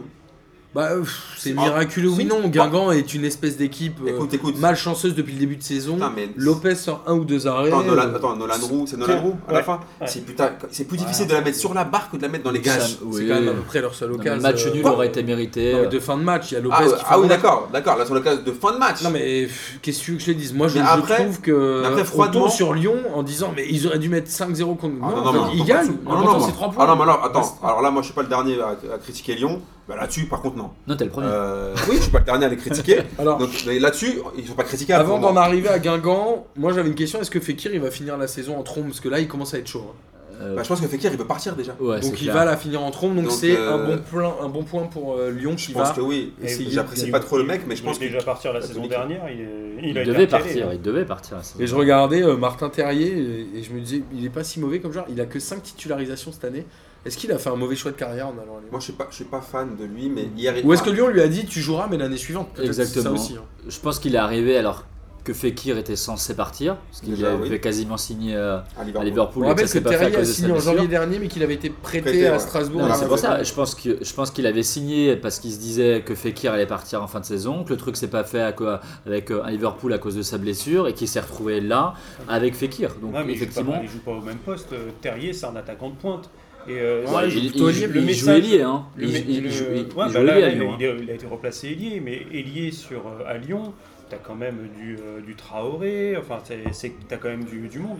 Speaker 1: Bah, euh, pff, c'est
Speaker 3: Ah,
Speaker 1: miraculeux, oui,
Speaker 3: si.
Speaker 1: non. Guingamp est une espèce d'équipe euh,
Speaker 3: Écoute, écoute.
Speaker 1: malchanceuse depuis le début de saison.
Speaker 3: Putain, mais-
Speaker 1: Lopez sort un ou deux arrêts.
Speaker 3: Attends, Nolan,
Speaker 1: euh,
Speaker 3: attends, Nolan Roux, c'est Nolan Roux à la
Speaker 2: Ouais.
Speaker 3: fin.
Speaker 2: Ouais.
Speaker 3: C'est putain, c'est plus difficile de la mettre sur la barre que de la mettre dans les
Speaker 1: gage,
Speaker 3: cages.
Speaker 1: c'est
Speaker 4: oui.
Speaker 1: quand même à peu près leur seule
Speaker 4: Non, mais
Speaker 1: occasion.
Speaker 4: Le match
Speaker 1: euh,
Speaker 4: nul
Speaker 1: non,
Speaker 4: aurait été mérité. euh,
Speaker 1: mais de fin de match, il y a Lopez
Speaker 3: Ah, ouais,
Speaker 1: qui fait
Speaker 3: ah oui,
Speaker 1: un match.
Speaker 3: d'accord, d'accord. Là, sur le cas de fin de match.
Speaker 1: Non mais pff, qu'est-ce que tu veux que je te dise Moi je,
Speaker 3: Mais
Speaker 1: je
Speaker 3: après-
Speaker 1: trouve que
Speaker 3: mais après, froidement-
Speaker 1: on tombe sur Lyon en disant mais ils auraient dû mettre 5-0 contre nous.
Speaker 3: Ah, non, non, mais on
Speaker 1: ils
Speaker 3: tombe
Speaker 1: gagnent.
Speaker 3: pas dessus.
Speaker 1: Non, non,
Speaker 3: moi-
Speaker 1: c'est 3 points.
Speaker 3: Ah non, mais alors, attends.
Speaker 1: Ouais,
Speaker 3: Alors là, moi, je suis pas le dernier à, à critiquer Lyon. Bah, là-dessus, par contre, non.
Speaker 4: Non, t'es le premier.
Speaker 3: Euh, oui, je suis pas le dernier à les critiquer.
Speaker 1: Alors
Speaker 3: Donc mais là-dessus, ils sont pas critiquables.
Speaker 1: avant
Speaker 3: pour
Speaker 1: d'en
Speaker 3: moi.
Speaker 1: arriver à Guingamp, moi j'avais une question est-ce que Fekir il va finir la saison en trombe parce que là il commence à être chaud. hein.
Speaker 4: Euh,
Speaker 3: Bah, je pense que Fekir, il peut partir déjà.
Speaker 4: Ouais, c'est
Speaker 1: donc il
Speaker 4: clair.
Speaker 1: va la finir en trombe donc
Speaker 3: Donc,
Speaker 1: c'est
Speaker 3: euh,
Speaker 1: un bon point un bon point pour euh, Lyon
Speaker 3: Je
Speaker 1: qui
Speaker 3: pense
Speaker 1: va
Speaker 3: que oui.
Speaker 1: Et
Speaker 3: C'est-
Speaker 1: il-
Speaker 3: J'apprécie
Speaker 2: il-
Speaker 3: pas trop le mec, mais je pense
Speaker 2: Il est
Speaker 3: que.
Speaker 2: déjà parti la
Speaker 3: ça
Speaker 2: saison
Speaker 3: peut
Speaker 2: dernière. Il, est- il
Speaker 4: Il
Speaker 2: a été
Speaker 4: devait
Speaker 2: appelé,
Speaker 4: partir.
Speaker 2: hein.
Speaker 4: Il devait partir. ça.
Speaker 1: Et je regardais euh, Martin Terrier et, et je me disais il est pas si mauvais comme joueur, il a que 5 titularisations cette année. Est-ce qu'il a fait un mauvais choix de carrière en allant à Lyon
Speaker 3: Moi, je suis pas, je suis pas fan de lui, mais hier. il-
Speaker 1: Ou est-ce que Lyon lui a dit tu joueras mais l'année suivante Peut-être c'est Ça
Speaker 4: Exactement.
Speaker 1: aussi. hein.
Speaker 4: Je pense qu'il est arrivé alors que Fekir était censé partir, parce qu'il
Speaker 3: Déjà,
Speaker 4: avait
Speaker 3: oui.
Speaker 4: quasiment signé euh,
Speaker 3: à
Speaker 4: à
Speaker 3: Liverpool.
Speaker 4: Liverpool.
Speaker 1: On
Speaker 4: et
Speaker 1: rappelle que
Speaker 4: ça s'est pas fait à
Speaker 1: Terrier a
Speaker 4: cause de sa
Speaker 1: signé en
Speaker 4: blessure.
Speaker 1: janvier dernier, mais qu'il avait été prêté,
Speaker 3: Prêté,
Speaker 1: à
Speaker 3: ouais.
Speaker 1: Strasbourg.
Speaker 4: Non, mais
Speaker 1: à
Speaker 4: c'est
Speaker 1: la
Speaker 4: pour
Speaker 1: fin.
Speaker 4: ça, je pense que je pense qu'il avait signé parce qu'il se disait que Fekir allait partir en fin de saison, que le truc s'est pas fait à quoi- avec euh, Liverpool à cause de sa blessure et qu'il s'est retrouvé là avec Fekir. Donc
Speaker 2: Ouais, mais il joue pas-
Speaker 4: effectivement,
Speaker 2: il joue pas au même poste. Euh, Terrier, c'est un attaquant de pointe. Et euh,
Speaker 1: Ouais,
Speaker 2: moi,
Speaker 1: il
Speaker 2: je-
Speaker 1: joue
Speaker 4: il,
Speaker 1: plutôt
Speaker 4: il-
Speaker 1: ailier,
Speaker 4: il
Speaker 2: le
Speaker 4: joue
Speaker 2: message-
Speaker 4: ailier, hein.
Speaker 2: le-
Speaker 4: Il, il-
Speaker 2: le-
Speaker 4: il joue, il-
Speaker 2: ouais,
Speaker 4: il
Speaker 2: bah
Speaker 4: joue
Speaker 2: là,
Speaker 4: ailier à
Speaker 2: il-
Speaker 4: Lyon, hein.
Speaker 2: il, a- il a été replacé ailier, mais ailier sur euh, à Lyon, t'as quand même du, euh, du Traoré. Enfin, c'est- c'est- t'as quand même du, du monde.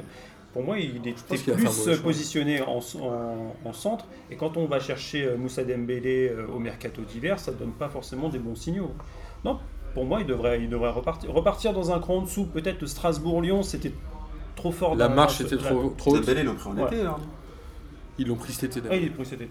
Speaker 2: Pour moi, il était
Speaker 1: pense qu'il va faire un
Speaker 2: plus
Speaker 1: mauvais choix.
Speaker 2: positionné en, en- en centre. Et quand on va chercher euh, Moussa Dembélé euh, au mercato d'hiver, ça donne pas forcément des bons signaux. Non, pour moi, il devrait, il devrait repartir, repartir dans un cran en dessous. Peut-être Strasbourg-Lyon, c'était trop fort.
Speaker 1: La
Speaker 2: dans-
Speaker 1: marche
Speaker 2: dans-
Speaker 1: était
Speaker 2: dans-
Speaker 1: trop, trop haute.
Speaker 3: Dembélé, ils l'ont pris en
Speaker 2: Ouais.
Speaker 3: été. hein.
Speaker 1: Ils l'ont pris cet été.
Speaker 2: Ah,
Speaker 1: d'ailleurs.
Speaker 2: il est pris, c'était-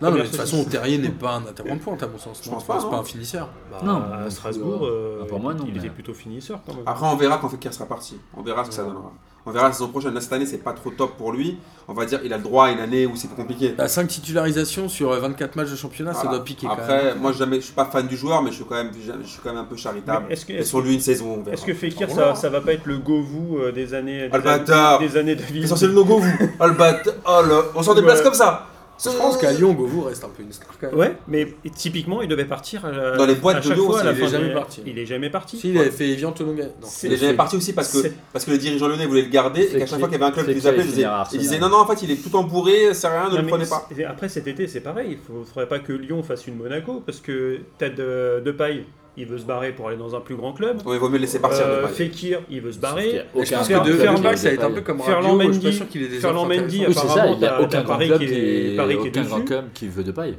Speaker 1: Non, non, mais de
Speaker 2: première
Speaker 1: toute façon,
Speaker 2: saucisse.
Speaker 1: Terrier n'est pas un attaquant de pointe, à mon sens.
Speaker 3: Je
Speaker 1: non.
Speaker 3: pense pas, hein.
Speaker 1: C'est
Speaker 3: non.
Speaker 1: pas un finisseur.
Speaker 4: Non,
Speaker 2: à
Speaker 4: non,
Speaker 2: Strasbourg,
Speaker 4: euh,
Speaker 2: euh,
Speaker 4: ah, pour moi, non,
Speaker 2: il
Speaker 4: mais- Ah,
Speaker 2: était plutôt finisseur quand même.
Speaker 3: Après, on verra quand Fekir sera parti. On verra ce que ça donnera. On verra la saison prochaine. Là, cette année, c'est pas trop top pour lui. On va dire, il a le droit à une année où c'est compliqué.
Speaker 1: À 5 titularisations sur euh, 24 matchs de championnat, ça
Speaker 3: Voilà.
Speaker 1: doit piquer quand même.
Speaker 3: Après,
Speaker 2: hein.
Speaker 3: moi, jamais, je suis pas fan du joueur, mais je suis quand même, je suis quand même un peu charitable.
Speaker 2: Mais est-ce que-
Speaker 3: Et
Speaker 2: est-ce
Speaker 3: sur lui, une saison, on verra.
Speaker 2: Est-ce que Fekir, ça,
Speaker 3: Ah, voilà.
Speaker 2: ça va pas être le Govou euh, des années, des,
Speaker 3: Ah, le bâtard.
Speaker 2: années des années de vie
Speaker 3: C'est censé le no-go, vous Oh le bat Oh le... On sort des
Speaker 2: Ouais.
Speaker 3: places comme ça
Speaker 1: Je pense qu'à Lyon, Govou reste un peu une star quand même.
Speaker 2: Ouais, mais typiquement, il devait partir euh,
Speaker 3: Dans les boîtes
Speaker 2: à
Speaker 3: de
Speaker 2: chaque
Speaker 3: dos,
Speaker 2: fois, à
Speaker 3: c'est-
Speaker 2: la
Speaker 3: il
Speaker 2: fin
Speaker 1: est jamais
Speaker 2: de-
Speaker 1: parti.
Speaker 2: Il est jamais parti.
Speaker 1: Si, il avait fait Evian Tolonga. Non.
Speaker 2: C'est-
Speaker 3: Il est jamais parti aussi parce que,
Speaker 2: C'est-
Speaker 3: parce que les dirigeants lyonnais voulaient le garder et
Speaker 4: C'est
Speaker 3: qu'à chaque
Speaker 4: qui-
Speaker 3: fois qu'il y avait un club
Speaker 4: c'est
Speaker 3: qui
Speaker 4: qui
Speaker 3: les appelait,
Speaker 4: allait
Speaker 3: ils disaient,
Speaker 4: finir à
Speaker 3: ils
Speaker 4: Arsenal
Speaker 3: disaient non, non, en fait il est tout embourré, c'est rien, ne
Speaker 2: Non,
Speaker 3: le
Speaker 2: mais
Speaker 3: prenez pas.
Speaker 2: c'est- Après cet été, c'est pareil. Il faut- faudrait pas que Lyon fasse une Monaco parce que t'as de, euh, Depay, il veut se barrer pour aller dans un plus grand club.
Speaker 3: Ouais, il vaut mieux le laisser partir.
Speaker 2: Euh,
Speaker 3: Depay.
Speaker 2: Fekir, il veut se
Speaker 4: Sauf qu'il y a
Speaker 2: barrer.
Speaker 1: Et je
Speaker 4: aucun
Speaker 1: pense que
Speaker 2: Fer-
Speaker 1: de
Speaker 4: club qui
Speaker 1: Fernbach,
Speaker 4: les
Speaker 1: ça va être un
Speaker 4: détaille.
Speaker 1: peu comme
Speaker 2: Ferland
Speaker 1: Rabiot, je suis pas
Speaker 2: Mendy-
Speaker 1: sûr qu'il ait des
Speaker 2: Ferland
Speaker 1: offres
Speaker 2: Mendy,
Speaker 1: intéressantes.
Speaker 4: Oui, c'est ça, il n'y a
Speaker 2: Apparemment,
Speaker 4: aucun
Speaker 2: t'as
Speaker 4: grand
Speaker 2: Paris
Speaker 4: club,
Speaker 2: qui est-
Speaker 4: qui,
Speaker 2: Paris qui est
Speaker 4: aucun grand
Speaker 2: dessus.
Speaker 4: club qui veut de paille.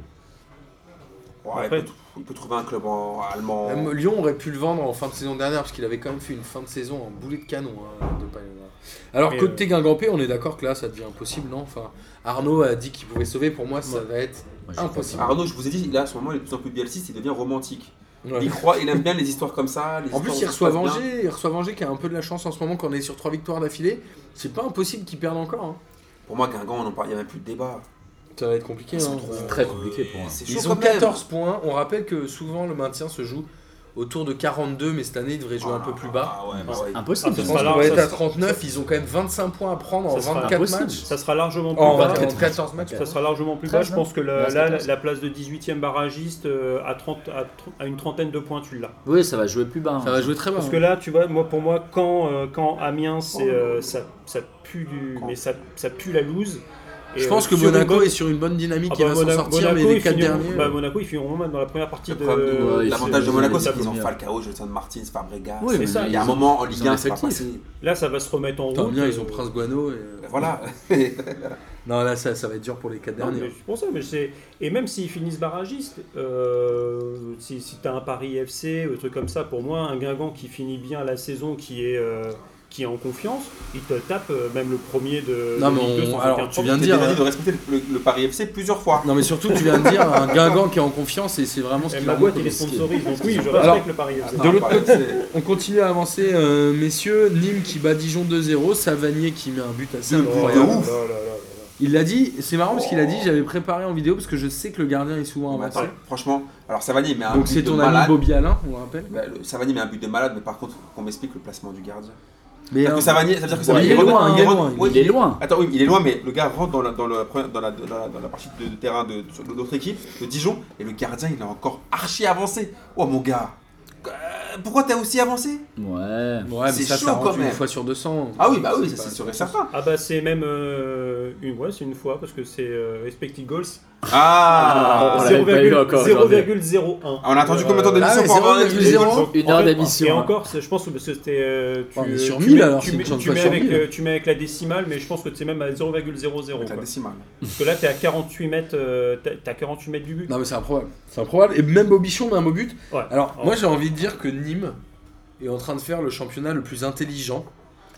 Speaker 3: Ouais,
Speaker 2: Après-
Speaker 3: il, peut, il peut trouver un club en allemand.
Speaker 1: Même Lyon aurait pu le vendre en fin de saison dernière parce qu'il avait quand même fait une fin de saison en boulet de canon hein, de Paille. Alors
Speaker 2: Mais, euh,
Speaker 1: côté Guingampé, on est d'accord que là ça devient impossible, non Enfin, Arnaud a dit qu'il pouvait sauver, pour moi ça
Speaker 2: Ouais.
Speaker 1: va être
Speaker 4: Moi, je
Speaker 1: impossible.
Speaker 3: Arnaud, je vous ai dit, là, à ce moment, il est de plus en plus bielciste, il devient romantique.
Speaker 1: Ouais.
Speaker 3: Il croit, il aime bien les histoires comme ça. les
Speaker 1: En
Speaker 3: histoires
Speaker 1: plus,
Speaker 3: où
Speaker 1: il
Speaker 3: tout
Speaker 1: reçoit
Speaker 3: se passe bien.
Speaker 1: Angers, il reçoit Angers qui a un peu de la chance en ce moment qu'on est sur trois victoires d'affilée. C'est pas impossible qu'ils perdent encore. hein.
Speaker 3: Pour moi, Guingamp, on en parle, il n'y a même plus de débat.
Speaker 1: Ça va être compliqué.
Speaker 3: Ils sont
Speaker 1: hein.
Speaker 3: trop
Speaker 1: Euh,
Speaker 4: Très compliqué pour un.
Speaker 3: C'est chaud
Speaker 1: Ils ont
Speaker 3: quand même.
Speaker 1: 14 points. On rappelle que souvent le maintien se joue autour de 42, mais cette année ils devraient jouer un peu plus bas.
Speaker 3: Ah ouais, bah ouais.
Speaker 4: Impossible.
Speaker 2: Ah,
Speaker 1: Je
Speaker 2: ce
Speaker 1: pense
Speaker 2: sera
Speaker 1: qu'on
Speaker 2: là,
Speaker 1: va être
Speaker 2: ça
Speaker 1: à
Speaker 2: sera-
Speaker 1: 39. Ils ont quand même 25 points à prendre en
Speaker 2: Ça sera
Speaker 1: 24
Speaker 4: impossible.
Speaker 1: matchs.
Speaker 2: Ça sera largement
Speaker 3: Oh,
Speaker 2: plus
Speaker 1: En
Speaker 2: bas.
Speaker 1: 24, 14 matchs.
Speaker 2: Ça sera largement plus bas. Je pense que la, là, la place de 18e barragiste euh, à, 30, à, tr- à une trentaine de points, tu l'as.
Speaker 4: Oui, ça va jouer plus bas. hein.
Speaker 1: Ça va jouer très bas.
Speaker 2: Parce que là, tu vois, moi, pour moi, quand, euh, quand Amiens, c'est, euh, ça, ça pue du, mais ça, ça pue la loose. Et,
Speaker 1: hein. Je pense
Speaker 2: euh,
Speaker 1: que
Speaker 2: sur une
Speaker 1: Monaco
Speaker 2: bonne-
Speaker 1: est sur une bonne dynamique
Speaker 2: Ah
Speaker 1: qui
Speaker 2: bah,
Speaker 1: va
Speaker 2: Mona-
Speaker 1: s'en sortir,
Speaker 2: Monaco,
Speaker 1: hein, mais les
Speaker 2: ils
Speaker 1: 4
Speaker 2: finiront-
Speaker 1: derniers. euh.
Speaker 2: bah, Monaco, ils finiront même dans la première partie
Speaker 3: Le
Speaker 2: de.
Speaker 3: problème de-
Speaker 4: Ouais,
Speaker 3: L'avantage de
Speaker 4: c'est-
Speaker 3: Monaco,
Speaker 4: c'est
Speaker 3: c'est qu'ils ont
Speaker 4: mieux.
Speaker 3: Falcao, Jonathan Martins, Fabregas.
Speaker 4: Oui,
Speaker 2: c'est
Speaker 4: mais
Speaker 2: ça,
Speaker 3: Il y a un
Speaker 4: ils ont-
Speaker 3: moment en
Speaker 4: ils
Speaker 3: Ligue
Speaker 4: ont
Speaker 3: 1, c'est pas
Speaker 4: l'effectif.
Speaker 3: passé.
Speaker 2: Là, ça va se remettre en route.
Speaker 1: Tant bien, ils
Speaker 2: euh,
Speaker 1: ont Prince Guano. Et... euh,
Speaker 3: Voilà.
Speaker 1: Non, là, ça, ça va être dur pour les 4
Speaker 2: Non, mais
Speaker 1: derniers.
Speaker 2: c'est pour ça, mais c'est- Et même s'ils finissent barragistes, euh, si, tu as un Paris FC, ou un truc comme ça, pour moi, un Guingamp qui finit bien la saison, qui est, euh, qui est en confiance, il te tape euh, même le premier de.
Speaker 1: Non,
Speaker 2: de
Speaker 1: mais
Speaker 2: Ligue deux
Speaker 1: on-
Speaker 2: sans
Speaker 1: alors,
Speaker 2: aucun
Speaker 1: tu
Speaker 2: problème.
Speaker 1: viens de
Speaker 3: Il
Speaker 1: dire,
Speaker 3: a
Speaker 1: hein.
Speaker 3: dit de respecter le, le- le Paris FC plusieurs fois.
Speaker 1: Non, mais surtout, tu viens de dire un Guingamp qui est en confiance et c'est vraiment ce
Speaker 2: Et
Speaker 1: qu'il
Speaker 2: Eh, ma
Speaker 1: en
Speaker 2: boîte,
Speaker 1: manque
Speaker 2: il est
Speaker 1: au basket.
Speaker 2: sponsorise, donc oui, je respecte
Speaker 1: Alors,
Speaker 2: le euh, Paris FC.
Speaker 1: de l'autre
Speaker 3: Paris
Speaker 1: côté-
Speaker 3: FC.
Speaker 1: On continue à avancer, euh, messieurs. Nîmes qui bat Dijon 2-0. Savanier qui met un but assez
Speaker 3: Deux buts
Speaker 2: Oh là
Speaker 1: incroyable.
Speaker 3: de
Speaker 2: là
Speaker 3: ouf.
Speaker 2: là là là
Speaker 1: Il l'a dit, c'est marrant parce qu'il a dit j'avais préparé en vidéo parce que je sais que le gardien est souvent
Speaker 3: Ouais,
Speaker 1: avancé.
Speaker 3: Franchement, alors Savani
Speaker 2: Ah,
Speaker 3: met un
Speaker 1: Donc
Speaker 3: but
Speaker 1: c'est
Speaker 3: de
Speaker 1: ton ami
Speaker 3: malade.
Speaker 1: Bobby Alain, on le rappelle.
Speaker 3: Bah, le- Savani met un but de malade, mais par contre, qu'on m'explique le placement du gardien.
Speaker 1: Mais
Speaker 3: Parce
Speaker 1: euh,
Speaker 3: que Savani, ça veut dire que
Speaker 1: il
Speaker 3: Savani
Speaker 1: est loin,
Speaker 3: rentre-
Speaker 1: il est
Speaker 3: rentre-
Speaker 1: loin, il
Speaker 3: ouais,
Speaker 4: Il est loin.
Speaker 3: Attends, oui, il est loin, mais le gars rentre dans la, dans le- dans la, dans la- dans la partie de, de terrain de, de- de l'autre équipe, de Dijon, et le gardien, il est encore archi avancé. Oh mon gars, euh, pourquoi t'as aussi avancé
Speaker 4: Ouais.
Speaker 1: ouais, mais
Speaker 3: c'est
Speaker 1: ça,
Speaker 3: chaud
Speaker 1: ça
Speaker 3: quand
Speaker 1: rentre une
Speaker 3: même.
Speaker 1: fois sur 200.
Speaker 3: Ah oui, bah oui, ça
Speaker 1: pas-
Speaker 3: c'est sûr et certain.
Speaker 2: Ah bah c'est même euh, une ouais, c'est une fois parce que c'est euh, Respective Goals
Speaker 3: Ah
Speaker 4: on l'a- l'avait pas eu encore aujourd'hui.
Speaker 2: 0,01.
Speaker 3: On a attendu combien de temps
Speaker 2: Euh,
Speaker 1: Ah,
Speaker 3: d'émission
Speaker 1: mais
Speaker 3: pour avoir
Speaker 1: 0,0.
Speaker 3: une-
Speaker 4: Une
Speaker 2: En
Speaker 4: heure
Speaker 2: fait, Et
Speaker 4: d'émission.
Speaker 2: encore, c'est- je pense que parce que c'était. euh, tu,
Speaker 1: hein. On est sur
Speaker 2: tu
Speaker 1: 1000,
Speaker 2: mets-
Speaker 1: alors,
Speaker 2: tu
Speaker 1: c'est
Speaker 2: mets,
Speaker 1: une chance
Speaker 2: tu
Speaker 1: pas
Speaker 2: mets
Speaker 1: sur
Speaker 2: avec,
Speaker 1: 1000.
Speaker 2: euh, tu mets avec la décimale, mais je pense que c'est même à 0,00.
Speaker 3: Avec la
Speaker 2: quoi.
Speaker 3: décimale.
Speaker 2: Parce que là, t'es à 48 mètres, euh, t'as- t'as 48 mètres du but.
Speaker 1: Non, mais c'est improbable. C'est improbable. Et même Bobichon met un beau but.
Speaker 2: Ouais.
Speaker 1: Alors,
Speaker 2: Oh.
Speaker 1: moi j'ai envie de dire que Nîmes est en train de faire le championnat le plus intelligent.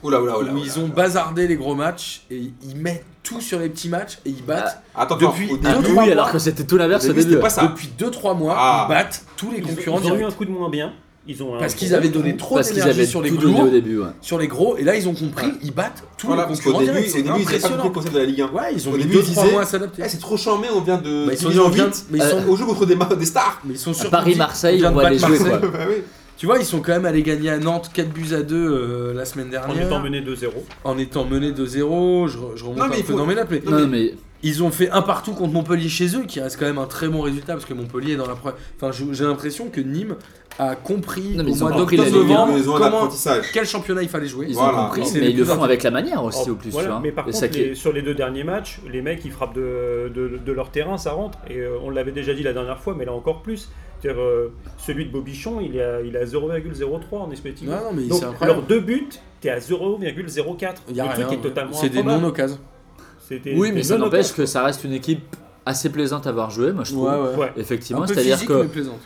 Speaker 3: Oula, oula, oula.
Speaker 1: où
Speaker 3: oula.
Speaker 1: ils ont bazardé les gros matchs et ils mettent tout sur les petits matchs et ils battent.
Speaker 3: Attends,
Speaker 1: depuis
Speaker 3: attends, au
Speaker 1: deux,
Speaker 4: Ah
Speaker 3: début-
Speaker 1: trois
Speaker 4: oui, alors
Speaker 1: mois.
Speaker 4: que c'était tout l'inverse
Speaker 3: Au
Speaker 4: au
Speaker 3: début,
Speaker 4: début.
Speaker 3: Ah, c'était pas ça.
Speaker 1: Depuis 2-3 mois,
Speaker 3: Ah.
Speaker 1: ils battent tous les
Speaker 2: Ils ont-
Speaker 1: concurrents
Speaker 2: ils ont eu
Speaker 1: directs.
Speaker 2: un coup de moins bien. Ils ont un-
Speaker 1: Parce qu'ils avaient donné trop
Speaker 4: Parce qu'ils
Speaker 1: d'énergie
Speaker 4: avaient
Speaker 1: sur
Speaker 4: tout
Speaker 1: les
Speaker 4: donné au
Speaker 1: gros,
Speaker 4: début. ouais.
Speaker 1: sur les gros, et là ils ont compris, ils battent tous
Speaker 3: Voilà,
Speaker 1: les
Speaker 3: parce qu'au
Speaker 1: concurrents
Speaker 3: début,
Speaker 1: directs.
Speaker 3: au début,
Speaker 1: C'est
Speaker 3: ils n'avaient pas compris
Speaker 1: impressionnant.
Speaker 3: le concept de la Ligue 1.
Speaker 1: Ouais, ils ont
Speaker 3: Au
Speaker 1: mis
Speaker 3: début, ils
Speaker 1: 2-3
Speaker 3: disaient,
Speaker 1: mois à s'adapter.
Speaker 3: Eh, c'est trop charmé, on vient de.
Speaker 1: Bah, ils sont
Speaker 3: diviser
Speaker 1: mis en
Speaker 3: huit.
Speaker 1: 20, mais ils
Speaker 4: Euh,
Speaker 1: sont
Speaker 3: Au jeu contre des, ma- des stars.
Speaker 1: mais ils sont surtout dit, on
Speaker 4: Paris-Marseille,
Speaker 1: vient
Speaker 4: on
Speaker 1: de
Speaker 4: va les
Speaker 1: battre
Speaker 4: jouer.
Speaker 1: Marseille.
Speaker 4: Quoi.
Speaker 3: Bah oui.
Speaker 1: Tu vois, ils sont quand même allés gagner à Nantes 4 buts à 2 euh, la semaine
Speaker 2: En
Speaker 1: dernière
Speaker 2: étant mené 2-0.
Speaker 1: en étant menés 2-0. Je, re- je remonte
Speaker 3: Non, mais
Speaker 1: un
Speaker 3: il
Speaker 1: peu
Speaker 3: faut-
Speaker 1: dans mes notes, mais
Speaker 4: Non, mais
Speaker 1: Ils ont fait un partout contre Montpellier chez eux, qui reste quand même un très bon résultat parce que Montpellier est dans la première. Enfin, je- j'ai l'impression que Nîmes a compris
Speaker 4: Non, mais
Speaker 1: au
Speaker 4: ils
Speaker 1: mois
Speaker 4: ont compris
Speaker 1: d'octobre
Speaker 4: la Ligue un.
Speaker 1: novembre
Speaker 3: Ils ont un
Speaker 1: comment,
Speaker 3: apprentissage.
Speaker 1: quel championnat il fallait jouer.
Speaker 4: ils
Speaker 3: Voilà.
Speaker 4: ont compris.
Speaker 1: C'est les
Speaker 4: Mais ils le
Speaker 1: plus
Speaker 4: font avec la manière aussi,
Speaker 2: Or,
Speaker 4: au plus.
Speaker 2: Oh, voilà.
Speaker 4: tu vois.
Speaker 2: Mais par
Speaker 4: Et
Speaker 2: contre,
Speaker 4: ça qui est-
Speaker 2: les- sur les deux derniers matchs, les mecs ils frappent de, de- de leur terrain, ça rentre. Et euh, on l'avait déjà dit la dernière fois, mais là encore plus. C'est-à-dire, euh, celui de Bobichon, il est à, il est à 0,03 en
Speaker 1: Non,
Speaker 2: expectative.
Speaker 1: non, mais
Speaker 2: Donc
Speaker 1: c'est incroyable.
Speaker 2: leurs deux buts, t'es à 0,04.
Speaker 1: Il y a
Speaker 2: le truc
Speaker 1: rien.
Speaker 2: est totalement
Speaker 1: C'est des
Speaker 2: improbable.
Speaker 1: non-occasions.
Speaker 2: C'était-
Speaker 4: Oui,
Speaker 2: c'était
Speaker 4: mais ça
Speaker 2: non
Speaker 4: n'empêche
Speaker 2: open.
Speaker 4: que ça reste une équipe assez plaisante à avoir joué, moi je trouve.
Speaker 1: Ouais, ouais.
Speaker 2: Ouais.
Speaker 4: Effectivement,
Speaker 1: Un peu
Speaker 4: c'est-à-dire
Speaker 1: physique,
Speaker 4: que
Speaker 1: mais plaisante.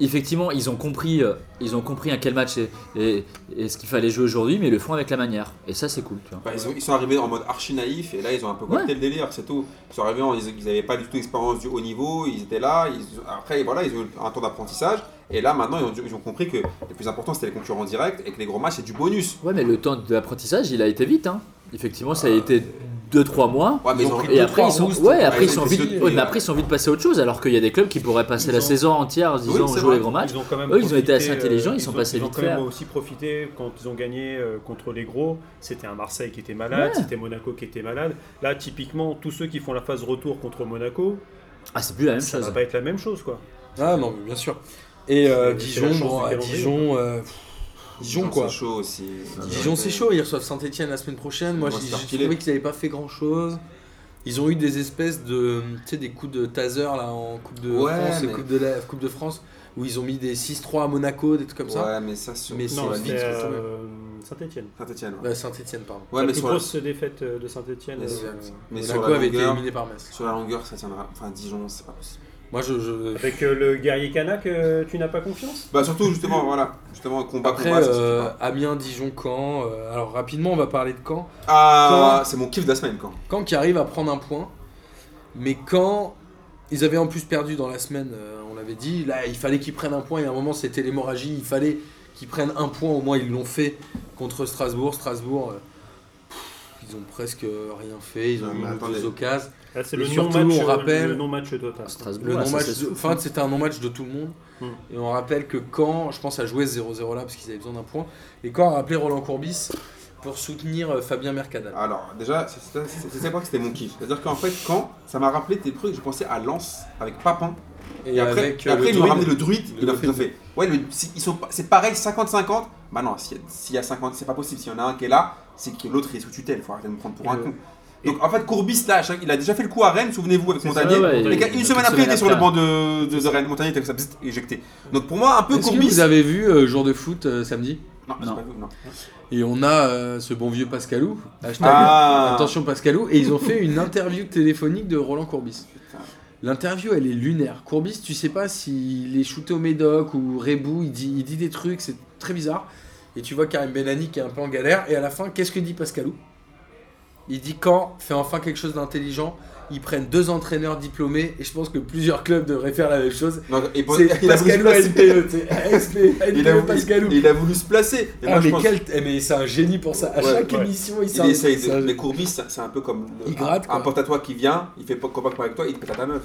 Speaker 4: effectivement, ils ont compris, euh, ils ont compris à quel match et, et- et ce qu'il fallait jouer aujourd'hui, mais ils le font avec la manière. Et ça, c'est cool. Tu vois.
Speaker 3: Bah, ils, ont- ils sont arrivés en mode archi naïf et là ils ont un peu capté
Speaker 4: Ouais.
Speaker 3: le délire, c'est tout. Ils sont arrivés, en- ils n'avaient pas du tout d'expérience du haut niveau, ils étaient là, ils, après voilà, ils ont eu un temps d'apprentissage et là maintenant ils ont, ils ont compris que le plus important c'était les concurrents directs et que les gros matchs c'est du bonus.
Speaker 4: Ouais, mais le temps de l'apprentissage, il a été vite. hein. Effectivement, ça a été 2-3 mois.
Speaker 3: Ouais, mais
Speaker 1: Ils
Speaker 3: ils
Speaker 1: ont
Speaker 3: ont
Speaker 1: pris
Speaker 4: Et
Speaker 1: deux,
Speaker 4: après,
Speaker 1: trois
Speaker 4: ils sont,
Speaker 1: roustes.
Speaker 4: ouais,
Speaker 3: Ouais,
Speaker 4: après, ils
Speaker 3: ils
Speaker 4: sont
Speaker 3: ont
Speaker 4: vite,
Speaker 3: été
Speaker 4: ouais, mais
Speaker 3: là.
Speaker 4: après, ils sont vite passés à autre chose, alors qu'il y a des clubs qui pourraient passer
Speaker 2: Ils
Speaker 4: la
Speaker 2: ont-
Speaker 4: saison entière en se
Speaker 3: Oui,
Speaker 4: disant
Speaker 3: c'est
Speaker 4: on joue
Speaker 3: vrai.
Speaker 4: les grands matchs.
Speaker 2: Ils ont quand même
Speaker 4: Eux, ils ont
Speaker 2: profité,
Speaker 4: été assez intelligents,
Speaker 2: euh,
Speaker 4: ils sont passés
Speaker 2: Ils ont
Speaker 4: vite
Speaker 2: quand même
Speaker 4: faire.
Speaker 2: aussi profité quand ils ont gagné euh, contre les gros. C'était un Marseille qui était malade,
Speaker 4: Ouais.
Speaker 2: c'était Monaco qui était malade. Là, typiquement, tous ceux qui font la phase retour contre Monaco,
Speaker 4: Ah, c'est plus la même
Speaker 2: ça
Speaker 4: chose.
Speaker 2: va pas être la même chose, quoi.
Speaker 1: Ah non, mais bien sûr. Et euh,
Speaker 2: C'est- c'est la
Speaker 1: Dijon,
Speaker 2: chance
Speaker 1: bon,
Speaker 2: du
Speaker 1: à
Speaker 2: calendrier.
Speaker 1: Dijon, euh, pff, Dijon quoi.
Speaker 3: C'est chaud aussi.
Speaker 1: Dijon c'est chaud, ils reçoivent Saint-Etienne la semaine prochaine. Moi
Speaker 3: Ils vont
Speaker 1: j'ai
Speaker 3: se faire
Speaker 1: j'ai
Speaker 3: filer.
Speaker 1: trouvé qu'ils n'avaient pas fait grand chose. Ils ont eu des espèces de. Tu sais, des coups de taser là en Coupe de
Speaker 3: Ouais,
Speaker 1: France, et
Speaker 3: mais-
Speaker 1: coupe, de la- coupe de France. où ils ont mis des 6-3 à Monaco, des trucs comme ça.
Speaker 3: Ouais, mais ça, sur
Speaker 1: Mais
Speaker 2: Non,
Speaker 1: c'est
Speaker 2: c'est
Speaker 1: vite, quand même.
Speaker 2: euh, Saint-Etienne.
Speaker 3: Saint-Etienne. Ouais,
Speaker 1: Bah, Saint-Etienne, pardon.
Speaker 3: Ouais,
Speaker 2: la
Speaker 3: mais
Speaker 2: plus
Speaker 3: sur la,
Speaker 2: grosse défaite euh, de Saint-Etienne.
Speaker 3: Mais
Speaker 2: euh,
Speaker 1: Euh,
Speaker 3: mais sur
Speaker 1: Monaco
Speaker 3: la
Speaker 1: avait été
Speaker 3: longueur-
Speaker 1: éliminé par Metz.
Speaker 3: sur la longueur, ça tiendra. Enfin, Dijon, c'est pas possible.
Speaker 1: Moi, je. je-
Speaker 2: avec euh, le guerrier Kanak, euh, tu n'as pas confiance
Speaker 3: Bah, surtout, justement, voilà. Justement, combat,
Speaker 1: Après,
Speaker 3: combat, ça
Speaker 1: euh,
Speaker 3: suffit pas.
Speaker 1: Amiens, Dijon, Caen. euh, alors, rapidement, on va parler de Caen.
Speaker 3: Ah, c'est mon kiff de la semaine, quand.
Speaker 1: Caen qui arrive à prendre un point, mais quand ils avaient en plus perdu dans la semaine, euh, on l'avait dit, là il fallait qu'ils prennent un point, et à un moment c'était l'hémorragie, il fallait qu'ils prennent un point, au moins ils l'ont fait contre Strasbourg. Strasbourg, euh, pff, ils ont presque rien fait, ils ont
Speaker 3: Ouais,
Speaker 1: eu
Speaker 3: mais
Speaker 1: une ou
Speaker 3: attendez.
Speaker 1: deux occasions.
Speaker 2: Là, c'est
Speaker 1: Mais
Speaker 2: le
Speaker 1: surtout,
Speaker 2: non-match
Speaker 1: on
Speaker 2: euh,
Speaker 1: rappelle-
Speaker 2: le non-match total.
Speaker 4: Strasbourg,
Speaker 1: Le
Speaker 4: là, ça
Speaker 1: non-match, de-
Speaker 4: s'essouffle,
Speaker 1: enfin
Speaker 4: hein.
Speaker 1: c'était un non-match de tout le monde.
Speaker 2: Hmm.
Speaker 1: Et on rappelle que Caen, je pense, a joué 0-0 là parce qu'ils avaient besoin d'un point. Et Caen a rappelé Roland Courbis pour soutenir euh, Fabien Mercadal.
Speaker 3: Alors, déjà, c'est- c'est c'est- c'est pas que c'était mon kiff. C'est-à-dire qu'en fait, quand ça m'a rappelé tes trucs, je pensais à Lens avec Papin.
Speaker 1: Et,
Speaker 3: Et, après,
Speaker 1: avec
Speaker 3: et
Speaker 1: euh,
Speaker 3: après,
Speaker 1: le
Speaker 3: ils m'ont
Speaker 1: druide,
Speaker 3: ramené le druide.
Speaker 1: Le
Speaker 3: Il a fait, ouais, le- si- ils sont, pas- c'est pareil, 50-50. Bah non, s'il y, a- s'il y a 50, c'est pas possible. S'il y en a un qui est là, c'est que l'autre est sous tutelle. Faut arrêter de me prendre pour
Speaker 2: Et
Speaker 3: un
Speaker 2: le-
Speaker 3: con. Donc en fait, Courbis, là, il a déjà fait le coup à Rennes, souvenez-vous, avec
Speaker 2: C'est
Speaker 3: Montagnier.
Speaker 2: ça, ouais,
Speaker 3: Les gars,
Speaker 4: il-
Speaker 3: une semaine après, il était sur le banc de, de, de Rennes. Montagnier était comme ça, bzzzt, éjecté. Donc pour moi, un peu
Speaker 1: Est-ce que
Speaker 3: Courbis.
Speaker 1: vous avez vu euh, Jour de foot euh, samedi
Speaker 3: Non, c'est
Speaker 4: Non.
Speaker 3: pas vous, non.
Speaker 1: Et on a euh, ce bon vieux Pascalou, hashtag
Speaker 3: Ah,
Speaker 1: attention Pascalou, et ils ont fait une interview téléphonique de Roland Courbis.
Speaker 3: Putain.
Speaker 1: L'interview elle est lunaire. Courbis, tu sais pas s'il est shooté au Médoc ou Rebou, il dit, il dit des trucs, c'est très bizarre. Et tu vois Karim Benani qui est un peu en galère, et à la fin, qu'est-ce que dit Pascalou Il dit quand fait enfin quelque chose d'intelligent, ils prennent deux entraîneurs diplômés, et je pense que plusieurs clubs devraient faire la même chose.
Speaker 3: Donc, et bon-
Speaker 1: C'est
Speaker 3: il a voulu se
Speaker 1: Pascalou E
Speaker 3: placer.
Speaker 1: LPE, tu sais, LPE,
Speaker 3: Il a voulu-
Speaker 1: Pascalou.
Speaker 3: il a voulu se placer. Et moi,
Speaker 1: Ah,
Speaker 3: je
Speaker 1: mais,
Speaker 3: pense-
Speaker 1: quel- eh, mais c'est un génie pour ça. À
Speaker 3: Ouais,
Speaker 1: chaque
Speaker 2: ouais.
Speaker 1: émission, il,
Speaker 3: Il
Speaker 1: s'arrête.
Speaker 3: essaye
Speaker 1: C'est un-
Speaker 3: de. Mais Courbis, c'est c'est un peu comme le-
Speaker 1: Il gratte,
Speaker 3: un
Speaker 1: quoi.
Speaker 3: pote à toi qui vient, il fait pas copain avec toi, il te pète à ta meuf.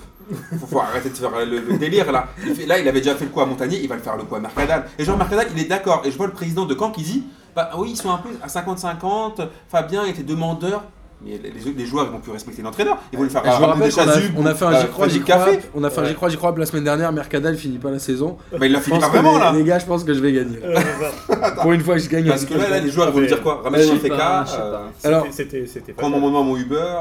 Speaker 3: Faut, faut arrêter de faire le, le délire là. Il fait- là, il avait déjà fait le coup à Montagnier, il va le faire le coup à Mercadal. Et Jean Mercadal, il est d'accord. Et je vois le président de Caen qui dit Bah oui, ils sont un peu à 50-50, Fabien était demandeur. Mais les, les joueurs, ils vont plus respecter l'entraîneur. Ils vont lui faire
Speaker 1: Et je vous rappelle
Speaker 3: ramener des
Speaker 1: qu'on a,
Speaker 3: chasubles,
Speaker 1: on a fait
Speaker 3: euh,
Speaker 1: un j'y crois,
Speaker 3: faire
Speaker 1: j'y
Speaker 3: du
Speaker 1: crois,
Speaker 3: café.
Speaker 1: on a fait un
Speaker 2: Ouais.
Speaker 1: j'y crois, j'y crois la semaine dernière, Mercadal finit pas la saison.
Speaker 3: Bah, il l'a
Speaker 1: Je
Speaker 3: fini
Speaker 1: pense
Speaker 3: pas
Speaker 1: que
Speaker 3: vraiment
Speaker 1: les,
Speaker 3: là.
Speaker 1: les gars, je pense que je vais gagner.
Speaker 2: Euh, voilà.
Speaker 1: Pour une fois, je gagne.
Speaker 3: Parce que là, là, les joueurs, ils vont
Speaker 2: Mais-
Speaker 3: lui dire quoi
Speaker 1: Mais
Speaker 3: Ramène
Speaker 1: je
Speaker 3: un FK,
Speaker 4: sais pas, Bah, je sais
Speaker 3: euh,
Speaker 4: pas.
Speaker 1: Alors,
Speaker 2: C'était- c'était c'était pas
Speaker 3: prends mon
Speaker 2: mal.
Speaker 3: moment, mon Uber.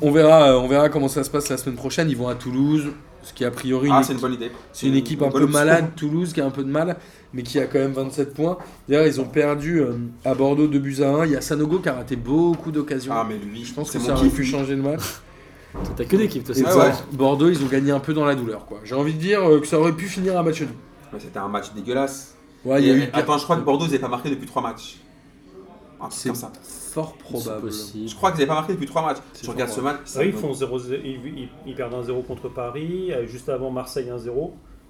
Speaker 1: on verra, euh, on verra comment ça se passe la semaine prochaine. Ils vont à Toulouse, ce qui a priori une
Speaker 3: Ah,
Speaker 1: équipe-
Speaker 3: c'est une bonne idée.
Speaker 1: c'est une équipe un
Speaker 3: bonne
Speaker 1: peu
Speaker 3: option.
Speaker 1: malade, Toulouse qui a un peu de mal, mais qui a quand même 27 points. D'ailleurs, ils ont perdu euh, à Bordeaux 2 buts à 1. Il y a Sanogo qui a raté beaucoup d'occasions.
Speaker 3: Ah, mais lui,
Speaker 1: je pense
Speaker 3: c'est
Speaker 1: que
Speaker 3: mon
Speaker 1: ça aurait
Speaker 3: kiff.
Speaker 1: pu
Speaker 3: lui.
Speaker 1: changer de match.
Speaker 4: T'as que d'équipe, toi,
Speaker 1: Et
Speaker 4: c'est
Speaker 3: Ah
Speaker 1: ça,
Speaker 3: ouais.
Speaker 1: Bordeaux, ils ont gagné un peu dans la douleur, quoi. J'ai envie de dire euh, que ça aurait pu finir un match nul.
Speaker 3: Mais C'était un match dégueulasse.
Speaker 1: Ouais, Ah, il y a
Speaker 3: Et
Speaker 1: eu
Speaker 3: Attends, je crois que Bordeaux, ils n'avaient pas marqué depuis 3 matchs. Un truc
Speaker 1: C'est
Speaker 3: comme ça.
Speaker 1: fort probable.
Speaker 4: possible.
Speaker 3: Je crois qu'ils n'avaient pas marqué depuis 3 matchs.
Speaker 1: C'est
Speaker 3: Je regarde ce
Speaker 1: fort,
Speaker 3: match. ça
Speaker 2: Ouais, Ah, ils,
Speaker 3: me-
Speaker 2: font 0, ils, ils- ils perdent un 0 contre Paris, euh, juste avant Marseille 1-0.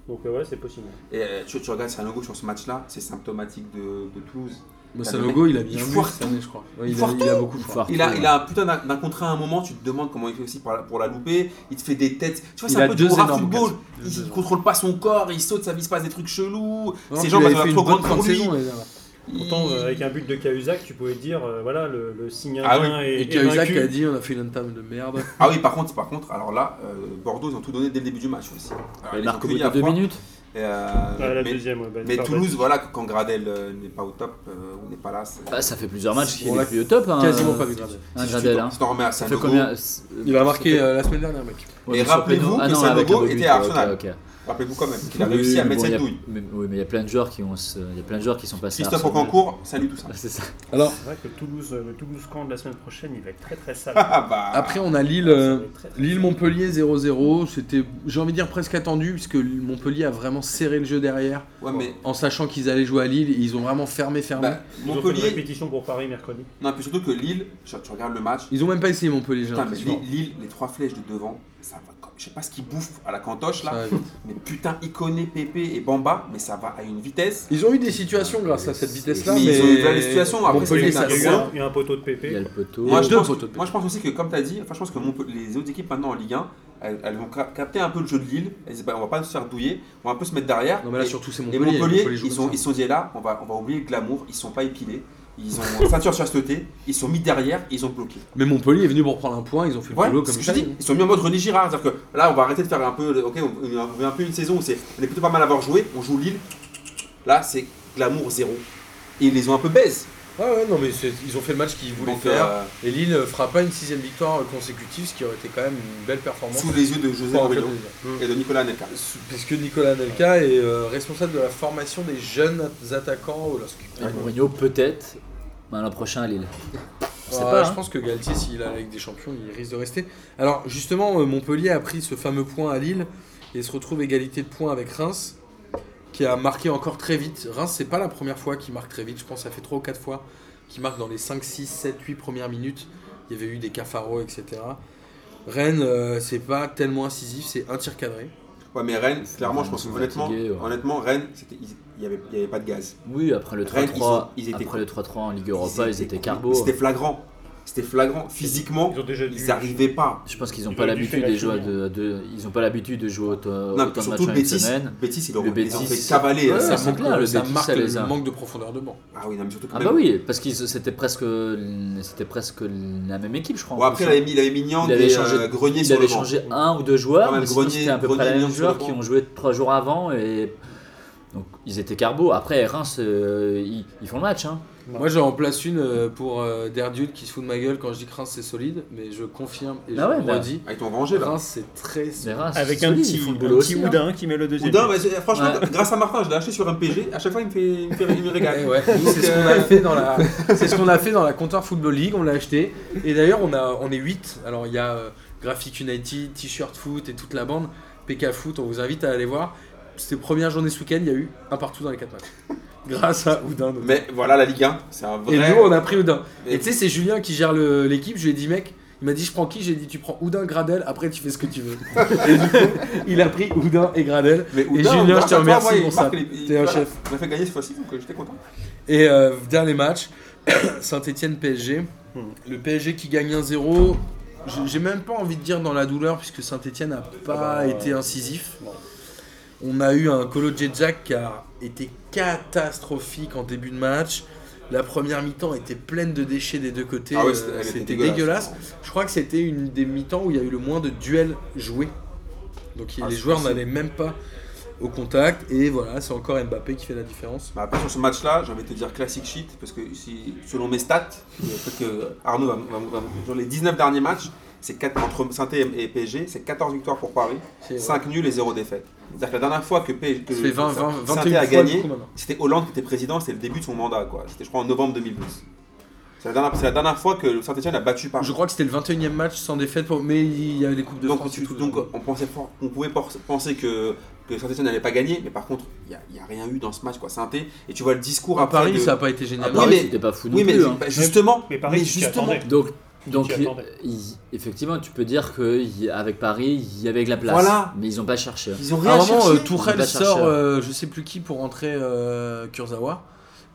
Speaker 2: Donc euh, ouais, c'est possible.
Speaker 3: Et euh, tu, tu regardes Sanogo sur ce match-là, c'est symptomatique de, de Toulouse.
Speaker 1: Mais
Speaker 3: T'as
Speaker 1: Sanogo,
Speaker 3: le
Speaker 1: il a
Speaker 3: mec,
Speaker 1: bien
Speaker 3: il
Speaker 1: vu
Speaker 3: foire
Speaker 1: cette année, je crois. Ouais,
Speaker 3: Il
Speaker 1: il, a,
Speaker 3: foire
Speaker 1: il a beaucoup
Speaker 4: il
Speaker 1: foire.
Speaker 4: foire.
Speaker 3: Il a,
Speaker 4: Ouais.
Speaker 3: il a un putain d'un d'un contre un à un moment, tu te demandes comment il fait aussi pour la, pour la louper. Il te fait des têtes. Tu vois, c'est
Speaker 1: Il
Speaker 3: un
Speaker 1: a
Speaker 3: peu du
Speaker 1: deux
Speaker 3: Borat
Speaker 1: énormes
Speaker 3: football.
Speaker 1: occasions. Deux
Speaker 3: Il
Speaker 1: énormes.
Speaker 3: contrôle pas son corps, il saute, ça vise pas des trucs chelous.
Speaker 1: Non,
Speaker 3: Ses
Speaker 1: il
Speaker 3: jambes
Speaker 1: avait
Speaker 3: elles sont
Speaker 1: fait une
Speaker 3: trop
Speaker 1: bonne
Speaker 3: grandes
Speaker 1: fin de
Speaker 3: pour lui.
Speaker 1: saison, les gars.
Speaker 2: Pourtant, euh, avec un but de Cahuzac, tu pouvais te dire, euh, voilà, le, le signe
Speaker 3: Ah
Speaker 2: indien est,
Speaker 1: Et
Speaker 2: est
Speaker 1: Cahuzac
Speaker 2: vaincu.
Speaker 1: a dit on a fait une entame de merde.
Speaker 3: Ah oui, par contre, par contre, alors là, euh, Bordeaux, ils ont tout donné dès le début du match aussi. Alors,
Speaker 4: Il
Speaker 3: ils
Speaker 4: marque
Speaker 3: ont
Speaker 4: au bout
Speaker 3: cueilli
Speaker 4: de
Speaker 3: à
Speaker 4: deux
Speaker 3: froid.
Speaker 4: minutes.
Speaker 3: Et, euh,
Speaker 2: Ah, la
Speaker 3: mais-
Speaker 2: deuxième, ouais, bah,
Speaker 3: Mais
Speaker 2: pardon.
Speaker 3: Toulouse, voilà, quand Gradel euh, n'est pas au top, euh, ou n'est pas là, c'est.
Speaker 4: Bah, ça fait plusieurs matchs qu'il
Speaker 1: On
Speaker 4: est
Speaker 1: l'a
Speaker 4: plus au top. hein.
Speaker 1: Quasiment pas vu.
Speaker 4: Un
Speaker 3: Si
Speaker 4: Gradel,
Speaker 3: tu-
Speaker 4: hein.
Speaker 3: Si t'en remets à
Speaker 4: Ça fait
Speaker 3: Sanogo,
Speaker 4: combien
Speaker 1: Il a marqué euh, la semaine dernière, mec.
Speaker 3: Et rappelez-vous que Sanogo était à Arsenal. rappelez-vous quand même qu'il a réussi à mettre cette douille.
Speaker 4: Oui, mais il y a plein de joueurs qui ont, ce- il y a plein de joueurs qui sont passés. à
Speaker 3: Christophe
Speaker 4: Arsenal.
Speaker 3: Ocancourt, salut tout ça.
Speaker 4: Ah, C'est ça.
Speaker 1: Alors,
Speaker 2: C'est vrai que Toulouse, euh, le Toulouse-Camp de la semaine prochaine, il va être très très sale.
Speaker 3: Ah bah.
Speaker 1: après, on a Lille.
Speaker 2: Ah, Ça va
Speaker 1: euh,
Speaker 2: être très, très sale.
Speaker 1: Lille-Montpellier 0-0, c'était, j'ai envie de dire, presque attendu, puisque Montpellier a vraiment serré le jeu derrière,
Speaker 3: ouais, mais.
Speaker 1: en sachant qu'ils allaient jouer à Lille, et ils ont vraiment fermé, fermé.
Speaker 3: bah,
Speaker 2: Ils ont fait une
Speaker 3: Montpellier.
Speaker 2: répétition pour Paris mercredi.
Speaker 3: Non, puis surtout que Lille, tu tu regardes le match.
Speaker 1: Ils ont même pas essayé Montpellier, j'ai
Speaker 3: Putain, mais
Speaker 1: l'impression.
Speaker 3: Lille, Lille, les trois flèches de devant, ça va. comme- Je sais pas ce qu'ils bouffent à la cantoche là,
Speaker 1: Ça va vite.
Speaker 3: mais putain, Iconé, Pépé et Bamba, mais ça va à une vitesse.
Speaker 1: Ils ont eu des situations grâce à cette vitesse-là,
Speaker 3: Mais
Speaker 1: mais,
Speaker 3: ils ont eu des situations, après,
Speaker 1: Montpellier,
Speaker 3: c'est
Speaker 1: ça
Speaker 2: il, y a eu
Speaker 3: sent.
Speaker 1: sent.
Speaker 2: un, il y a un poteau de
Speaker 4: Il y a
Speaker 2: Pépé.
Speaker 4: le poteau.
Speaker 1: y a
Speaker 3: Moi je,
Speaker 1: deux
Speaker 3: pense,
Speaker 1: poteaux de Pépé.
Speaker 3: moi je pense aussi que comme tu as dit, enfin, je pense que Montpe- les autres équipes maintenant en Ligue 1, elles, elles vont cap- capter un peu le jeu de Lille. Elles disent bah, on va pas se faire douiller, on va un peu se mettre derrière.
Speaker 1: Non mais là
Speaker 3: Et-
Speaker 1: surtout c'est
Speaker 3: Et
Speaker 1: Montpellier.
Speaker 3: Montpellier,
Speaker 1: Montpellier joue
Speaker 3: ils
Speaker 1: comme
Speaker 3: sont,
Speaker 1: ça.
Speaker 3: ils sont dit là, on va, on va oublier le glamour, ils sont pas épilés, ils ont ceinture chasteté, ils sont mis derrière, ils ont bloqué.
Speaker 1: Mais Montpellier est venu pour prendre un point, ils ont fait le
Speaker 3: Voilà,
Speaker 1: boulot
Speaker 3: c'est ce
Speaker 1: comme
Speaker 3: que je
Speaker 1: ça.
Speaker 3: dis, ils sont mis en mode René Girard, c'est-à-dire que là on va arrêter de faire un peu, ok, on, on, on a un peu une saison où c'est, on est plutôt pas mal à avoir joué, on joue Lille, là c'est glamour zéro. Et ils les ont un peu baise.
Speaker 1: Ah ouais, non, mais c'est- ils ont fait le match qu'ils voulaient
Speaker 3: Donc,
Speaker 1: faire.
Speaker 3: euh,
Speaker 1: Et Lille euh, fera pas une sixième victoire euh, consécutive, ce qui aurait été quand même une belle performance.
Speaker 3: sous les yeux de José
Speaker 1: Pour un club
Speaker 3: Mourinho
Speaker 1: de Ligue.
Speaker 3: et de Nicolas Anelka.
Speaker 1: Sous- Puisque Nicolas Nelka est euh, responsable de la formation des jeunes attaquants au LOSC.
Speaker 4: Et Mourinho, peut-être, ben, l'an prochain à Lille. On sait
Speaker 1: Ah,
Speaker 4: pas,
Speaker 1: je
Speaker 4: hein.
Speaker 1: pense que Galtier, s'il a la Ligue des Champions, il risque de rester. Alors justement, euh, Montpellier a pris ce fameux point à Lille et se retrouve égalité de points avec Reims, qui a marqué encore très vite. Reims, c'est pas la première fois qu'il marque très vite. Je pense que ça fait 3 ou 4 fois qu'il marque dans les 5, 6, 7, 8 premières minutes. Il y avait eu des Cafaro, etc. Rennes, euh, c'est pas tellement incisif, c'est un tir cadré.
Speaker 3: Ouais, mais Rennes,
Speaker 4: Ils
Speaker 3: clairement,
Speaker 4: sont
Speaker 3: je pense que
Speaker 4: fatigués,
Speaker 3: honnêtement,
Speaker 4: ouais.
Speaker 3: honnêtement, Rennes, c'était- ils- il n'y avait, il y avait pas de gaz.
Speaker 4: Oui, après le
Speaker 3: Rennes,
Speaker 4: 3-3,
Speaker 3: ils sont- ils étaient
Speaker 4: après le 3-3 en Ligue
Speaker 3: Ils
Speaker 4: Europa, ils étaient
Speaker 3: cool.
Speaker 4: carbo.
Speaker 3: C'était flagrant. C'était flagrant. Physiquement,
Speaker 2: Ils ont déjà dû-
Speaker 3: ils n'arrivaient pas.
Speaker 4: Je pense qu'ils n'ont
Speaker 2: Ils
Speaker 4: pas
Speaker 2: auraient dû
Speaker 4: l'habitude
Speaker 2: faire la
Speaker 4: des joueurs
Speaker 2: finale.
Speaker 4: de, de- ils ont pas l'habitude de jouer autant,
Speaker 3: Non,
Speaker 4: Euh, autant de matchs
Speaker 3: surtout
Speaker 4: en
Speaker 3: le
Speaker 4: une
Speaker 3: Bétis.
Speaker 4: semaine.
Speaker 3: Bétis, ils
Speaker 4: Le
Speaker 3: ont ils ont
Speaker 4: Bétis,
Speaker 3: fait
Speaker 4: c'est-
Speaker 3: cavaler.
Speaker 4: Ouais,
Speaker 3: hein.
Speaker 4: euh, ça
Speaker 1: ça,
Speaker 4: manque-
Speaker 1: manque, le,
Speaker 4: le
Speaker 1: ça
Speaker 4: Betis,
Speaker 1: marque
Speaker 4: ça
Speaker 1: le
Speaker 4: les a-
Speaker 1: manque de profondeur de banc.
Speaker 3: Ah oui, non, mais surtout que
Speaker 4: Ah
Speaker 3: même-
Speaker 4: bah oui, parce que c'était presque, c'était presque la même équipe, je crois. en
Speaker 3: Bon, après, il
Speaker 4: plus. hein.
Speaker 3: avait mis, il avait mis Niang
Speaker 4: Il
Speaker 3: et
Speaker 4: avait
Speaker 3: euh,
Speaker 4: changé-
Speaker 3: Grenier
Speaker 4: il
Speaker 3: sur
Speaker 4: avait
Speaker 3: le banc.
Speaker 4: changé un ou deux joueurs,
Speaker 3: Ouais,
Speaker 4: mais
Speaker 3: même
Speaker 4: sinon,
Speaker 3: Grenier-
Speaker 4: c'était à peu près
Speaker 3: Grenier,
Speaker 4: les mêmes
Speaker 3: Lyon sur
Speaker 4: joueurs
Speaker 3: le
Speaker 4: qui
Speaker 3: banc.
Speaker 4: ont joué trois jours avant et donc ils étaient carbo. Après Reims, euh, ils, ils font le match. Hein.
Speaker 1: Moi, j'en place une euh, pour euh, Derdude qui se fout de ma gueule quand je dis que Reims c'est solide, mais je confirme et je
Speaker 4: Ah ouais,
Speaker 1: le
Speaker 4: bah.
Speaker 1: redis.
Speaker 3: Ah, ils t'ont vengé là.
Speaker 1: Reims c'est très
Speaker 4: Mais
Speaker 1: solide.
Speaker 4: Reims,
Speaker 2: Ah, Avec
Speaker 4: c'est
Speaker 2: un
Speaker 4: solide,
Speaker 2: petit,
Speaker 4: ils font
Speaker 2: un
Speaker 4: le boulot
Speaker 2: petit
Speaker 4: aussi, hein.
Speaker 2: Oudin qui met le deuxième.
Speaker 3: Oudin, mais c'est- franchement,
Speaker 4: Ouais.
Speaker 3: grâce à Martin, je l'ai acheté sur MPG. À chaque fois, il me fait, il me fait il
Speaker 1: Eh
Speaker 3: me régale.
Speaker 1: ouais, nous, c'est ce qu'on a
Speaker 3: euh,
Speaker 1: fait dans la c'est ce qu'on a fait dans la comptoir football league, on l'a acheté et d'ailleurs on a on est 8. Alors il y a euh, Graphic United, T-shirt foot et toute la bande PK foot, on vous invite à aller voir. C'était première journée ce week-end, il y a eu un partout dans les 4 matchs. Grâce à Oudin. notamment.
Speaker 3: Mais voilà, la Ligue 1, c'est un vrai.
Speaker 1: Et nous on a pris Oudin. Et
Speaker 3: Et-
Speaker 1: tu sais c'est Julien qui gère le- l'équipe, je lui ai dit mec il m'a dit je prends qui J'ai dit tu prends Oudin, Gradel, après tu fais ce que tu veux. et du coup, il a pris Oudin et Gradel.
Speaker 3: Mais Oudin,
Speaker 1: Julien,
Speaker 3: Oudin,
Speaker 1: je te
Speaker 3: toi,
Speaker 1: remercie
Speaker 3: moi, il
Speaker 1: pour ça.
Speaker 3: marque les- il-
Speaker 1: T'es un
Speaker 3: voilà.
Speaker 1: chef.
Speaker 3: Il m'a fait gagner cette fois-ci, donc euh, j'étais content.
Speaker 1: Et euh, dernier match, Saint-Etienne-PSG.
Speaker 2: Hmm.
Speaker 1: Le PSG qui gagne 1-0. J'ai- J'ai même pas envie de dire dans la douleur, puisque Saint-Etienne
Speaker 3: Ah
Speaker 1: n'a pas
Speaker 2: bah,
Speaker 1: été incisif.
Speaker 2: non.
Speaker 1: On a eu un Colo Djedjak qui a été catastrophique en début de match. La première mi-temps était pleine de déchets des deux côtés.
Speaker 3: Ah ouais,
Speaker 1: Euh,
Speaker 3: c'était- elle était
Speaker 1: c'était
Speaker 3: dégueulasse.
Speaker 1: dégueulasse. Je crois que c'était une des mi-temps où il y a eu le moins de duels joués. Donc
Speaker 3: Ah,
Speaker 1: les
Speaker 3: c'est
Speaker 1: joueurs
Speaker 3: possible.
Speaker 1: n'allaient même pas au contact. Et voilà, c'est encore Mbappé qui fait la différence.
Speaker 3: Bah, après, sur ce match-là, j'ai envie de te dire classic shit, parce que si, selon mes stats, euh, peut-être que Arnaud va, va- va- sur les 19 derniers matchs, c'est quatre- entre saint et et PSG, c'est 14 victoires pour Paris,
Speaker 1: C'est-
Speaker 3: 5 nuls et 0 défaites. C'est-à-dire que la dernière fois que, PSG que
Speaker 1: Ça fait 20, 20,
Speaker 3: Saint-Étienne
Speaker 1: 21
Speaker 3: a
Speaker 1: fois,
Speaker 3: gagné,
Speaker 1: du coup, maintenant.
Speaker 3: c'était Hollande qui était président, c'était le début de son mandat, quoi. C'était, je crois, en novembre 2012. C'est la dernière, c'est la dernière fois que Saint-Etienne a battu Paris.
Speaker 1: Je crois que c'était le 21 e match sans défaite, pour- mais il y avait les Coupes de
Speaker 3: donc,
Speaker 1: France. et
Speaker 3: tu-
Speaker 1: tout, hein.
Speaker 3: donc, euh, on, pensait fort- on pouvait por- penser que, que Saint-Etienne n'allait pas gagner, mais par contre, il n'y a, rien eu dans ce match, quoi. saint et tu vois le discours
Speaker 1: à
Speaker 3: après
Speaker 1: Ah, Paris,
Speaker 3: de-
Speaker 1: ça n'a pas été génial.
Speaker 3: Ah,
Speaker 4: Paris,
Speaker 3: Oui, mais-
Speaker 4: c'était Bah, pas fou
Speaker 3: Oui,
Speaker 4: non
Speaker 3: mais
Speaker 4: plus.
Speaker 3: ju-
Speaker 4: hein.
Speaker 3: bah, justement,
Speaker 2: Mais Paris, tu t'y
Speaker 3: justement,
Speaker 2: attendais.
Speaker 4: Donc
Speaker 2: Ils
Speaker 4: donc
Speaker 2: s'y attendaient.
Speaker 4: ils- effectivement, tu peux dire que il- avec Paris, il y avait de la place.
Speaker 3: Voilà.
Speaker 4: Mais ils n'ont pas cherché. hein.
Speaker 3: ils ont
Speaker 1: à
Speaker 3: rien
Speaker 1: un moment, euh,
Speaker 3: cherché.
Speaker 4: On
Speaker 1: Tourelle
Speaker 4: va
Speaker 1: sort,
Speaker 3: hein.
Speaker 4: chercher.
Speaker 1: euh, je sais plus qui, pour rentrer euh, Kurzawa.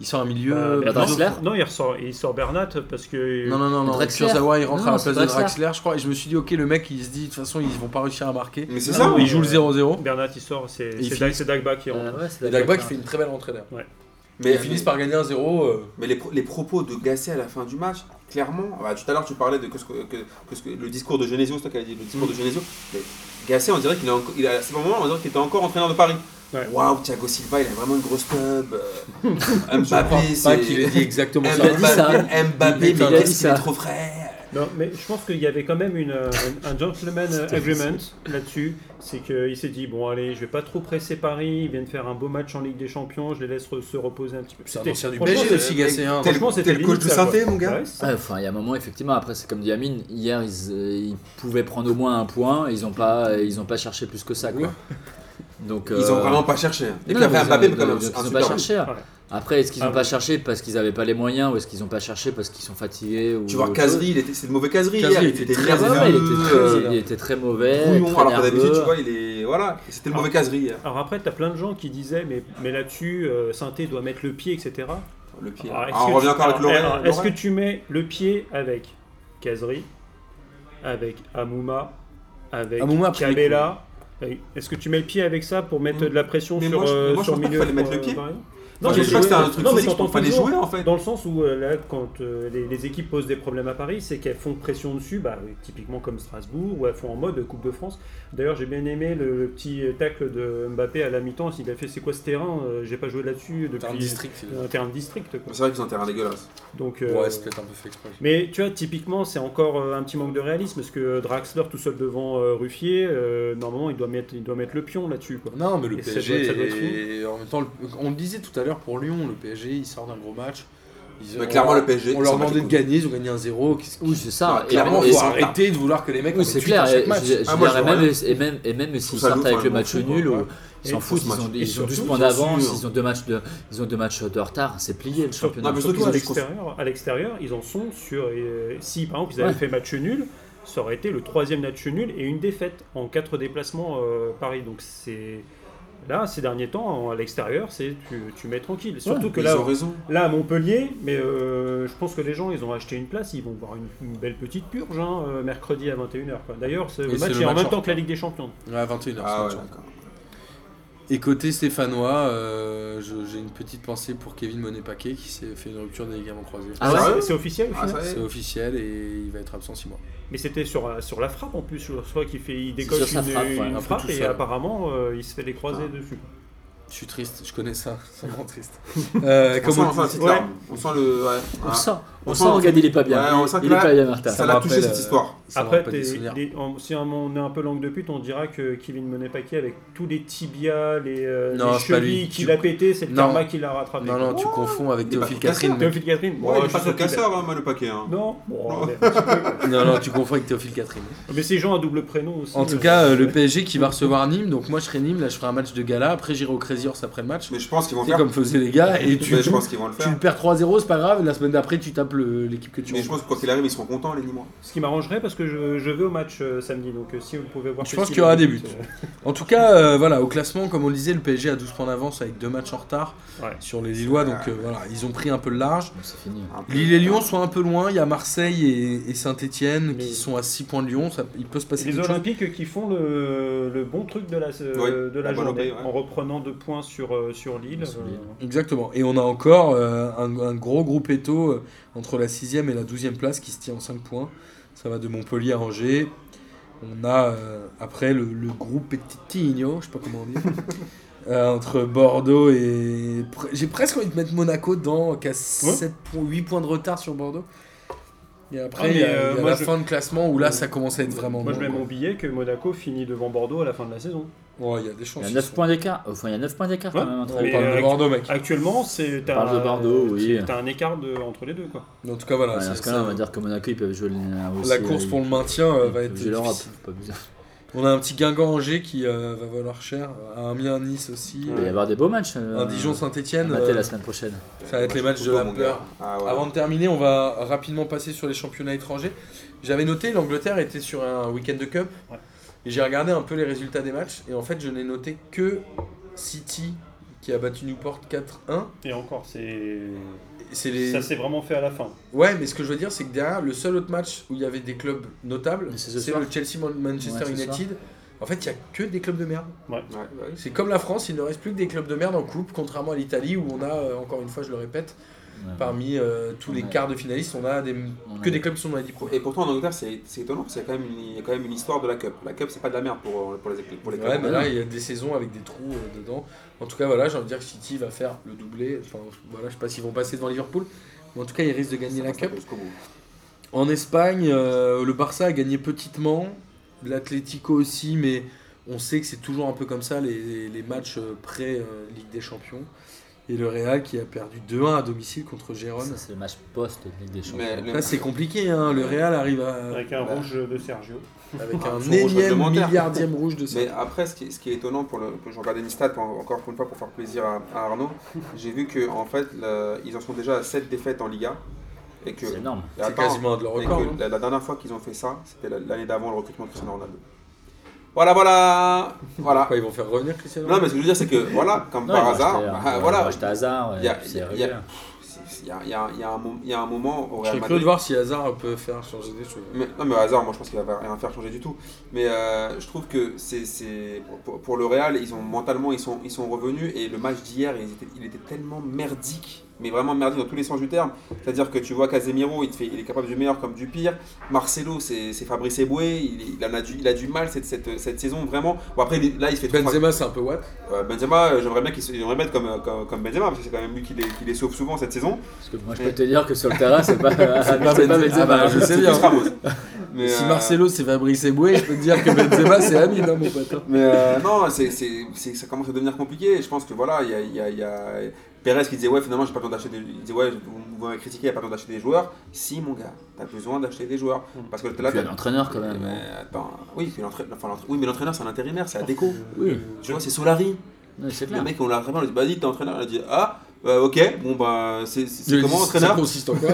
Speaker 1: Il sort un milieu.
Speaker 2: Euh,
Speaker 1: euh,
Speaker 2: non,
Speaker 4: Draxler
Speaker 2: Non, il sort, il sort Bernat parce que.
Speaker 1: non, non, non, non.
Speaker 4: Draxler.
Speaker 1: Kurzawa, il rentre
Speaker 4: Non,
Speaker 1: à la
Speaker 4: c'est
Speaker 1: place de
Speaker 4: Draxler.
Speaker 1: Draxler, je crois. Et je me suis dit, ok, le mec, il se dit, de toute façon, ils vont pas réussir à marquer.
Speaker 3: Mais c'est
Speaker 2: Non,
Speaker 3: ça.
Speaker 2: non,
Speaker 1: Il joue le 0-0.
Speaker 2: Bernat, il sort, c'est
Speaker 1: il
Speaker 2: c'est
Speaker 1: finit.
Speaker 2: Dag- c'est Dagba qui rentre.
Speaker 4: Euh, ouais, c'est
Speaker 1: Et
Speaker 4: d'accord.
Speaker 1: Dagba qui fait une très belle rentrée d'air.
Speaker 3: Mais,
Speaker 1: ils finissent par gagner 1-0. euh,
Speaker 3: mais les, pro- les propos de Gasset à la fin du match, clairement, bah, tout à l'heure tu parlais de que, ce que- que- que ce que- le discours de Genesio, c'est toi qui avais dit le discours de Genesio. Mais Gasset, on dirait qu'il est encore- il a- à ce moment-là, on dirait qu'il était encore entraîneur de Paris.
Speaker 4: Euh,
Speaker 2: Ouais.
Speaker 3: Waouh, Thiago Silva, il a vraiment une grosse pub. euh,
Speaker 1: je crois
Speaker 3: Mbappé,
Speaker 1: pas
Speaker 3: c'est.
Speaker 1: qu'il ait dit exactement ça.
Speaker 4: a dit ça.
Speaker 3: Mbappé, Mbappé,
Speaker 4: Il
Speaker 3: mais
Speaker 4: a dit
Speaker 3: qu'est-ce qu'il
Speaker 4: ça.
Speaker 3: est trop frais.
Speaker 2: Non, mais je pense qu'il y avait quand même une, euh, un, un gentleman euh, agreement là-dessus. C'est qu'il s'est dit bon, allez, je vais pas trop presser Paris. Ils viennent faire un beau match en Ligue des Champions. Je les laisse re- se reposer un petit peu.
Speaker 1: C'est un
Speaker 2: C'était-
Speaker 1: ancien du
Speaker 2: franchement,
Speaker 1: PSG
Speaker 2: c'est-
Speaker 1: aussi, Gasset. hein.
Speaker 3: Tel-
Speaker 2: Franchement, c'était
Speaker 3: tel coach
Speaker 2: limite
Speaker 3: de
Speaker 2: ça, quoi.
Speaker 3: Saint-Étienne, mon gars.
Speaker 2: Ouais, c'est ça.
Speaker 4: Ouais, Enfin, il y a un moment, effectivement, après, c'est comme dit Amine, hier, ils, euh, ils pouvaient prendre au moins un point, et ils n'ont pas, ils ont pas cherché plus que ça, quoi. Donc,
Speaker 3: Ils ont
Speaker 4: euh,
Speaker 3: vraiment pas cherché. hein. Et
Speaker 4: non,
Speaker 3: puis après,
Speaker 4: mais ils
Speaker 3: Mbappé,
Speaker 4: ont-
Speaker 3: quand même, un
Speaker 4: donc, ils ont
Speaker 3: super
Speaker 4: pas
Speaker 3: but.
Speaker 4: cherché. hein. Après, est-ce qu'ils n'ont
Speaker 2: Ah,
Speaker 4: pas
Speaker 2: ouais.
Speaker 4: cherché parce qu'ils n'avaient pas les moyens, ou est-ce qu'ils n'ont pas cherché parce qu'ils sont fatigués ou
Speaker 3: Tu vois,
Speaker 4: autre
Speaker 3: Kazri, il était- c'est de mauvais Kazri.
Speaker 1: Kazri,
Speaker 3: hier,
Speaker 1: il était
Speaker 3: était
Speaker 1: très
Speaker 4: chose
Speaker 3: nerveux,
Speaker 4: Ouais, ouais, il, était très,
Speaker 3: euh,
Speaker 4: il était très mauvais.
Speaker 3: brouillon,
Speaker 4: très
Speaker 3: alors que d'habitude,
Speaker 4: nerveux.
Speaker 3: tu vois, il est. Voilà, Et c'était le mauvais caserie. hier.
Speaker 2: Alors après, t'as plein de gens qui disaient mais, mais là-dessus, euh, Saint-Étienne doit mettre le pied, etc.
Speaker 3: Le pied.
Speaker 2: Alors, est-ce
Speaker 3: Ah, on
Speaker 2: que
Speaker 3: revient
Speaker 2: tu-
Speaker 3: encore avec
Speaker 2: alors,
Speaker 3: Lorraine.
Speaker 2: alors, Est-ce que tu mets le pied avec Kazri, avec Amouma, avec
Speaker 1: Amouma a pris les
Speaker 2: Kabela avec- Est-ce que tu mets le pied avec ça pour mettre
Speaker 3: Mm.
Speaker 2: de la pression
Speaker 3: Mais
Speaker 2: sur
Speaker 3: moi, je-
Speaker 2: euh,
Speaker 3: mais moi, je
Speaker 2: sur
Speaker 3: pense pas qu'il
Speaker 2: milieu
Speaker 3: fallait mettre le
Speaker 2: euh,
Speaker 3: pied.
Speaker 2: Varane
Speaker 3: Non,
Speaker 2: Non,
Speaker 3: je
Speaker 2: mais
Speaker 3: sais pas que c'était un
Speaker 2: jouer-
Speaker 3: truc
Speaker 2: non, mais
Speaker 3: physique,
Speaker 2: t'entends
Speaker 3: il fallait
Speaker 2: toujours.
Speaker 3: jouer en fait.
Speaker 2: Dans le sens où euh, là, quand euh, les, les équipes posent des problèmes à Paris, c'est qu'elles font pression dessus, bah, euh, typiquement comme Strasbourg, ou elles font en mode euh, Coupe de France. D'ailleurs, j'ai bien aimé le, le petit euh, tacle de Mbappé à la mi-temps. Il a fait c'est quoi ce terrain Euh, J'ai pas joué là-dessus depuis.
Speaker 1: T'as un district.
Speaker 2: Un terrain de district. quoi.
Speaker 3: C'est vrai qu'ils ont un terrain dégueulasse.
Speaker 2: Donc, euh,
Speaker 1: Ouais, c'est peut-être un peu fait exprès.
Speaker 2: mais tu vois, typiquement, c'est encore euh, un petit manque de réalisme parce que Draxler tout seul devant euh, Ruffier, euh, normalement, il doit mettre, il doit mettre le pion là-dessus. quoi.
Speaker 1: Non, mais le
Speaker 2: Et ça
Speaker 1: PSG,
Speaker 2: doit- ça doit être
Speaker 1: est- en même temps, le- on le disait tout à l'heure pour Lyon, le PSG, il sort d'un gros match. Ils-
Speaker 3: Mais
Speaker 1: on
Speaker 3: Bah, clairement,
Speaker 1: leur-
Speaker 3: le
Speaker 1: On
Speaker 3: PSG, ils
Speaker 1: leur
Speaker 3: s'en battent
Speaker 1: demandait
Speaker 3: les
Speaker 1: de gagner, ils ont gagné un 0. qu'est-ce que-
Speaker 4: Oui, c'est ça.
Speaker 3: Non,
Speaker 4: Et-
Speaker 3: clairement,
Speaker 1: Clairement,
Speaker 3: ils
Speaker 1: il faut
Speaker 3: s'en
Speaker 1: arrêter de vouloir que les mecs en
Speaker 4: Oui,
Speaker 1: aient
Speaker 4: c'est
Speaker 1: huit
Speaker 4: clair.
Speaker 1: à
Speaker 4: Et,
Speaker 1: chaque match.
Speaker 4: je, je
Speaker 3: Ah, moi,
Speaker 4: dirais
Speaker 3: je
Speaker 4: même,
Speaker 3: vois
Speaker 4: et même, et même s'ils
Speaker 3: ça
Speaker 4: sortent
Speaker 3: lourd,
Speaker 4: avec
Speaker 3: enfin,
Speaker 4: le
Speaker 3: je
Speaker 4: match
Speaker 3: m'en fous,
Speaker 4: nul,
Speaker 3: quoi,
Speaker 4: ou-
Speaker 3: ouais.
Speaker 4: ils
Speaker 2: Et
Speaker 4: s'en foutent.
Speaker 3: ce
Speaker 4: Ils
Speaker 3: match.
Speaker 4: ont,
Speaker 3: Et
Speaker 4: ils ont 12
Speaker 3: surtout,
Speaker 4: points
Speaker 3: bien
Speaker 4: d'avance,
Speaker 3: sûr.
Speaker 4: ils ont deux matchs de, ils ont deux matchs de retard. C'est plié le championnat.
Speaker 3: Non, mais
Speaker 2: Surtout
Speaker 3: surtout,
Speaker 2: à
Speaker 3: je trouve-
Speaker 2: l'extérieur, à l'extérieur, ils en sont sur. euh, si par exemple ils avaient
Speaker 4: Ouais.
Speaker 2: fait match nul, ça aurait été le troisième match nul et une défaite en quatre déplacements euh, Paris. Donc c'est là ces derniers temps en- à l'extérieur, c'est tu, tu mets tranquille. Surtout que
Speaker 3: Ils
Speaker 2: là,
Speaker 3: ont raison.
Speaker 2: là à Montpellier, mais euh, je pense que les gens ils ont acheté une place, ils vont voir une, une belle petite purge hein, euh, mercredi à 21h. quoi. D'ailleurs, ce
Speaker 1: Oui,
Speaker 2: match
Speaker 1: c'est le
Speaker 2: est en
Speaker 1: match
Speaker 2: même
Speaker 1: en-
Speaker 2: temps que la Ligue des Champions.
Speaker 1: Ouais, 21h.
Speaker 3: Ah ouais, d'accord.
Speaker 1: Et côté stéphanois, euh, je- j'ai une petite pensée pour Kevin Monet-Paquet qui s'est fait une rupture des ligaments croisés.
Speaker 4: Ah ouais
Speaker 3: Sérieux
Speaker 2: C'est- C'est officiel au
Speaker 3: Ah,
Speaker 2: final.
Speaker 3: ça y est.
Speaker 1: C'est officiel et il va être absent 6 mois.
Speaker 2: Mais c'était sur, euh, sur la frappe en plus, sur soit qu'il fait, il décoche
Speaker 4: sur sa
Speaker 2: une une
Speaker 4: frappe,
Speaker 2: frappe,
Speaker 4: ouais, un
Speaker 1: peu tout
Speaker 2: et
Speaker 1: seul.
Speaker 2: apparemment euh, il se fait les croiser dessus.
Speaker 1: Je suis triste, je connais ça, c'est vraiment triste. Euh,
Speaker 3: On sent
Speaker 1: comment
Speaker 3: enfin, la petite
Speaker 2: Ouais.
Speaker 3: larme. On sent le. ouais.
Speaker 4: On
Speaker 3: Ah.
Speaker 4: sent, on
Speaker 3: On
Speaker 4: sent,
Speaker 3: sent-
Speaker 4: regardez, il est pas bien.
Speaker 3: Ouais, on sent que
Speaker 4: il est
Speaker 3: là,
Speaker 4: pas bien, Martin.
Speaker 3: Ça
Speaker 1: me
Speaker 3: l'a
Speaker 1: rappelle,
Speaker 3: touché cette
Speaker 1: euh,
Speaker 3: histoire.
Speaker 1: ça me
Speaker 2: Après,
Speaker 1: rappelle des
Speaker 2: t'es-
Speaker 1: souvenirs.
Speaker 2: des- on- si on est un peu langue de pute, on dira que Kevin Monet-Paquet avec tous les tibias, les, euh,
Speaker 1: Non,
Speaker 2: les
Speaker 1: c'est pas lui.
Speaker 2: chevilles qu'il
Speaker 1: Tu-
Speaker 2: a pété, c'est le
Speaker 1: Non.
Speaker 2: karma qui l'a rattrapé.
Speaker 1: Non, non, tu confonds avec
Speaker 3: Il est pas
Speaker 1: Théophile
Speaker 3: efficace,
Speaker 1: Catherine. mec.
Speaker 2: Théophile Catherine,
Speaker 3: Ouais, il est
Speaker 2: je
Speaker 3: pas
Speaker 2: suis
Speaker 3: sur le
Speaker 2: sûr qu'il
Speaker 3: casseur, hein, moi, le paquet. hein.
Speaker 2: a- Non, bon,
Speaker 3: Non.
Speaker 2: mais, un petit peu.
Speaker 1: Non, non, tu confonds avec Théophile Catherine.
Speaker 2: mais ces gens à double prénom aussi.
Speaker 1: En tout
Speaker 2: euh,
Speaker 1: cas, euh, le PSG qui va recevoir Nîmes, donc moi je serai Nîmes, là je ferai un match de gala, après j'irai au Crazy Horse après le match.
Speaker 3: Mais je pense qu'ils vont
Speaker 1: Tu sais,
Speaker 3: le faire.
Speaker 1: comme faisaient les gars, et tu,
Speaker 3: Mais je
Speaker 1: tu,
Speaker 3: pense qu'ils vont le
Speaker 1: tu
Speaker 3: faire.
Speaker 1: le perds 3-0, c'est pas grave, la semaine d'après tu tapes le- l'équipe que tu
Speaker 3: Mais je
Speaker 1: veux.
Speaker 3: pense que quoi qu'il arrive, ils seront contents, les Nîmois.
Speaker 2: ce qui m'arrangerait parce que je, je vais au match euh, samedi, donc euh, si vous le pouvez voir.
Speaker 1: Je
Speaker 2: ce
Speaker 1: pense
Speaker 2: qu'il
Speaker 1: qu'il y aura
Speaker 2: a
Speaker 1: des
Speaker 2: dit,
Speaker 1: buts. En tout cas, euh, voilà, au classement, comme on le disait, le PSG a 12 points d'avance avec deux matchs en retard
Speaker 2: euh, ouais.
Speaker 1: sur les Lillois, donc euh, voilà, ils ont pris un peu le large.
Speaker 4: Bon, C'est fini.
Speaker 3: Un peu.
Speaker 1: Lille et Lyon sont un peu loin, il y a Marseille et, Saint-Etienne
Speaker 2: Mais-
Speaker 1: qui sont à 6 points de Lyon, ça- il peut se passer
Speaker 2: Les
Speaker 1: quelque chose.
Speaker 2: Olympiques qui font le, le bon truc de la, euh,
Speaker 3: Oui,
Speaker 2: de la
Speaker 3: la bonne
Speaker 2: journée,
Speaker 3: opé, ouais.
Speaker 2: en reprenant deux points sur, euh, sur Lille.
Speaker 4: Sur Lille.
Speaker 2: Euh,
Speaker 1: Exactement, et on a encore euh, un, un gros groupe étau euh, entre la 6ème et la 12ème place qui se tient en 5 points. Ça va de Montpellier à Angers. On a euh, après le, le groupe Petitinho, je sais pas comment on dit, euh, entre Bordeaux et. pre- J'ai presque envie de mettre Monaco dedans, qui a 7 points- 8 points de retard sur Bordeaux. Et après,
Speaker 2: Ah, mais,
Speaker 1: il y a,
Speaker 2: euh,
Speaker 1: il y a
Speaker 2: moi,
Speaker 1: la
Speaker 2: je-
Speaker 1: fin de classement où là ça commence à être vraiment.
Speaker 2: Moi, je
Speaker 1: bon,
Speaker 2: mets
Speaker 1: quoi.
Speaker 2: mon billet que Monaco finit devant Bordeaux à la fin de la saison.
Speaker 1: Ouais, il y a des chances.
Speaker 4: Il y a
Speaker 1: ils
Speaker 4: 9
Speaker 1: sont-
Speaker 4: points d'écart. Au fond, il y a 9 points d'écart
Speaker 2: Ouais.
Speaker 4: quand même entre
Speaker 1: On
Speaker 2: Mais,
Speaker 4: les
Speaker 1: parle
Speaker 2: euh,
Speaker 1: de Bordeaux, mec.
Speaker 2: Actuellement, c'est t'as
Speaker 4: parle de Bordeaux, oui.
Speaker 2: t'as un écart de- entre les deux, quoi.
Speaker 1: En tout cas, voilà.
Speaker 4: Ouais,
Speaker 1: c'est-
Speaker 4: dans ce cas-là,
Speaker 1: c'est-
Speaker 4: on va dire que Monaco, ils peuvent jouer le- aussi,
Speaker 1: la course
Speaker 4: euh,
Speaker 1: pour le maintien euh,
Speaker 4: ils
Speaker 1: va
Speaker 4: peuvent
Speaker 1: être
Speaker 4: jouer l'Europe.
Speaker 1: difficile.
Speaker 4: Pas bizarre.
Speaker 1: On a un petit Guingamp Angers qui euh, va valoir cher. Un Amiens Nice aussi.
Speaker 4: Il va y avoir des beaux matchs.
Speaker 1: Un Dijon Saint-Etienne.
Speaker 4: Maté la semaine prochaine.
Speaker 1: ça va être les
Speaker 3: Moi,
Speaker 1: matchs
Speaker 3: je
Speaker 1: de
Speaker 3: suis
Speaker 1: la
Speaker 3: content, mon
Speaker 1: peur.
Speaker 3: gars. Ah ouais.
Speaker 1: Avant de terminer, on va rapidement passer sur les championnats étrangers. J'avais noté l'Angleterre était sur un week-end de cup.
Speaker 2: Ouais.
Speaker 1: Et j'ai regardé un peu les résultats des matchs. Et en fait, je n'ai noté que City qui a battu Newport 4-1.
Speaker 2: Et encore, c'est
Speaker 1: C'est les...
Speaker 2: ça s'est vraiment fait à la fin.
Speaker 1: Ouais, mais ce que je veux dire, c'est que derrière, le seul autre match où il y avait des clubs notables,
Speaker 4: Mais c'est ce
Speaker 1: c'est
Speaker 4: soir.
Speaker 1: le Chelsea-Manchester
Speaker 4: Ouais, ce soir.
Speaker 1: United. En fait, il n'y a que des clubs de merde.
Speaker 3: Ouais, ouais.
Speaker 1: C'est comme la France, il ne reste plus que des clubs de merde en coupe, contrairement à l'Italie où on a, euh, encore une fois, je le répète,
Speaker 4: Ouais.
Speaker 1: parmi euh, tous les
Speaker 4: Ouais.
Speaker 1: quarts de finalistes, on a des,
Speaker 4: On
Speaker 1: que
Speaker 4: a-
Speaker 1: des clubs qui sont dans les 10 premiers.
Speaker 3: Et pourtant, en Angleterre, c'est c'est étonnant parce qu'il y a quand même une- il y a quand même une histoire de la Cup. La Cup, c'est pas de la merde pour, pour les équipes. Pour les
Speaker 1: Ouais,
Speaker 3: clubs.
Speaker 1: mais là, il y a des saisons avec des trous euh, dedans. En tout cas, voilà, j'ai envie de dire que City va faire le doublé. Enfin, voilà, je sais pas s'ils vont passer devant Liverpool, mais en tout cas, ils risquent de gagner
Speaker 3: Ça
Speaker 1: la
Speaker 3: passe pas
Speaker 1: Cup.
Speaker 3: jusqu'au bout.
Speaker 1: En Espagne, euh, le Barça a gagné petitement, l'Atlético aussi, mais on sait que c'est toujours un peu comme ça les, les matchs euh, pré-Ligue des Champions. Et le Real qui a perdu 2-1 à domicile contre Gérone.
Speaker 4: Ça, c'est le match post de Ligue des Champions.
Speaker 3: Mais le-
Speaker 1: Là, c'est compliqué, hein. le Real arrive à-
Speaker 2: Avec un
Speaker 3: bah.
Speaker 2: rouge de Sergio.
Speaker 1: avec
Speaker 3: Ah,
Speaker 1: un
Speaker 3: son rouge
Speaker 1: énième
Speaker 3: réglementaire.
Speaker 1: milliardième rouge de ça.
Speaker 3: Mais après, ce qui, ce qui est étonnant, pour le, que je regardais une stat pour- encore pour une fois pour faire plaisir à, à Arnaud, j'ai vu que en fait, le- ils en sont déjà à 7 défaites en Liga. Et que,
Speaker 4: C'est énorme.
Speaker 3: et attends,
Speaker 1: C'est quasiment de leur
Speaker 3: et
Speaker 1: record. hein.
Speaker 3: que
Speaker 1: non
Speaker 3: la, la dernière fois qu'ils ont fait ça, c'était la- l'année d'avant le recrutement de Cristiano Ronaldo. Voilà, voilà Voilà
Speaker 1: Pourquoi ils vont faire revenir Cristiano
Speaker 3: Non, mais ce que je veux dire, c'est que, voilà, comme
Speaker 4: Non, ils
Speaker 3: par
Speaker 4: vont
Speaker 3: hasard,
Speaker 4: acheter,
Speaker 3: bah,
Speaker 4: ils vont
Speaker 3: voilà,
Speaker 4: acheter hasard, ouais,
Speaker 3: Il y a-
Speaker 4: c'est
Speaker 3: il y a-
Speaker 4: régulier.
Speaker 3: c'est- il y a, il y a- il y a un mom- il y a un moment au Real
Speaker 1: J'ai cru
Speaker 3: Madrid.
Speaker 1: de voir si Hazard peut faire changer des choses.
Speaker 3: Mais- non, mais hasard, moi je pense qu'il va rien faire changer du tout. Mais euh, je trouve que c'est c'est- pour, pour le Real, ils ont mentalement ils sont ils sont revenus et le match d'hier, ils étaient- il était tellement merdique, mais vraiment merdique dans tous les sens du terme. C'est-à-dire que tu vois Casemiro, il, te fait, il est capable du meilleur comme du pire. Marcelo, c'est c'est Fabrice Eboué, il, il en a du il a du mal cette, cette, cette saison vraiment. Bon après il- là il se fait trop frapper.
Speaker 1: Benzema, c'est un peu what
Speaker 3: Euh, Benzema, euh, j'aimerais bien qu'il se- j'aimerais mettre comme, euh, comme comme Benzema parce que c'est quand même lui qui les, qui les sauve souvent cette saison.
Speaker 4: Parce que moi, je peux te dire que sur le terrain, c'est pas, c'est pas Benzema.
Speaker 1: Ah bah, je sais
Speaker 3: C'est
Speaker 1: bien.
Speaker 3: plus Ramos. Mais,
Speaker 1: si
Speaker 3: euh,
Speaker 1: Marcelo c'est Fabrice Eboué, je peux te dire que Benzema c'est Amine, hein, mon pote.
Speaker 3: Mais euh, non, c'est c'est- c'est- ça commence à devenir compliqué. Je pense que voilà, il y a, il y a- il y a Perez qui disait ouais finalement j'ai pas le temps d'acheter. Des... Il disait ouais vous, vous m'avez critiqué, il y a pas le temps d'acheter des joueurs. Si mon gars, t'as besoin d'acheter des joueurs parce que t'es là.
Speaker 4: Tu es
Speaker 3: t'as-
Speaker 4: Mmh. un entraîneur quand même.
Speaker 3: Mais attends, oui, puis l'entra- enfin, l'entra- oui, mais l'entraîneur c'est un intérimaire, c'est à déco.
Speaker 4: Oui,
Speaker 3: Tu vois, c'est Solari.
Speaker 4: Ouais, c'est
Speaker 3: Le
Speaker 4: Mmh. clair.
Speaker 3: mec on l'a vraiment, on lui dit bah dis t'es entraîneur, il a dit ah euh, ok bon bah c'est c'est- c'est
Speaker 1: Je
Speaker 3: comment
Speaker 1: dis, Ça
Speaker 3: entraîneur
Speaker 1: consiste en quoi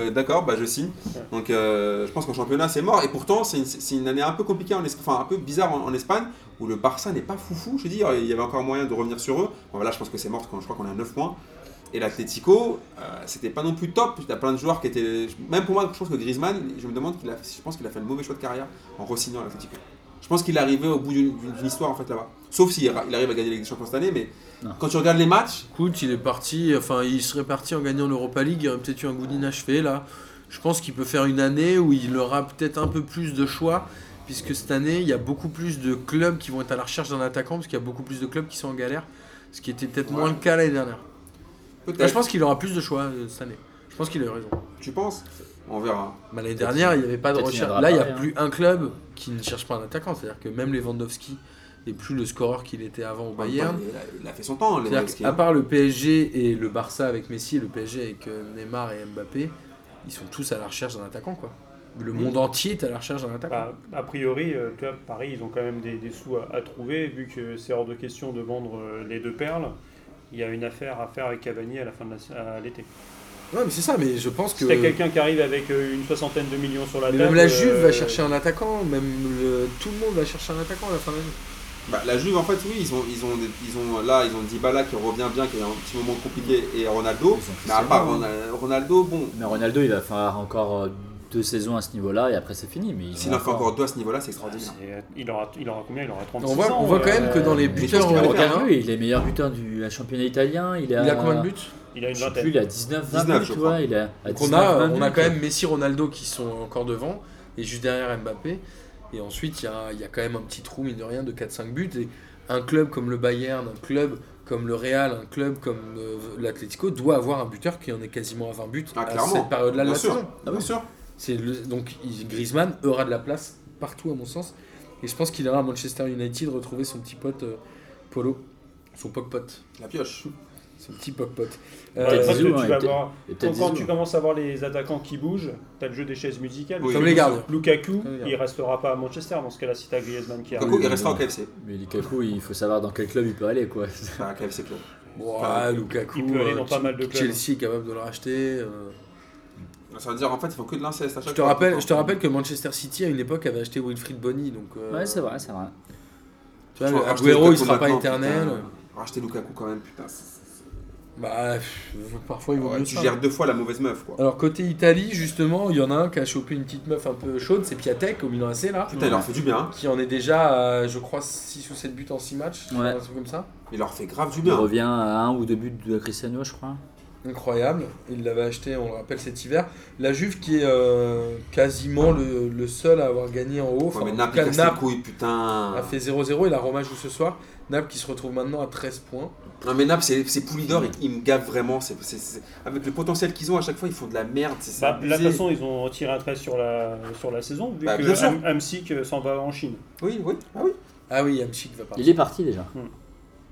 Speaker 3: Euh, D'accord, bah je signe. Donc euh, je pense qu'en championnat c'est mort. Et pourtant c'est une, c'est une année un peu compliquée, en Esp- enfin un peu bizarre en, en Espagne, où le Barça n'est pas foufou. Je veux dire, il y avait encore moyen de revenir sur eux. Bon, là je pense que c'est mort, quand je crois qu'on est à 9 points. Et l'Atlético, euh, c'était pas non plus top. Il y a plein de joueurs qui étaient. Même pour moi, je pense que Griezmann, je me demande, qu'il a, je pense qu'il a fait le mauvais choix de carrière en re-signant à l'Atlético. Je pense qu'il est arrivé au bout d'une d'une- d'une histoire en fait là-bas. Sauf s'il ra- il arrive à gagner les champions cette année, mais
Speaker 4: Non.
Speaker 3: quand tu regardes les matchs,
Speaker 1: Écoute, il est parti, enfin il serait parti en gagnant l'Europa League, il aurait peut-être eu un goût d'inachevé là. Je pense qu'il peut faire une année où il aura peut-être un peu plus de choix, puisque cette année il y a beaucoup plus de clubs qui vont être à la recherche d'un attaquant, parce qu'il y a beaucoup plus de clubs qui sont en galère, ce qui était peut-être
Speaker 3: Ouais.
Speaker 1: moins le cas l'année dernière. Là,
Speaker 3: peut-être.
Speaker 1: je pense qu'il aura plus de choix euh, cette année. Je pense qu'il a eu raison.
Speaker 3: Tu penses On verra.
Speaker 1: Bah, L'année dernière, il n'y avait pas de
Speaker 4: peut-être qu'il
Speaker 1: recherche.
Speaker 4: viendra
Speaker 1: Là, il n'y a
Speaker 4: pareil, hein.
Speaker 1: plus un club qui ne cherche pas un attaquant. C'est-à-dire que même Lewandowski n'est plus le scoreur qu'il était avant au
Speaker 4: Bah,
Speaker 1: Bayern.
Speaker 3: Il a, il a fait son temps, les
Speaker 1: C'est-à-dire
Speaker 2: hein.
Speaker 1: qu'à part le PSG et le Barça avec Messi, et le PSG avec euh, Neymar et Mbappé, ils sont tous à la recherche d'un attaquant. quoi. Le
Speaker 2: Mm.
Speaker 1: monde entier est à la recherche d'un attaquant.
Speaker 2: Bah, a priori, euh, tu vois, Paris, ils ont quand même des, des sous à, à trouver, vu que c'est hors de question de vendre euh, les deux perles. Il y a une affaire à faire avec Cavani à la fin de la sa- à l'été.
Speaker 1: Ouais, mais c'est ça, mais je pense que.
Speaker 2: Si t'as quelqu'un qui arrive avec euh, une soixantaine de millions sur la
Speaker 1: mais
Speaker 2: table.
Speaker 1: même la Juve
Speaker 2: euh,
Speaker 1: va chercher un attaquant, même le- tout le monde va chercher un attaquant à la fin de l'année.
Speaker 3: Bah, la Juve, en fait, oui, ils ont, ils ont, des- ils ont là, ils ont Dybala qui revient bien, qui a eu un petit moment compliqué, et Ronaldo.
Speaker 4: Ils ont
Speaker 3: Mais à part
Speaker 4: Cristiano,
Speaker 3: Rona-
Speaker 1: hein.
Speaker 3: Ronaldo, bon,
Speaker 4: Mais Ronaldo, il va faire encore euh, deux saisons à ce niveau-là et après, c'est fini. Mais il
Speaker 3: s'il
Speaker 4: va
Speaker 3: en fait encore deux à ce niveau-là, c'est extraordinaire.
Speaker 2: ah,
Speaker 1: Ah,
Speaker 2: c'est- Il aura, il aura combien Il aura 36
Speaker 1: On voit,
Speaker 2: ans,
Speaker 1: on voit
Speaker 2: euh,
Speaker 1: quand même que dans les
Speaker 4: mais je
Speaker 1: buteurs,
Speaker 3: pense qu'il va
Speaker 1: euh,
Speaker 3: regarder.
Speaker 4: Regarde, lui, il est meilleur buteur du la championnat italien. Il,
Speaker 1: il
Speaker 4: a,
Speaker 1: a combien de buts
Speaker 2: Il a une
Speaker 4: Je sais plus,
Speaker 2: vingtaine.
Speaker 4: il a 19, 20
Speaker 3: 19,
Speaker 4: buts,
Speaker 3: je
Speaker 4: tu
Speaker 3: crois.
Speaker 4: vois. Il a, à
Speaker 1: Donc on
Speaker 4: 19,
Speaker 1: a,
Speaker 4: 20
Speaker 1: on a
Speaker 4: buts.
Speaker 1: quand même Messi, Ronaldo qui sont encore devant et juste derrière Mbappé. Et ensuite, il y a, il y a quand même un petit trou, mine de rien, de 4-5 buts. Et un club comme le Bayern, un club comme le Real, un club comme euh, l'Atlético doit avoir un buteur qui en est quasiment à 20 buts
Speaker 3: Ah,
Speaker 1: à
Speaker 3: clairement.
Speaker 1: cette période-là de
Speaker 3: Bien
Speaker 1: la
Speaker 3: sûr. Ah
Speaker 1: saison. Ah
Speaker 3: Bien sûr.
Speaker 1: C'est le- donc il- Griezmann aura de la place partout, à mon sens. Et je pense qu'il ira à Manchester United retrouver son petit pote euh, Polo, son poc-pote,
Speaker 3: La pioche.
Speaker 1: son petit poc-pote.
Speaker 2: Ouais,
Speaker 1: Euh,
Speaker 2: en fait, tu
Speaker 4: Zizou, hein,
Speaker 2: vas
Speaker 4: et peut-
Speaker 2: voir-
Speaker 4: Et peut-être
Speaker 2: Quand, quand tu
Speaker 4: Zizou.
Speaker 2: commences à voir les attaquants qui bougent, t'as le jeu des chaises musicales.
Speaker 3: Oui.
Speaker 1: Comme les gardiens.
Speaker 2: Lukaku,
Speaker 1: Comme les gardiens.
Speaker 2: il restera pas à Manchester dans ce cas-là si t'as Griezmann qui
Speaker 3: Coco,
Speaker 2: arrive.
Speaker 4: oui,
Speaker 3: il restera
Speaker 4: oui.
Speaker 3: au KFC.
Speaker 4: Mais Lukaku, il faut savoir dans quel club il peut aller, quoi.
Speaker 3: Enfin, à KFC Club.
Speaker 1: Ouah, Lukaku,
Speaker 2: Bah, il peut aller
Speaker 1: euh,
Speaker 2: dans pas mal de clubs. hein.
Speaker 1: Chelsea est capable de le racheter. euh.
Speaker 3: Ça veut dire, en fait, il faut que de l'inceste à chaque
Speaker 1: Je te,
Speaker 3: fois.
Speaker 1: rappelle, je te rappelle que Manchester City à une époque avait acheté Wilfried Bonny, donc euh,
Speaker 4: Ouais, c'est vrai, c'est vrai.
Speaker 1: tu vois,
Speaker 3: Faut
Speaker 1: le
Speaker 3: racheter
Speaker 1: Agüero il
Speaker 3: Lukaku
Speaker 1: sera pas
Speaker 3: maintenant,
Speaker 1: éternel.
Speaker 3: putain. Racheter Lukaku quand même, putain. c'est-
Speaker 1: Bah pff, parfois il vaut
Speaker 3: Ouais,
Speaker 1: mieux
Speaker 3: tu
Speaker 1: ça.
Speaker 3: gères deux fois la mauvaise meuf, quoi.
Speaker 1: Alors côté Italie justement, il y en a un qui a chopé une petite meuf un peu chaude, c'est Piatek au Milan AC là,
Speaker 3: Putain, il leur fait du bien. hein.
Speaker 1: qui en est déjà à, je crois 6 ou 7 buts en 6 matchs,
Speaker 4: Ouais.
Speaker 1: un truc comme ça.
Speaker 3: Il leur fait grave du
Speaker 4: Il
Speaker 3: bien.
Speaker 4: revient à un ou deux buts de Cristiano, je crois.
Speaker 1: Incroyable, il l'avait acheté, on le rappelle cet hiver. La Juve qui est euh, quasiment le, le seul à avoir gagné en haut,
Speaker 3: Ouais, mais
Speaker 1: en
Speaker 3: Naples,
Speaker 1: tout cas,
Speaker 3: il casse les
Speaker 1: Naples
Speaker 3: couilles, putain.
Speaker 4: Ah.
Speaker 1: a fait 0-0 et la Roma joue ce soir. Naples qui se retrouve maintenant à 13 points.
Speaker 3: Non mais Naples, c'est c'est Poulidor, ils, ils me gavent vraiment. c'est c'est- c'est- avec le potentiel qu'ils ont à chaque fois, ils font de la merde. C'est c'est
Speaker 2: Bah, de
Speaker 3: abusé.
Speaker 2: toute façon, ils ont retiré un trait sur la, sur la saison, vu
Speaker 3: Bah,
Speaker 2: que
Speaker 3: bien sûr.
Speaker 2: Am- Amsic euh, s'en va en Chine.
Speaker 3: Oui, oui, ah oui.
Speaker 1: Ah oui, Yamchik va partir.
Speaker 4: Il est parti déjà.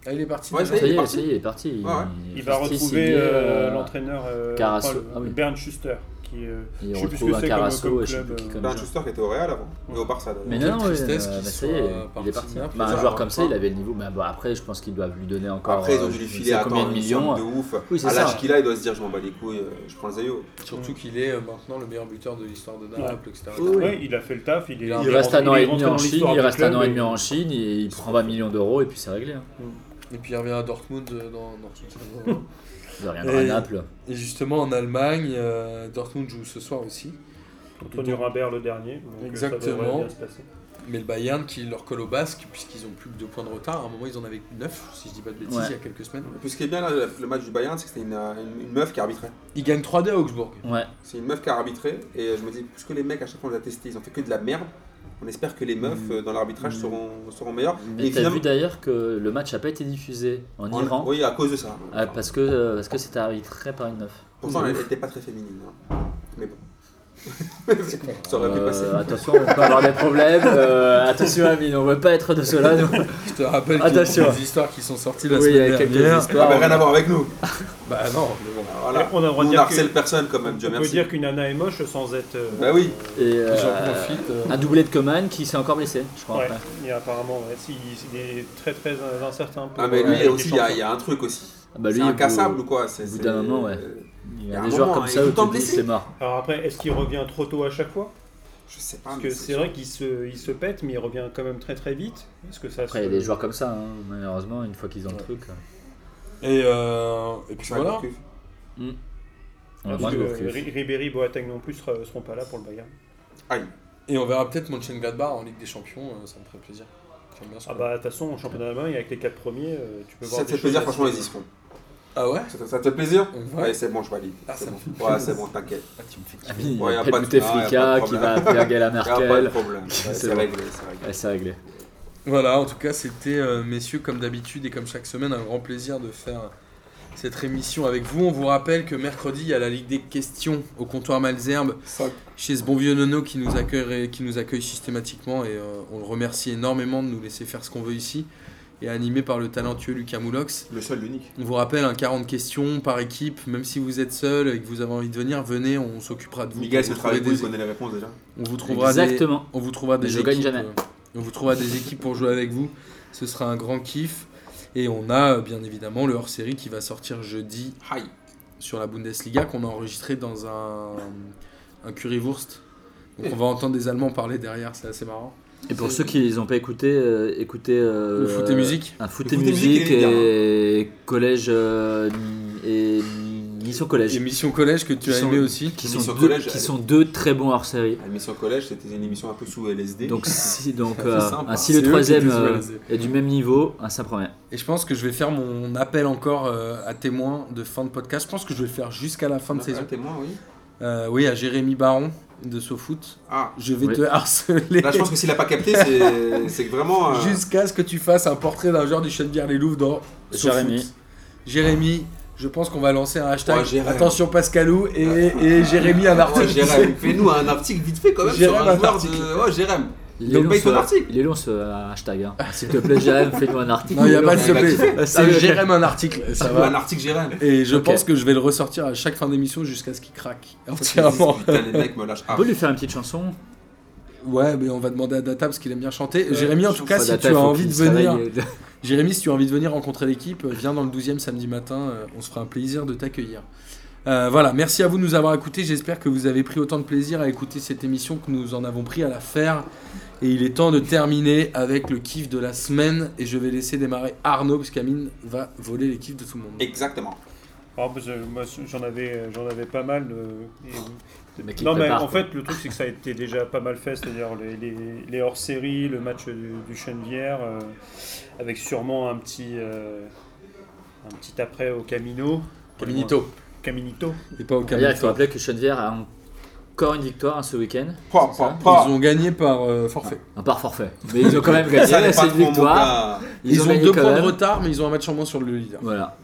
Speaker 1: Ah, il est parti.
Speaker 3: Ouais,
Speaker 1: déjà.
Speaker 3: Ah,
Speaker 4: Ça
Speaker 3: il est
Speaker 4: y est,
Speaker 3: parti
Speaker 4: ça y est, il est parti. Il,
Speaker 3: Ouais, ouais.
Speaker 2: Il va
Speaker 4: Christie,
Speaker 2: retrouver
Speaker 4: Signé,
Speaker 2: euh,
Speaker 4: euh,
Speaker 2: l'entraîneur euh,
Speaker 4: Carasso-
Speaker 2: enfin, le-
Speaker 4: ah oui.
Speaker 2: Bernd Schuster, qui, euh,
Speaker 4: Il
Speaker 2: je sais plus ce
Speaker 4: retrouve
Speaker 2: que c'est comme-
Speaker 4: un
Speaker 2: comme
Speaker 4: Carasso et je sais
Speaker 2: club,
Speaker 4: plus qui
Speaker 2: euh,
Speaker 4: comme
Speaker 3: Ben
Speaker 4: ça.
Speaker 3: Schuster qui était au Real avant, et au Barça d'ailleurs.
Speaker 4: Mais
Speaker 1: Quelle
Speaker 4: non, non, ouais,
Speaker 1: tristesse
Speaker 4: euh,
Speaker 1: qu'il
Speaker 4: bah, ça y est,
Speaker 1: soit
Speaker 4: il
Speaker 1: parti.
Speaker 4: est parti.
Speaker 1: Naples,
Speaker 4: Bah,
Speaker 1: ça
Speaker 4: un
Speaker 1: va
Speaker 4: joueur
Speaker 1: pas.
Speaker 4: comme ça, il avait le niveau. Mais bon, après, je pense qu'ils doivent lui donner encore.
Speaker 3: Après, ils ont
Speaker 4: euh,
Speaker 3: dû lui
Speaker 4: je ne
Speaker 3: filer
Speaker 4: sais
Speaker 3: à
Speaker 4: combien de millions.
Speaker 3: de ouf.
Speaker 4: Oui, c'est
Speaker 3: à
Speaker 4: ça.
Speaker 3: l'âge qu'il a, il doit se dire je m'en bats les couilles, euh, je prends le Zayo.
Speaker 1: Surtout qu'il est euh, maintenant le meilleur buteur de l'histoire de Naples, etc.
Speaker 4: Oui.
Speaker 2: ouais, il a fait le taf. Il, est,
Speaker 1: Il
Speaker 4: hein. Il reste
Speaker 2: rentré-
Speaker 4: un an
Speaker 2: il est
Speaker 4: et demi
Speaker 2: rentré dans
Speaker 4: en Chine,
Speaker 2: l'histoire
Speaker 4: il
Speaker 2: du
Speaker 4: reste un
Speaker 2: club
Speaker 4: an et demi en Chine, et il prend 20 millions d'euros et puis c'est réglé. hein.
Speaker 1: Et puis il revient à Dortmund euh, dans. dans- dans-
Speaker 4: Il reviendra à
Speaker 1: Et-
Speaker 4: Naples.
Speaker 1: et justement en Allemagne, euh, Dortmund joue ce soir aussi.
Speaker 2: Contre Nuremberg le dernier. donc, euh, ça devrait
Speaker 1: Exactement.
Speaker 2: bien se passer.
Speaker 1: Mais le Bayern qui leur colle au basque, puisqu'ils ont plus que 2 points de retard. À un moment, ils en avaient 9, si je dis pas de bêtises,
Speaker 4: Ouais.
Speaker 1: il y a quelques semaines.
Speaker 3: Et puis ce qui est bien là, le le match du Bayern, c'est que c'était une, euh, une- une meuf qui arbitrait.
Speaker 1: Ils gagnent 3-2 à Augsbourg.
Speaker 4: Ouais.
Speaker 3: C'est une meuf qui a arbitré et je me dis, puisque les mecs à chaque fois on les a testés, ils ont fait que de la merde, on espère que les meufs
Speaker 4: Mm.
Speaker 3: euh, dans l'arbitrage
Speaker 4: Mm.
Speaker 3: seront, seront meilleures.
Speaker 4: Mais t'as vu d'ailleurs que le match n'a pas été diffusé en
Speaker 3: en-
Speaker 4: Iran
Speaker 3: Oui, à cause de ça.
Speaker 4: Ah, parce que euh, parce que c'était arbitré par une meuf.
Speaker 3: Pourtant, elle
Speaker 1: Ouf.
Speaker 3: n'était pas très féminine. hein. Mais bon. ça aurait pu
Speaker 4: Euh,
Speaker 3: passer.
Speaker 4: attention, on peut avoir des problèmes. euh, attention, Amine, on veut pas être de cela. nous.
Speaker 1: Je te rappelle qu'il y a
Speaker 4: Attention.
Speaker 1: quelques histoires qui sont sorties la
Speaker 4: Oui, il y a
Speaker 1: semaine
Speaker 4: quelques
Speaker 1: dernière.
Speaker 3: Ah,
Speaker 4: histoires. euh,
Speaker 3: bah, rien à voir avec nous.
Speaker 1: Bah non, mais bon.
Speaker 3: Voilà.
Speaker 2: On a le droit de
Speaker 3: Nous, on
Speaker 2: dire
Speaker 3: harcèle
Speaker 2: que-
Speaker 3: personne quand même, Dieu
Speaker 2: on peut
Speaker 3: merci.
Speaker 2: dire qu'une Anna est moche sans être. euh,
Speaker 3: Bah oui.
Speaker 4: Et, euh,
Speaker 1: J'en profite. euh,
Speaker 4: un doublé de Coman qui s'est encore blessé, je crois.
Speaker 2: Ouais,
Speaker 4: après.
Speaker 2: et apparemment, ouais, si, il est très très euh, incertain. pour,
Speaker 3: Ah, mais
Speaker 2: euh,
Speaker 3: lui
Speaker 2: la Ligue
Speaker 3: aussi,
Speaker 2: des
Speaker 3: il y, a-
Speaker 2: Champions.
Speaker 3: il y a un truc aussi.
Speaker 4: Ah bah,
Speaker 3: c'est
Speaker 4: au bout-
Speaker 3: incassable ou quoi c'est-
Speaker 4: au bout
Speaker 3: c'est-
Speaker 4: d'un moment, ouais. Il y a
Speaker 3: un
Speaker 4: des joueurs
Speaker 3: moment, hein,
Speaker 4: comme
Speaker 3: il est
Speaker 4: ça
Speaker 3: tout
Speaker 4: où
Speaker 3: le temps
Speaker 4: tu te dis
Speaker 3: blessé.
Speaker 4: c'est mort.
Speaker 2: Alors après, est-ce qu'il revient trop tôt à chaque fois
Speaker 3: Je sais pas.
Speaker 2: Parce
Speaker 3: Ah, mais
Speaker 2: que c'est vrai qu'il se, il se pète, mais il revient quand même très très vite. Est-ce que ça
Speaker 4: Après,
Speaker 2: se-
Speaker 4: il y a des joueurs comme ça, hein, malheureusement, une fois qu'ils ont le
Speaker 1: Ouais.
Speaker 4: truc. euh,
Speaker 1: Et, euh, et puis
Speaker 3: Ça va
Speaker 1: voilà.
Speaker 3: être-
Speaker 4: on a
Speaker 2: Parce
Speaker 4: moins de
Speaker 2: que,
Speaker 4: joueurs que-
Speaker 2: euh, Ri- Ribéry, Boateng non plus seront seront pas là pour le Bayern.
Speaker 1: Et on verra peut-être Mönchengladbach en Ligue des Champions, euh, ça me ferait plaisir. J'aime bien ce
Speaker 2: Ah
Speaker 1: club.
Speaker 2: bah de toute façon, en championnat d'Allemagne, avec les quatre premiers, euh, tu peux
Speaker 3: Si
Speaker 2: voir.
Speaker 3: ça
Speaker 2: des
Speaker 3: te fait
Speaker 2: choses
Speaker 3: plaisir,
Speaker 2: assez-
Speaker 3: franchement, ils y seront.
Speaker 1: Ah ouais Euh,
Speaker 3: Ça te- ça te fait plaisir
Speaker 1: Ouais.
Speaker 3: Ouais, c'est bon, je valide.
Speaker 1: Ah,
Speaker 3: C'est
Speaker 1: ça
Speaker 3: bon. Ouais, c'est bon, t'inquiète.
Speaker 1: Ah, tu me fais
Speaker 4: Ah,
Speaker 1: kiffer.
Speaker 4: mais il y
Speaker 3: Ouais, y
Speaker 4: a
Speaker 3: a
Speaker 4: pas
Speaker 3: pas
Speaker 4: de
Speaker 3: de-
Speaker 4: goûter
Speaker 3: non, y a pas
Speaker 4: Fricka
Speaker 3: de
Speaker 4: qui va appeler Angela
Speaker 3: Y a pas de
Speaker 4: Merkel.
Speaker 3: problème. Ouais, C'est
Speaker 4: bon.
Speaker 3: réglé, c'est réglé.
Speaker 4: Ouais, c'est réglé.
Speaker 1: Voilà, en tout cas, c'était, euh, messieurs, comme d'habitude et comme chaque semaine, un grand plaisir de faire cette émission avec vous. On vous rappelle que mercredi, il y a la Ligue des questions au comptoir Malzerbe, chez ce bon vieux Nono qui nous accueille, qui nous accueille systématiquement. Et euh, on le remercie énormément de nous laisser faire ce qu'on veut ici. Et animé par le talentueux Lucas Moulox.
Speaker 3: Le seul, l'unique.
Speaker 1: On vous rappelle, un 40 questions par équipe. Même si vous êtes seul et que vous avez envie de venir, venez, on s'occupera de vous.
Speaker 3: Miguel,
Speaker 1: Vous
Speaker 3: c'est le
Speaker 1: trouverez
Speaker 3: travail vous,
Speaker 1: des-
Speaker 3: il connaît les réponses déjà.
Speaker 1: on vous trouvera des-
Speaker 4: Exactement.
Speaker 1: on vous trouvera des
Speaker 4: Je
Speaker 1: équipes,
Speaker 4: gagne jamais.
Speaker 1: euh, on vous trouvera des équipes pour jouer avec vous. Ce sera un grand kiff. Et on a euh, bien évidemment le hors-série qui va sortir jeudi
Speaker 3: Hi.
Speaker 1: sur la Bundesliga qu'on a enregistré dans un, un currywurst. Donc on va entendre des Allemands parler derrière, c'est assez marrant.
Speaker 4: Et pour ceux qui les ont pas écoutés, euh, écoutez. euh,
Speaker 1: Le foot et musique.
Speaker 4: Un foot
Speaker 3: Le
Speaker 4: et
Speaker 3: foot et
Speaker 4: musique
Speaker 3: musique et les
Speaker 4: et collège euh, et mission collège.
Speaker 1: Émission collège que tu
Speaker 4: Ils
Speaker 1: as
Speaker 4: sont-
Speaker 1: aimé aussi.
Speaker 4: qui
Speaker 3: Mission
Speaker 4: sont, deux,
Speaker 3: collège,
Speaker 4: qui
Speaker 3: elle-
Speaker 4: sont deux très bons hors série.
Speaker 3: La mission collège, c'était une émission un peu sous LSD.
Speaker 4: Donc si donc
Speaker 3: C'est
Speaker 4: euh,
Speaker 3: sympa.
Speaker 4: ainsi
Speaker 1: C'est eux
Speaker 4: le
Speaker 1: qui
Speaker 4: troisième
Speaker 1: étaient sous
Speaker 4: euh,
Speaker 1: LSD.
Speaker 4: est du même niveau, un ça promet.
Speaker 1: Et je pense que je vais faire mon appel encore euh, à témoin de fin de podcast. Je pense que je vais le faire jusqu'à la fin de
Speaker 3: c'est
Speaker 1: saison.
Speaker 3: témoin, oui.
Speaker 1: Euh, oui, à Jérémy Baron de SoFoot.
Speaker 3: Ah,
Speaker 1: Je vais
Speaker 4: Oui.
Speaker 1: te harceler.
Speaker 3: là, Bah, je pense que s'il a pas capté, c'est c'est que vraiment. euh,
Speaker 1: Jusqu'à ce que tu fasses un portrait d'un joueur du Chenvière les Louvres dans
Speaker 4: Jérémy.
Speaker 1: SoFoot. Jérémy, je pense qu'on va lancer un
Speaker 3: Ouais,
Speaker 1: hashtag
Speaker 3: Jérémy.
Speaker 1: Attention Pascalou et, et Jérémy un
Speaker 3: oh,
Speaker 1: article.
Speaker 3: Jérém, fais-nous un article vite fait quand même sur
Speaker 1: Jérém,
Speaker 3: un
Speaker 1: un
Speaker 3: joueur
Speaker 1: article.
Speaker 3: de. Oh, Jérém.
Speaker 4: Il
Speaker 3: Donc,
Speaker 4: est long
Speaker 3: paye ton
Speaker 4: ce-
Speaker 3: article.
Speaker 4: il est long ce euh, hashtag. hein. S'il te plaît, Jérém, fais-nous un article.
Speaker 1: Non, il n'y a
Speaker 4: Il est
Speaker 1: pas de
Speaker 4: long.
Speaker 1: s'il te plaît.
Speaker 4: Ah,
Speaker 1: C'est
Speaker 4: ok.
Speaker 1: Jérémy un article, ça
Speaker 3: Un
Speaker 1: va.
Speaker 3: article Jérém.
Speaker 1: Et je
Speaker 4: Ok.
Speaker 1: pense que je vais le ressortir à chaque fin d'émission jusqu'à ce qu'il craque entièrement.
Speaker 3: Putain, les mecs me lâchent.
Speaker 4: On
Speaker 3: Ah,
Speaker 4: peut lui faire une petite chanson.
Speaker 1: Ouais, mais on va demander à Data parce qu'il aime bien chanter.
Speaker 2: Euh,
Speaker 1: Jérémy, en tout cas,
Speaker 4: Faut
Speaker 1: si
Speaker 4: data,
Speaker 1: tu as
Speaker 4: faut
Speaker 1: envie
Speaker 4: qu'il
Speaker 1: de
Speaker 4: se
Speaker 1: venir,
Speaker 4: réveille.
Speaker 1: Jérémy, si tu as envie de venir rencontrer l'équipe, euh, viens dans le 12e samedi matin, euh, on se fera un plaisir de t'accueillir. Euh, voilà, merci à vous de nous avoir écoutés, j'espère que vous avez pris autant de plaisir à écouter cette émission que nous en avons pris à la faire. Et il est temps de terminer avec le kiff de la semaine et je vais laisser démarrer Arnaud parce qu'Amine va voler les kiffs de tout le monde.
Speaker 3: Exactement.
Speaker 2: Ah, parce que moi, j'en avais, j'en avais pas mal. euh, et-
Speaker 4: Le mec, il
Speaker 2: non, mais
Speaker 4: prépare,
Speaker 2: en
Speaker 4: quoi.
Speaker 2: fait, le truc, c'est que ça a été déjà pas mal fait, c'est-à-dire les, les- les hors-série, le match du, du Chenevière, euh, avec sûrement un petit, euh, un petit après au Camino.
Speaker 1: Caminito,
Speaker 2: Caminito.
Speaker 1: et pas au
Speaker 4: D'ailleurs, il
Speaker 1: Caminito.
Speaker 4: faut rappeler que Schoenvier a encore une victoire hein, ce week-end.
Speaker 3: Pa,
Speaker 4: C'est
Speaker 3: pa,
Speaker 4: ça
Speaker 1: Ils
Speaker 3: pa.
Speaker 1: ont gagné par euh, forfait.
Speaker 4: Un par forfait. Mais ils ont quand même gagné.
Speaker 3: Ça n'est
Speaker 4: C'est
Speaker 3: pas
Speaker 4: une
Speaker 3: trop mon
Speaker 4: victoire.
Speaker 3: gars.
Speaker 1: Ils, ont,
Speaker 4: gagné
Speaker 1: deux
Speaker 4: quand
Speaker 1: points
Speaker 4: même.
Speaker 1: de retard, mais ils ont un match en moins sur le leader,
Speaker 4: Voilà.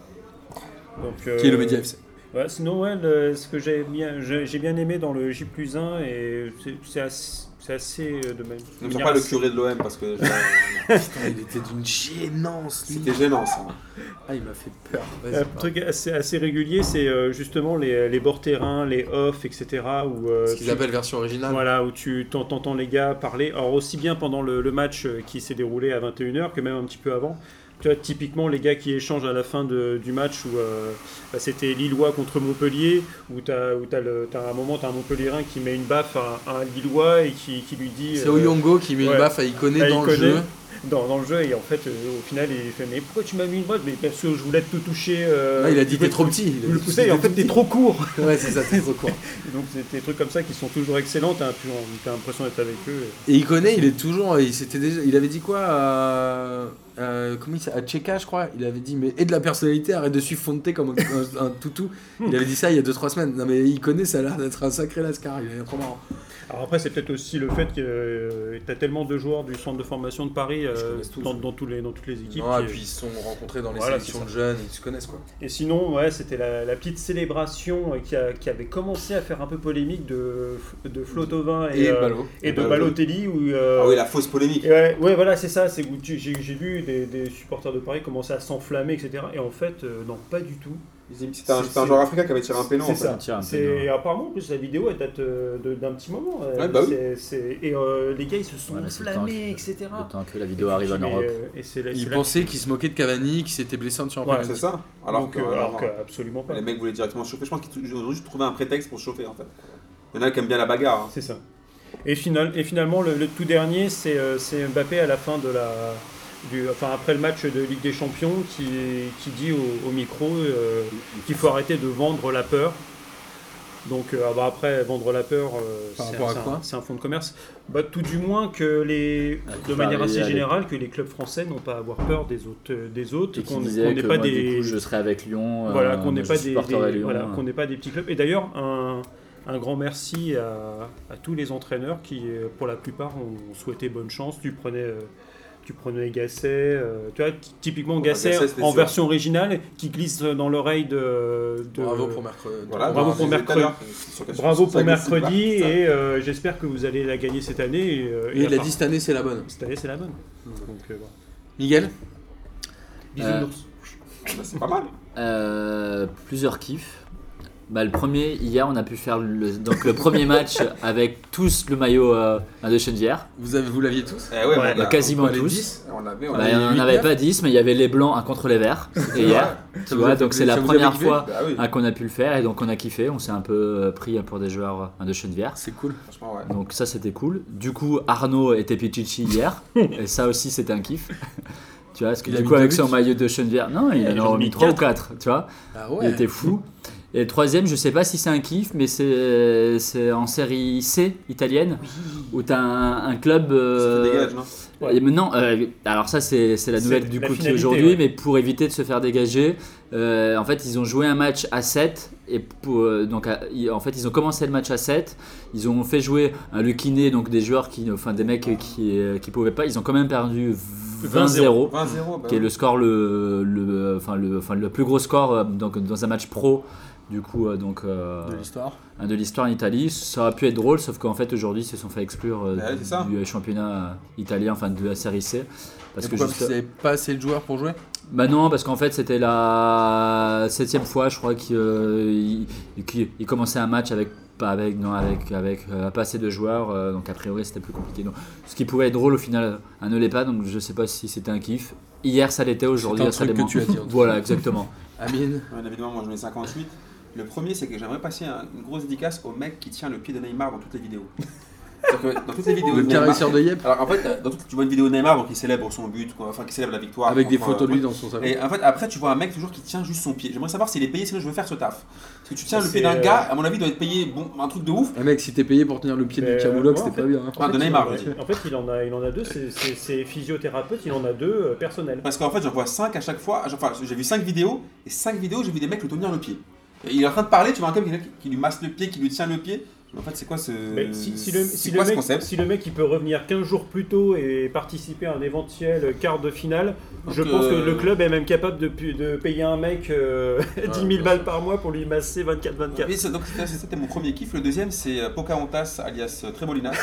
Speaker 2: Donc, euh,
Speaker 1: qui est le Média FC.
Speaker 2: Ouais, sinon, ouais, le- ce que j'ai bien, j'ai j'ai bien aimé dans le J plus 1, et c'est- c'est assez, c'est assez, euh, de même.
Speaker 3: Ne me sens pas le curé de l'OM parce que je-
Speaker 1: Putain, il était d'une gênance, lui.
Speaker 3: c'était gênant ça.
Speaker 1: Ah, il m'a fait peur. Vas-y,
Speaker 2: Un
Speaker 1: parle.
Speaker 2: truc assez, assez régulier, c'est euh, justement les, les bords terrains, les off, etc. Où, euh,
Speaker 1: Ce qu'ils
Speaker 2: tu-
Speaker 1: appellent version originale.
Speaker 2: Voilà, où tu t'en- t'entends les gars parler. Alors, aussi bien pendant le, le match euh, qui s'est déroulé à 21h que même un petit peu avant. Tu vois, typiquement, les gars qui échangent à la fin de- du match où euh, bah, c'était Lillois contre Montpellier, où tu as, un moment, tu un Montpellierin qui met une baffe à, à un Lillois et qui, qui lui dit.
Speaker 1: C'est
Speaker 2: euh,
Speaker 1: Oyongo qui met
Speaker 2: ouais. Bah,
Speaker 1: une baffe à Iconé
Speaker 2: à
Speaker 1: dans le
Speaker 2: Iconé.
Speaker 1: jeu.
Speaker 2: dans, dans le jeu et en fait euh, au final il fait mais pourquoi tu m'as mis une boîte mais parce que je voulais te toucher euh,
Speaker 1: Ah, il a dit
Speaker 2: je voulais
Speaker 1: t'es trop petit. il a
Speaker 2: te- le
Speaker 1: dit,
Speaker 2: pousser hein. et en fait t'es trop court
Speaker 1: Ouais, c'est ça, c'est trop court.
Speaker 2: Et donc c'est des trucs comme ça qui sont toujours excellents t'as tu- on- t'as l'impression d'être avec eux et-
Speaker 1: Et il connaît, il est toujours. Il s'était déjà. Il avait dit quoi euh, euh, Comment il s'appelle À Cheka, je crois. Il avait dit mais et de la personnalité, arrête de suivre Fonte comme un, un- un toutou. Il avait dit ça il y a 2-3 semaines. Non mais il connaît, ça a l'air d'être un sacré lascar. Il est trop marrant.
Speaker 2: alors après c'est peut-être aussi le fait que euh, t'as tellement de joueurs du centre de formation de Paris euh,
Speaker 1: connais tous,
Speaker 2: dans,
Speaker 1: ouais.
Speaker 2: dans tous les dans toutes les équipes
Speaker 1: Non, et
Speaker 2: qui-
Speaker 1: puis ils se sont rencontrés dans les
Speaker 2: Voilà,
Speaker 1: sélections
Speaker 2: c'est
Speaker 1: de jeunes, ils se connaissent quoi.
Speaker 2: Et sinon, ouais, c'était la, la petite célébration euh, qui, a- qui avait commencé à faire un peu polémique de, de Flotovin et,
Speaker 1: Et
Speaker 2: euh,
Speaker 1: Ballot.
Speaker 2: et de
Speaker 3: Balotelli.
Speaker 2: Balotelli. Où, euh,
Speaker 3: Ah oui, la fausse polémique.
Speaker 2: et ouais, ouais, voilà, c'est ça. c'est où tu- J'ai j'ai vu des, des supporters de Paris commencer à s'enflammer, etc. Et en fait, euh, non, pas du tout.
Speaker 3: C'était un,
Speaker 2: c'est-
Speaker 3: c'était un joueur africain qui avait tiré un péno. en
Speaker 2: C'est
Speaker 3: fait.
Speaker 2: ça.
Speaker 4: Tiens, un peu,
Speaker 2: C'est- Apparemment, en plus, la vidéo, elle date euh, de- d'un petit moment. euh,
Speaker 3: Ouais, bah oui.
Speaker 2: c'est- c'est- Et euh, les gars, ils se sont
Speaker 4: Ouais, mais c'est le temps
Speaker 2: enflammés, etc.
Speaker 4: Le temps que la
Speaker 2: Et
Speaker 4: vidéo
Speaker 2: tu
Speaker 4: arrive
Speaker 2: te
Speaker 4: en
Speaker 2: dis, mais,
Speaker 4: Europe.
Speaker 2: euh, Et c'est la- c'est
Speaker 1: Il
Speaker 2: la-
Speaker 1: pensait qu'il se moquait de Cavani, qu'il s'était blessé en
Speaker 2: Ouais.
Speaker 1: champion.
Speaker 3: C'est ça. Alors
Speaker 2: donc,
Speaker 3: que,
Speaker 2: euh, Alors
Speaker 3: non,
Speaker 2: que, absolument pas.
Speaker 3: les mecs voulaient directement se chauffer. Je pense qu'ils ont juste trouvé un prétexte pour se chauffer en fait. Il y en a qui aiment bien la bagarre. hein.
Speaker 2: C'est ça. Et, final, et finalement, le, le tout dernier, c'est euh, c'est Mbappé à la fin de la. Du, enfin, après le match de Ligue des Champions, qui, qui dit au, au micro euh, qu'il faut arrêter de vendre la peur. Donc, euh, ah bah, après, vendre la peur, euh,
Speaker 1: Par
Speaker 2: c'est
Speaker 1: rapport à
Speaker 2: un- c'est
Speaker 1: quoi
Speaker 2: un, c'est un fonds de commerce. Bah, tout du moins que les. De
Speaker 4: Bah,
Speaker 2: manière
Speaker 4: les-
Speaker 2: assez
Speaker 4: les-
Speaker 2: générale, que les clubs français n'ont pas à avoir peur des autres, euh, des autres
Speaker 4: Et qui
Speaker 2: qu'on
Speaker 4: disait
Speaker 2: qu'on
Speaker 4: que
Speaker 2: n'est pas
Speaker 4: moi,
Speaker 2: des
Speaker 4: du coup, je serai avec Lyon.
Speaker 2: voilà,
Speaker 4: euh,
Speaker 2: qu'on n'ait
Speaker 4: je
Speaker 2: pas, des,
Speaker 4: supporterai
Speaker 2: des-
Speaker 4: Lyon,
Speaker 2: voilà,
Speaker 4: euh.
Speaker 2: qu'on n'ait pas des petits clubs. Et d'ailleurs, un, un grand merci à, à tous les entraîneurs qui, euh, pour la plupart, ont souhaité bonne chance. Tu prenais, euh, tu prenais Gasset, euh, tu vois, ty- typiquement
Speaker 3: Ouais,
Speaker 2: Gasset,
Speaker 3: Gasset, c'était
Speaker 2: en
Speaker 3: sûr.
Speaker 2: version originale, qui glisse dans l'oreille de, de-
Speaker 1: Bravo pour mercredi.
Speaker 3: Euh, Voilà,
Speaker 2: Bravo
Speaker 3: on
Speaker 2: pour
Speaker 3: en disait tout à
Speaker 2: mercredi.
Speaker 3: l'heure, c'est sûr que-
Speaker 2: Bravo
Speaker 3: ça
Speaker 2: pour
Speaker 3: glisse,
Speaker 2: mercredi.
Speaker 3: c'est pas-
Speaker 2: Et euh, j'espère que vous allez la gagner cette année. Et, euh,
Speaker 1: Et
Speaker 2: et
Speaker 1: il a
Speaker 2: à
Speaker 1: dit
Speaker 2: part-
Speaker 1: cette année c'est la bonne.
Speaker 2: cette année, c'est la bonne. Donc, euh, voilà.
Speaker 1: Miguel
Speaker 2: Bisous,
Speaker 4: Euh,
Speaker 2: l'ours.
Speaker 3: Bah, C'est pas mal.
Speaker 4: Euh, plusieurs kiffs. Bah, le premier, hier, on a pu faire le, donc, le premier match avec tous le maillot euh, Indochine d'hier.
Speaker 1: Vous avez vous l'aviez tous
Speaker 3: Eh ouais,
Speaker 2: Ouais,
Speaker 3: on a-
Speaker 4: quasiment
Speaker 1: les
Speaker 4: tous.
Speaker 1: 10.
Speaker 3: On l'avait, on
Speaker 4: Bah,
Speaker 1: Ouais,
Speaker 3: l'avait.
Speaker 1: a
Speaker 4: on
Speaker 1: eu
Speaker 4: n'en avait
Speaker 1: neuf.
Speaker 4: pas 10, mais il y avait les blancs un contre les verts. Et hier, tu
Speaker 1: Ça vous a
Speaker 4: vois,
Speaker 1: fait
Speaker 4: donc c'est
Speaker 1: plaisir,
Speaker 4: la
Speaker 1: ça vous a
Speaker 4: première
Speaker 1: motivé
Speaker 4: fois
Speaker 3: Bah oui,
Speaker 4: hein, qu'on a pu le faire et donc on a kiffé. On s'est un peu euh, pris pour des joueurs euh, Indochine d'hier.
Speaker 1: C'est cool.
Speaker 3: franchement, ouais.
Speaker 4: Donc ça c'était cool. Du coup Arnaud était Pichichi hier et ça aussi c'était un kiff. tu vois, parce que
Speaker 1: Il a
Speaker 4: du
Speaker 1: mis
Speaker 4: coup
Speaker 1: deux
Speaker 4: avec
Speaker 1: buts.
Speaker 4: son maillot de Schoenberg, non, il
Speaker 2: Il en
Speaker 4: en a
Speaker 2: a mis
Speaker 4: remis 3 ou 4, tu vois.
Speaker 1: Ah ouais.
Speaker 4: Il était fou. Et le troisième, je sais pas si c'est un kiff, mais c'est c'est en série C italienne où t'as un, un club. euh,
Speaker 3: Ça te dégage, non
Speaker 2: Ouais.
Speaker 4: et maintenant, euh, alors ça c'est c'est la
Speaker 2: C'est
Speaker 4: nouvelle du
Speaker 2: la
Speaker 4: coup qui est
Speaker 2: finalité,
Speaker 4: aujourd'hui,
Speaker 2: ouais.
Speaker 4: mais pour éviter de se faire dégager, euh, en fait ils ont joué un match à 7 et pour- euh, donc à- ils- en fait ils ont commencé le match à 7, ils ont fait jouer un Lukiné donc des joueurs qui, enfin des mecs qui euh, qui pouvaient pas, ils ont quand même perdu
Speaker 1: Oh.
Speaker 3: 20-0,
Speaker 4: 20-0
Speaker 3: bah
Speaker 4: qui est
Speaker 3: oui.
Speaker 4: le score le, le- enfin le, enfin, le plus gros score euh, donc, dans un match pro du coup euh, donc euh,
Speaker 1: de Ah, l'histoire.
Speaker 4: un de l'histoire en Italie. Ça aurait pu être drôle, sauf qu'en fait aujourd'hui ils se sont fait exclure euh,
Speaker 3: Ouais, c'est ça.
Speaker 4: du championnat euh, italien, enfin de la série C. Parce
Speaker 1: Et
Speaker 4: que
Speaker 1: pourquoi
Speaker 4: juste- euh,
Speaker 1: Parce qu'ils avaient pas assez de joueurs pour jouer
Speaker 4: Bah non, parce qu'en fait c'était la septième fois, je crois, qu'ils euh, ils- qu'ils- ils commençaient un match avec pas avec non avec avec euh, pas assez de joueurs euh, donc a priori c'était plus compliqué donc ce qui pouvait être drôle au final un ne l'est pas donc je sais pas si c'était un kiff hier ça l'était aujourd'hui
Speaker 1: C'est un
Speaker 4: ça
Speaker 1: truc
Speaker 4: l'est
Speaker 1: que tu as dit, en tout cas.
Speaker 4: voilà exactement
Speaker 1: Amine
Speaker 3: Bien évidemment, moi j'en ai 58. Le premier, c'est que j'aimerais passer un- une grosse dédicace au mec qui tient le pied de Neymar dans toutes les vidéos. C'est-à-dire que dans toutes les vidéos
Speaker 1: Le
Speaker 3: de Neymar.
Speaker 1: caresseur de Yep
Speaker 3: Alors en fait, dans toutes- tu vois une vidéo de Neymar, donc il célèbre son but, quoi, enfin qui célèbre la victoire.
Speaker 1: avec des
Speaker 3: contre-
Speaker 1: photos de lui dans son salon.
Speaker 3: Et en fait, après, tu vois un mec toujours qui tient juste son pied. J'aimerais savoir s'il est payé, sinon je veux faire ce taf. Parce que tu tiens
Speaker 2: Ça,
Speaker 3: le pied
Speaker 2: c'est,
Speaker 3: d'un
Speaker 2: euh,
Speaker 3: gars, à mon avis, il doit être payé bon, un truc de ouf.
Speaker 1: Eh mec, si t'es payé pour tenir le pied
Speaker 2: Mais,
Speaker 1: du camoulox,
Speaker 2: euh, ouais,
Speaker 1: c'était
Speaker 2: en fait-
Speaker 1: pas bien. hein.
Speaker 3: Ah, de Neymar, je dis.
Speaker 2: En fait, il en a, il en a deux. C'est- C'est c'est physiothérapeute, il en a deux euh, personnels.
Speaker 3: Parce qu'en fait, j'en vois 5 à chaque fois. Enfin, j'ai vu 5 vidéos, et 5 vidéos, j'ai vu des mecs le tenir le pied. Et il est en train de parler, tu vois un mec qui- qui lui masse le pied, qui lui tient le pied. Mais en fait, c'est quoi ce.
Speaker 2: Mais si, si le,
Speaker 3: c'est
Speaker 2: si
Speaker 3: quoi
Speaker 2: le
Speaker 3: ce
Speaker 2: mec,
Speaker 3: concept
Speaker 2: si le mec il peut revenir 15 jours plus tôt et participer à un éventuel quart de finale,
Speaker 3: Donc,
Speaker 2: je pense
Speaker 3: euh,
Speaker 2: que le club est même capable de, pu- de payer un mec euh, 10 000
Speaker 1: bien
Speaker 2: balles
Speaker 1: sûr.
Speaker 2: par mois pour lui masser 24-24.
Speaker 3: Oui, c'est- donc ça, c'était mon premier kiff. Le deuxième, c'est euh, Pocahontas, alias euh, Tremolinas.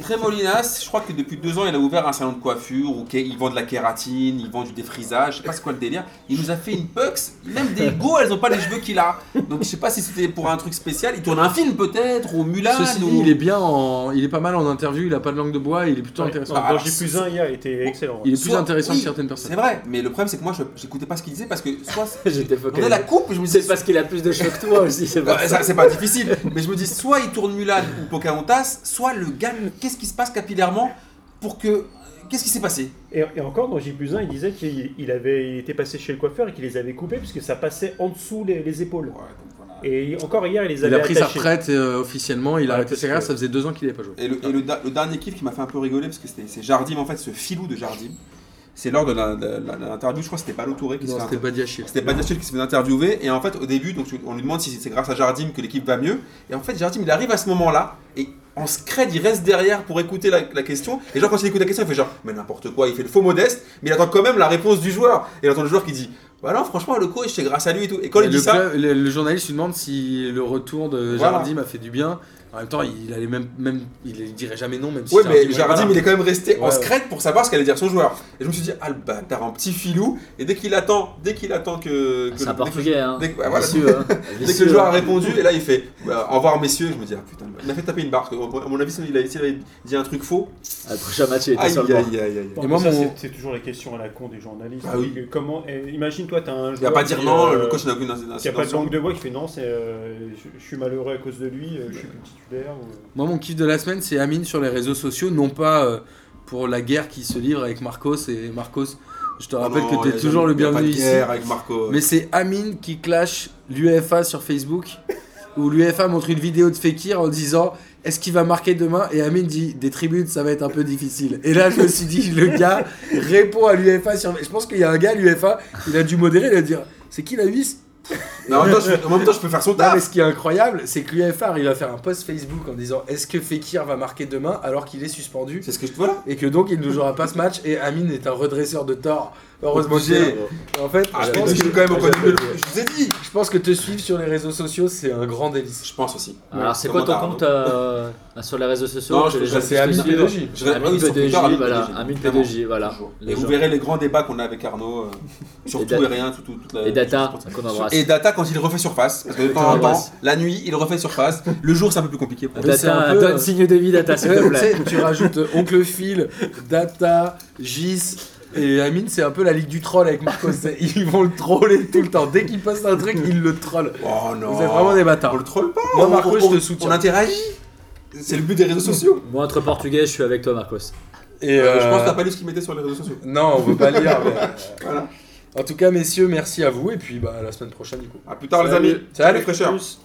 Speaker 3: Tremolinas, je crois que depuis deux ans, il a ouvert un salon de coiffure où ils vendent de la kératine, ils vendent du défrisage, je sais pas c'est quoi le délire. Il nous a fait une pux, même des go, elles ont pas les cheveux qu'il a. Donc je sais pas si c'était pour un truc spécial. Il tourne un film peut-être, ou Mulan,
Speaker 1: Ceci
Speaker 3: ou...
Speaker 1: dit, il est bien en. Il est pas mal en interview, il a pas de langue de bois, il est plutôt
Speaker 2: Ouais.
Speaker 1: intéressant.
Speaker 2: Non,
Speaker 3: Ah, Oh,
Speaker 2: Benji Puzin, il a été excellent.
Speaker 1: Il est
Speaker 3: Soit-
Speaker 1: plus intéressant
Speaker 3: oui,
Speaker 1: que certaines
Speaker 3: C'est
Speaker 1: personnes.
Speaker 3: vrai, mais le problème c'est que moi je j'écoutais pas ce qu'il disait parce que soit
Speaker 4: j'étais
Speaker 3: on est la coupe, je me dis
Speaker 4: c'est parce qu'il a plus de choix que toi aussi c'est
Speaker 3: Ouais, ça, c'est pas difficile, mais je me dis soit il tourne Mulan ou Pocahontas, soit le gars, qu'est-ce qui se passe capillairement pour que. Qu'est-ce qui s'est passé
Speaker 2: Et, et encore, dans J plus 1, il disait qu'il il avait, il était passé chez le coiffeur et qu'il les avait coupés puisque ça passait en dessous les, les épaules.
Speaker 3: Ouais, donc voilà.
Speaker 2: Et encore hier, il les
Speaker 1: Il
Speaker 2: avait
Speaker 1: a pris sa
Speaker 2: attachés.
Speaker 1: retraite euh, officiellement, il
Speaker 2: Ouais,
Speaker 1: a arrêté
Speaker 2: parce
Speaker 1: ses carrières,
Speaker 2: que-
Speaker 1: ça faisait deux ans qu'il n'avait pas joué.
Speaker 3: Et, le, et le da- le dernier kiff qui m'a fait un peu rigoler, parce que c'était- c'est Jardim, en fait, ce filou de Jardim. C'est lors de la- de la- de l'interview, je crois que c'était Balot Touré qui se
Speaker 1: Non,
Speaker 3: fait
Speaker 1: c'était pas Diachil.
Speaker 3: C'était Badiachil qui s'est fait interviewer et en fait au début donc tu- on lui demande si c'est grâce à Jardim que l'équipe va mieux et en fait Jardim il arrive à ce moment-là et en scred il reste derrière pour écouter la, la question et genre quand il écoute la question il fait genre mais n'importe quoi il fait le faux modeste mais il attend quand même la réponse du joueur et il entend le joueur qui dit bah non franchement le coach c'est grâce à lui et tout et quand il
Speaker 1: le,
Speaker 3: dit ça
Speaker 1: club- le- le journaliste lui demande si le retour de
Speaker 3: Voilà.
Speaker 1: Jardim a fait du bien. En même temps, il allait même, même il dirait jamais non, même si
Speaker 3: Ouais,
Speaker 1: Jardim-
Speaker 3: mais Jardim, il est quand même resté en
Speaker 1: Ouais,
Speaker 3: secret pour savoir ce qu'allait dire son joueur. Et je me suis dit, ah le bâtard, un petit filou. Et dès qu'il attend, dès qu'il attend que. que
Speaker 4: C'est
Speaker 3: le- dès
Speaker 4: un
Speaker 3: que-
Speaker 4: portugais, hein.
Speaker 3: dès que- ouais, voilà.
Speaker 4: Bien sûr, hein. Bien
Speaker 3: Dès que
Speaker 4: sûr.
Speaker 3: le joueur a répondu, et là il fait bah, au revoir messieurs, je me dis ah putain, il m'a fait taper une barre. parce que, À mon avis, s'il avait, s'il avait dit un truc faux,
Speaker 4: Ah, Le prochain match, il était
Speaker 3: aïe
Speaker 4: sur
Speaker 3: aïe
Speaker 4: le banc.
Speaker 3: aïe aïe aïe.
Speaker 2: Non,
Speaker 1: Et
Speaker 2: mais
Speaker 1: moi,
Speaker 2: ça,
Speaker 1: mon-
Speaker 2: c'est- c'est toujours les questions à la con des journalistes.
Speaker 3: Ah oui.
Speaker 2: Et Comment eh, Imagine-toi, t'as un
Speaker 3: Il va
Speaker 2: joueur.
Speaker 3: pas dire
Speaker 2: qui,
Speaker 3: non,
Speaker 2: euh,
Speaker 3: le coach n'a aucune incidence.
Speaker 2: qui a pas de langue de bois, qui fait non, c'est, euh, je, je suis malheureux à cause de lui, euh, je suis plus titulaire. ou- euh.
Speaker 1: Moi, mon kiff de la semaine, c'est Amine sur les réseaux sociaux, non pas euh, pour la guerre qui se livre avec Marcos. Et Marcos, je
Speaker 3: Ah
Speaker 1: te rappelle que t'es toujours le bienvenu ici.
Speaker 3: avec Marco.
Speaker 1: Mais c'est Amine qui clash l'UEFA sur Facebook, où l'UEFA montre une vidéo de Fekir en disant Est-ce qu'il va marquer demain Et Amine dit Des tribunes, ça va être un peu difficile. Et là, je me suis dit Le gars répond à l'UEFA sur. Je pense qu'il y a un gars à l'UEFA, il a dû modérer, il a dire C'est qui la huisse
Speaker 3: Mais en même, temps, je, en même temps, je peux faire son
Speaker 1: Non, mais
Speaker 3: taf.
Speaker 1: ce qui est incroyable, c'est que l'UEFA arrive à faire un post Facebook en disant Est-ce que Fekir va marquer demain alors qu'il est suspendu
Speaker 3: C'est ce que je. Voilà.
Speaker 1: et que donc il ne jouera pas ce match et Amine est un redresseur de tort. Heureusement que
Speaker 3: Obligé.
Speaker 1: en fait,
Speaker 3: Ah,
Speaker 1: je,
Speaker 3: mais
Speaker 1: pense
Speaker 3: je
Speaker 1: que,
Speaker 3: suis quand même au
Speaker 2: j'adore.
Speaker 3: connu de- Je vous ai dit.
Speaker 1: je pense que te suivre sur les réseaux sociaux c'est un grand délice.
Speaker 3: Je pense aussi.
Speaker 4: Alors, c'est quoi ton
Speaker 3: Comment t'as-
Speaker 4: compte euh, sur les réseaux sociaux
Speaker 3: Non,
Speaker 4: que
Speaker 3: je-
Speaker 4: les
Speaker 3: je-
Speaker 4: gens
Speaker 3: c'est
Speaker 4: puissent
Speaker 1: Amine
Speaker 4: suivre
Speaker 1: PDG.
Speaker 3: Je reste-
Speaker 4: Amine
Speaker 3: ah oui, sur
Speaker 4: PDG,
Speaker 3: Twitter, Amine
Speaker 4: voilà,
Speaker 3: PDG,
Speaker 4: Amine
Speaker 3: clairement.
Speaker 4: PDG, voilà.
Speaker 3: Toujours.
Speaker 4: Les
Speaker 3: Et vous
Speaker 4: gens.
Speaker 3: verrez les grands débats qu'on a avec Arnaud euh, sur
Speaker 4: Et
Speaker 3: tout
Speaker 4: da-
Speaker 3: et rien, tout, tout- toute la-
Speaker 4: Et Data,
Speaker 3: toute la-
Speaker 4: qu'on embrasse.
Speaker 3: Et Data quand il refait surface, parce que de temps en temps,
Speaker 4: embrasse.
Speaker 3: la nuit il refait surface, le jour c'est un peu plus compliqué. pour
Speaker 1: Mais c'est un
Speaker 4: Data,
Speaker 1: peu,
Speaker 4: donne
Speaker 1: euh,
Speaker 4: signe de vie, Data, s'il te
Speaker 1: Ouais, tu
Speaker 4: plaît.
Speaker 1: sais, tu rajoutes Oncle Phil, Data, Gis et Amine, c'est un peu la ligue du troll avec Marcos. C'est- Ils vont le troller tout le temps. Dès qu'il poste un truc, ils le trollent.
Speaker 3: Oh non
Speaker 1: Vous êtes vraiment des bâtards.
Speaker 3: On le troll pas
Speaker 1: Moi,
Speaker 3: on-
Speaker 1: Marco,
Speaker 3: on-
Speaker 1: je te
Speaker 3: on-
Speaker 1: soutiens.
Speaker 3: On interagit C'est le but des réseaux sociaux
Speaker 4: Moi, entre portugais, je suis avec toi, Marcos.
Speaker 1: Et
Speaker 3: Euh, Je pense que
Speaker 1: euh,
Speaker 3: t'as pas lu ce qu'il mettait sur les réseaux sociaux.
Speaker 1: non, on veut pas lire. mais, euh,
Speaker 3: Voilà.
Speaker 1: En tout cas, messieurs, merci à vous et puis bah, à la semaine prochaine du coup.
Speaker 3: À plus tard les
Speaker 2: Salut.
Speaker 3: amis Salut
Speaker 1: Salut.
Speaker 3: fraîcheur
Speaker 2: Plus-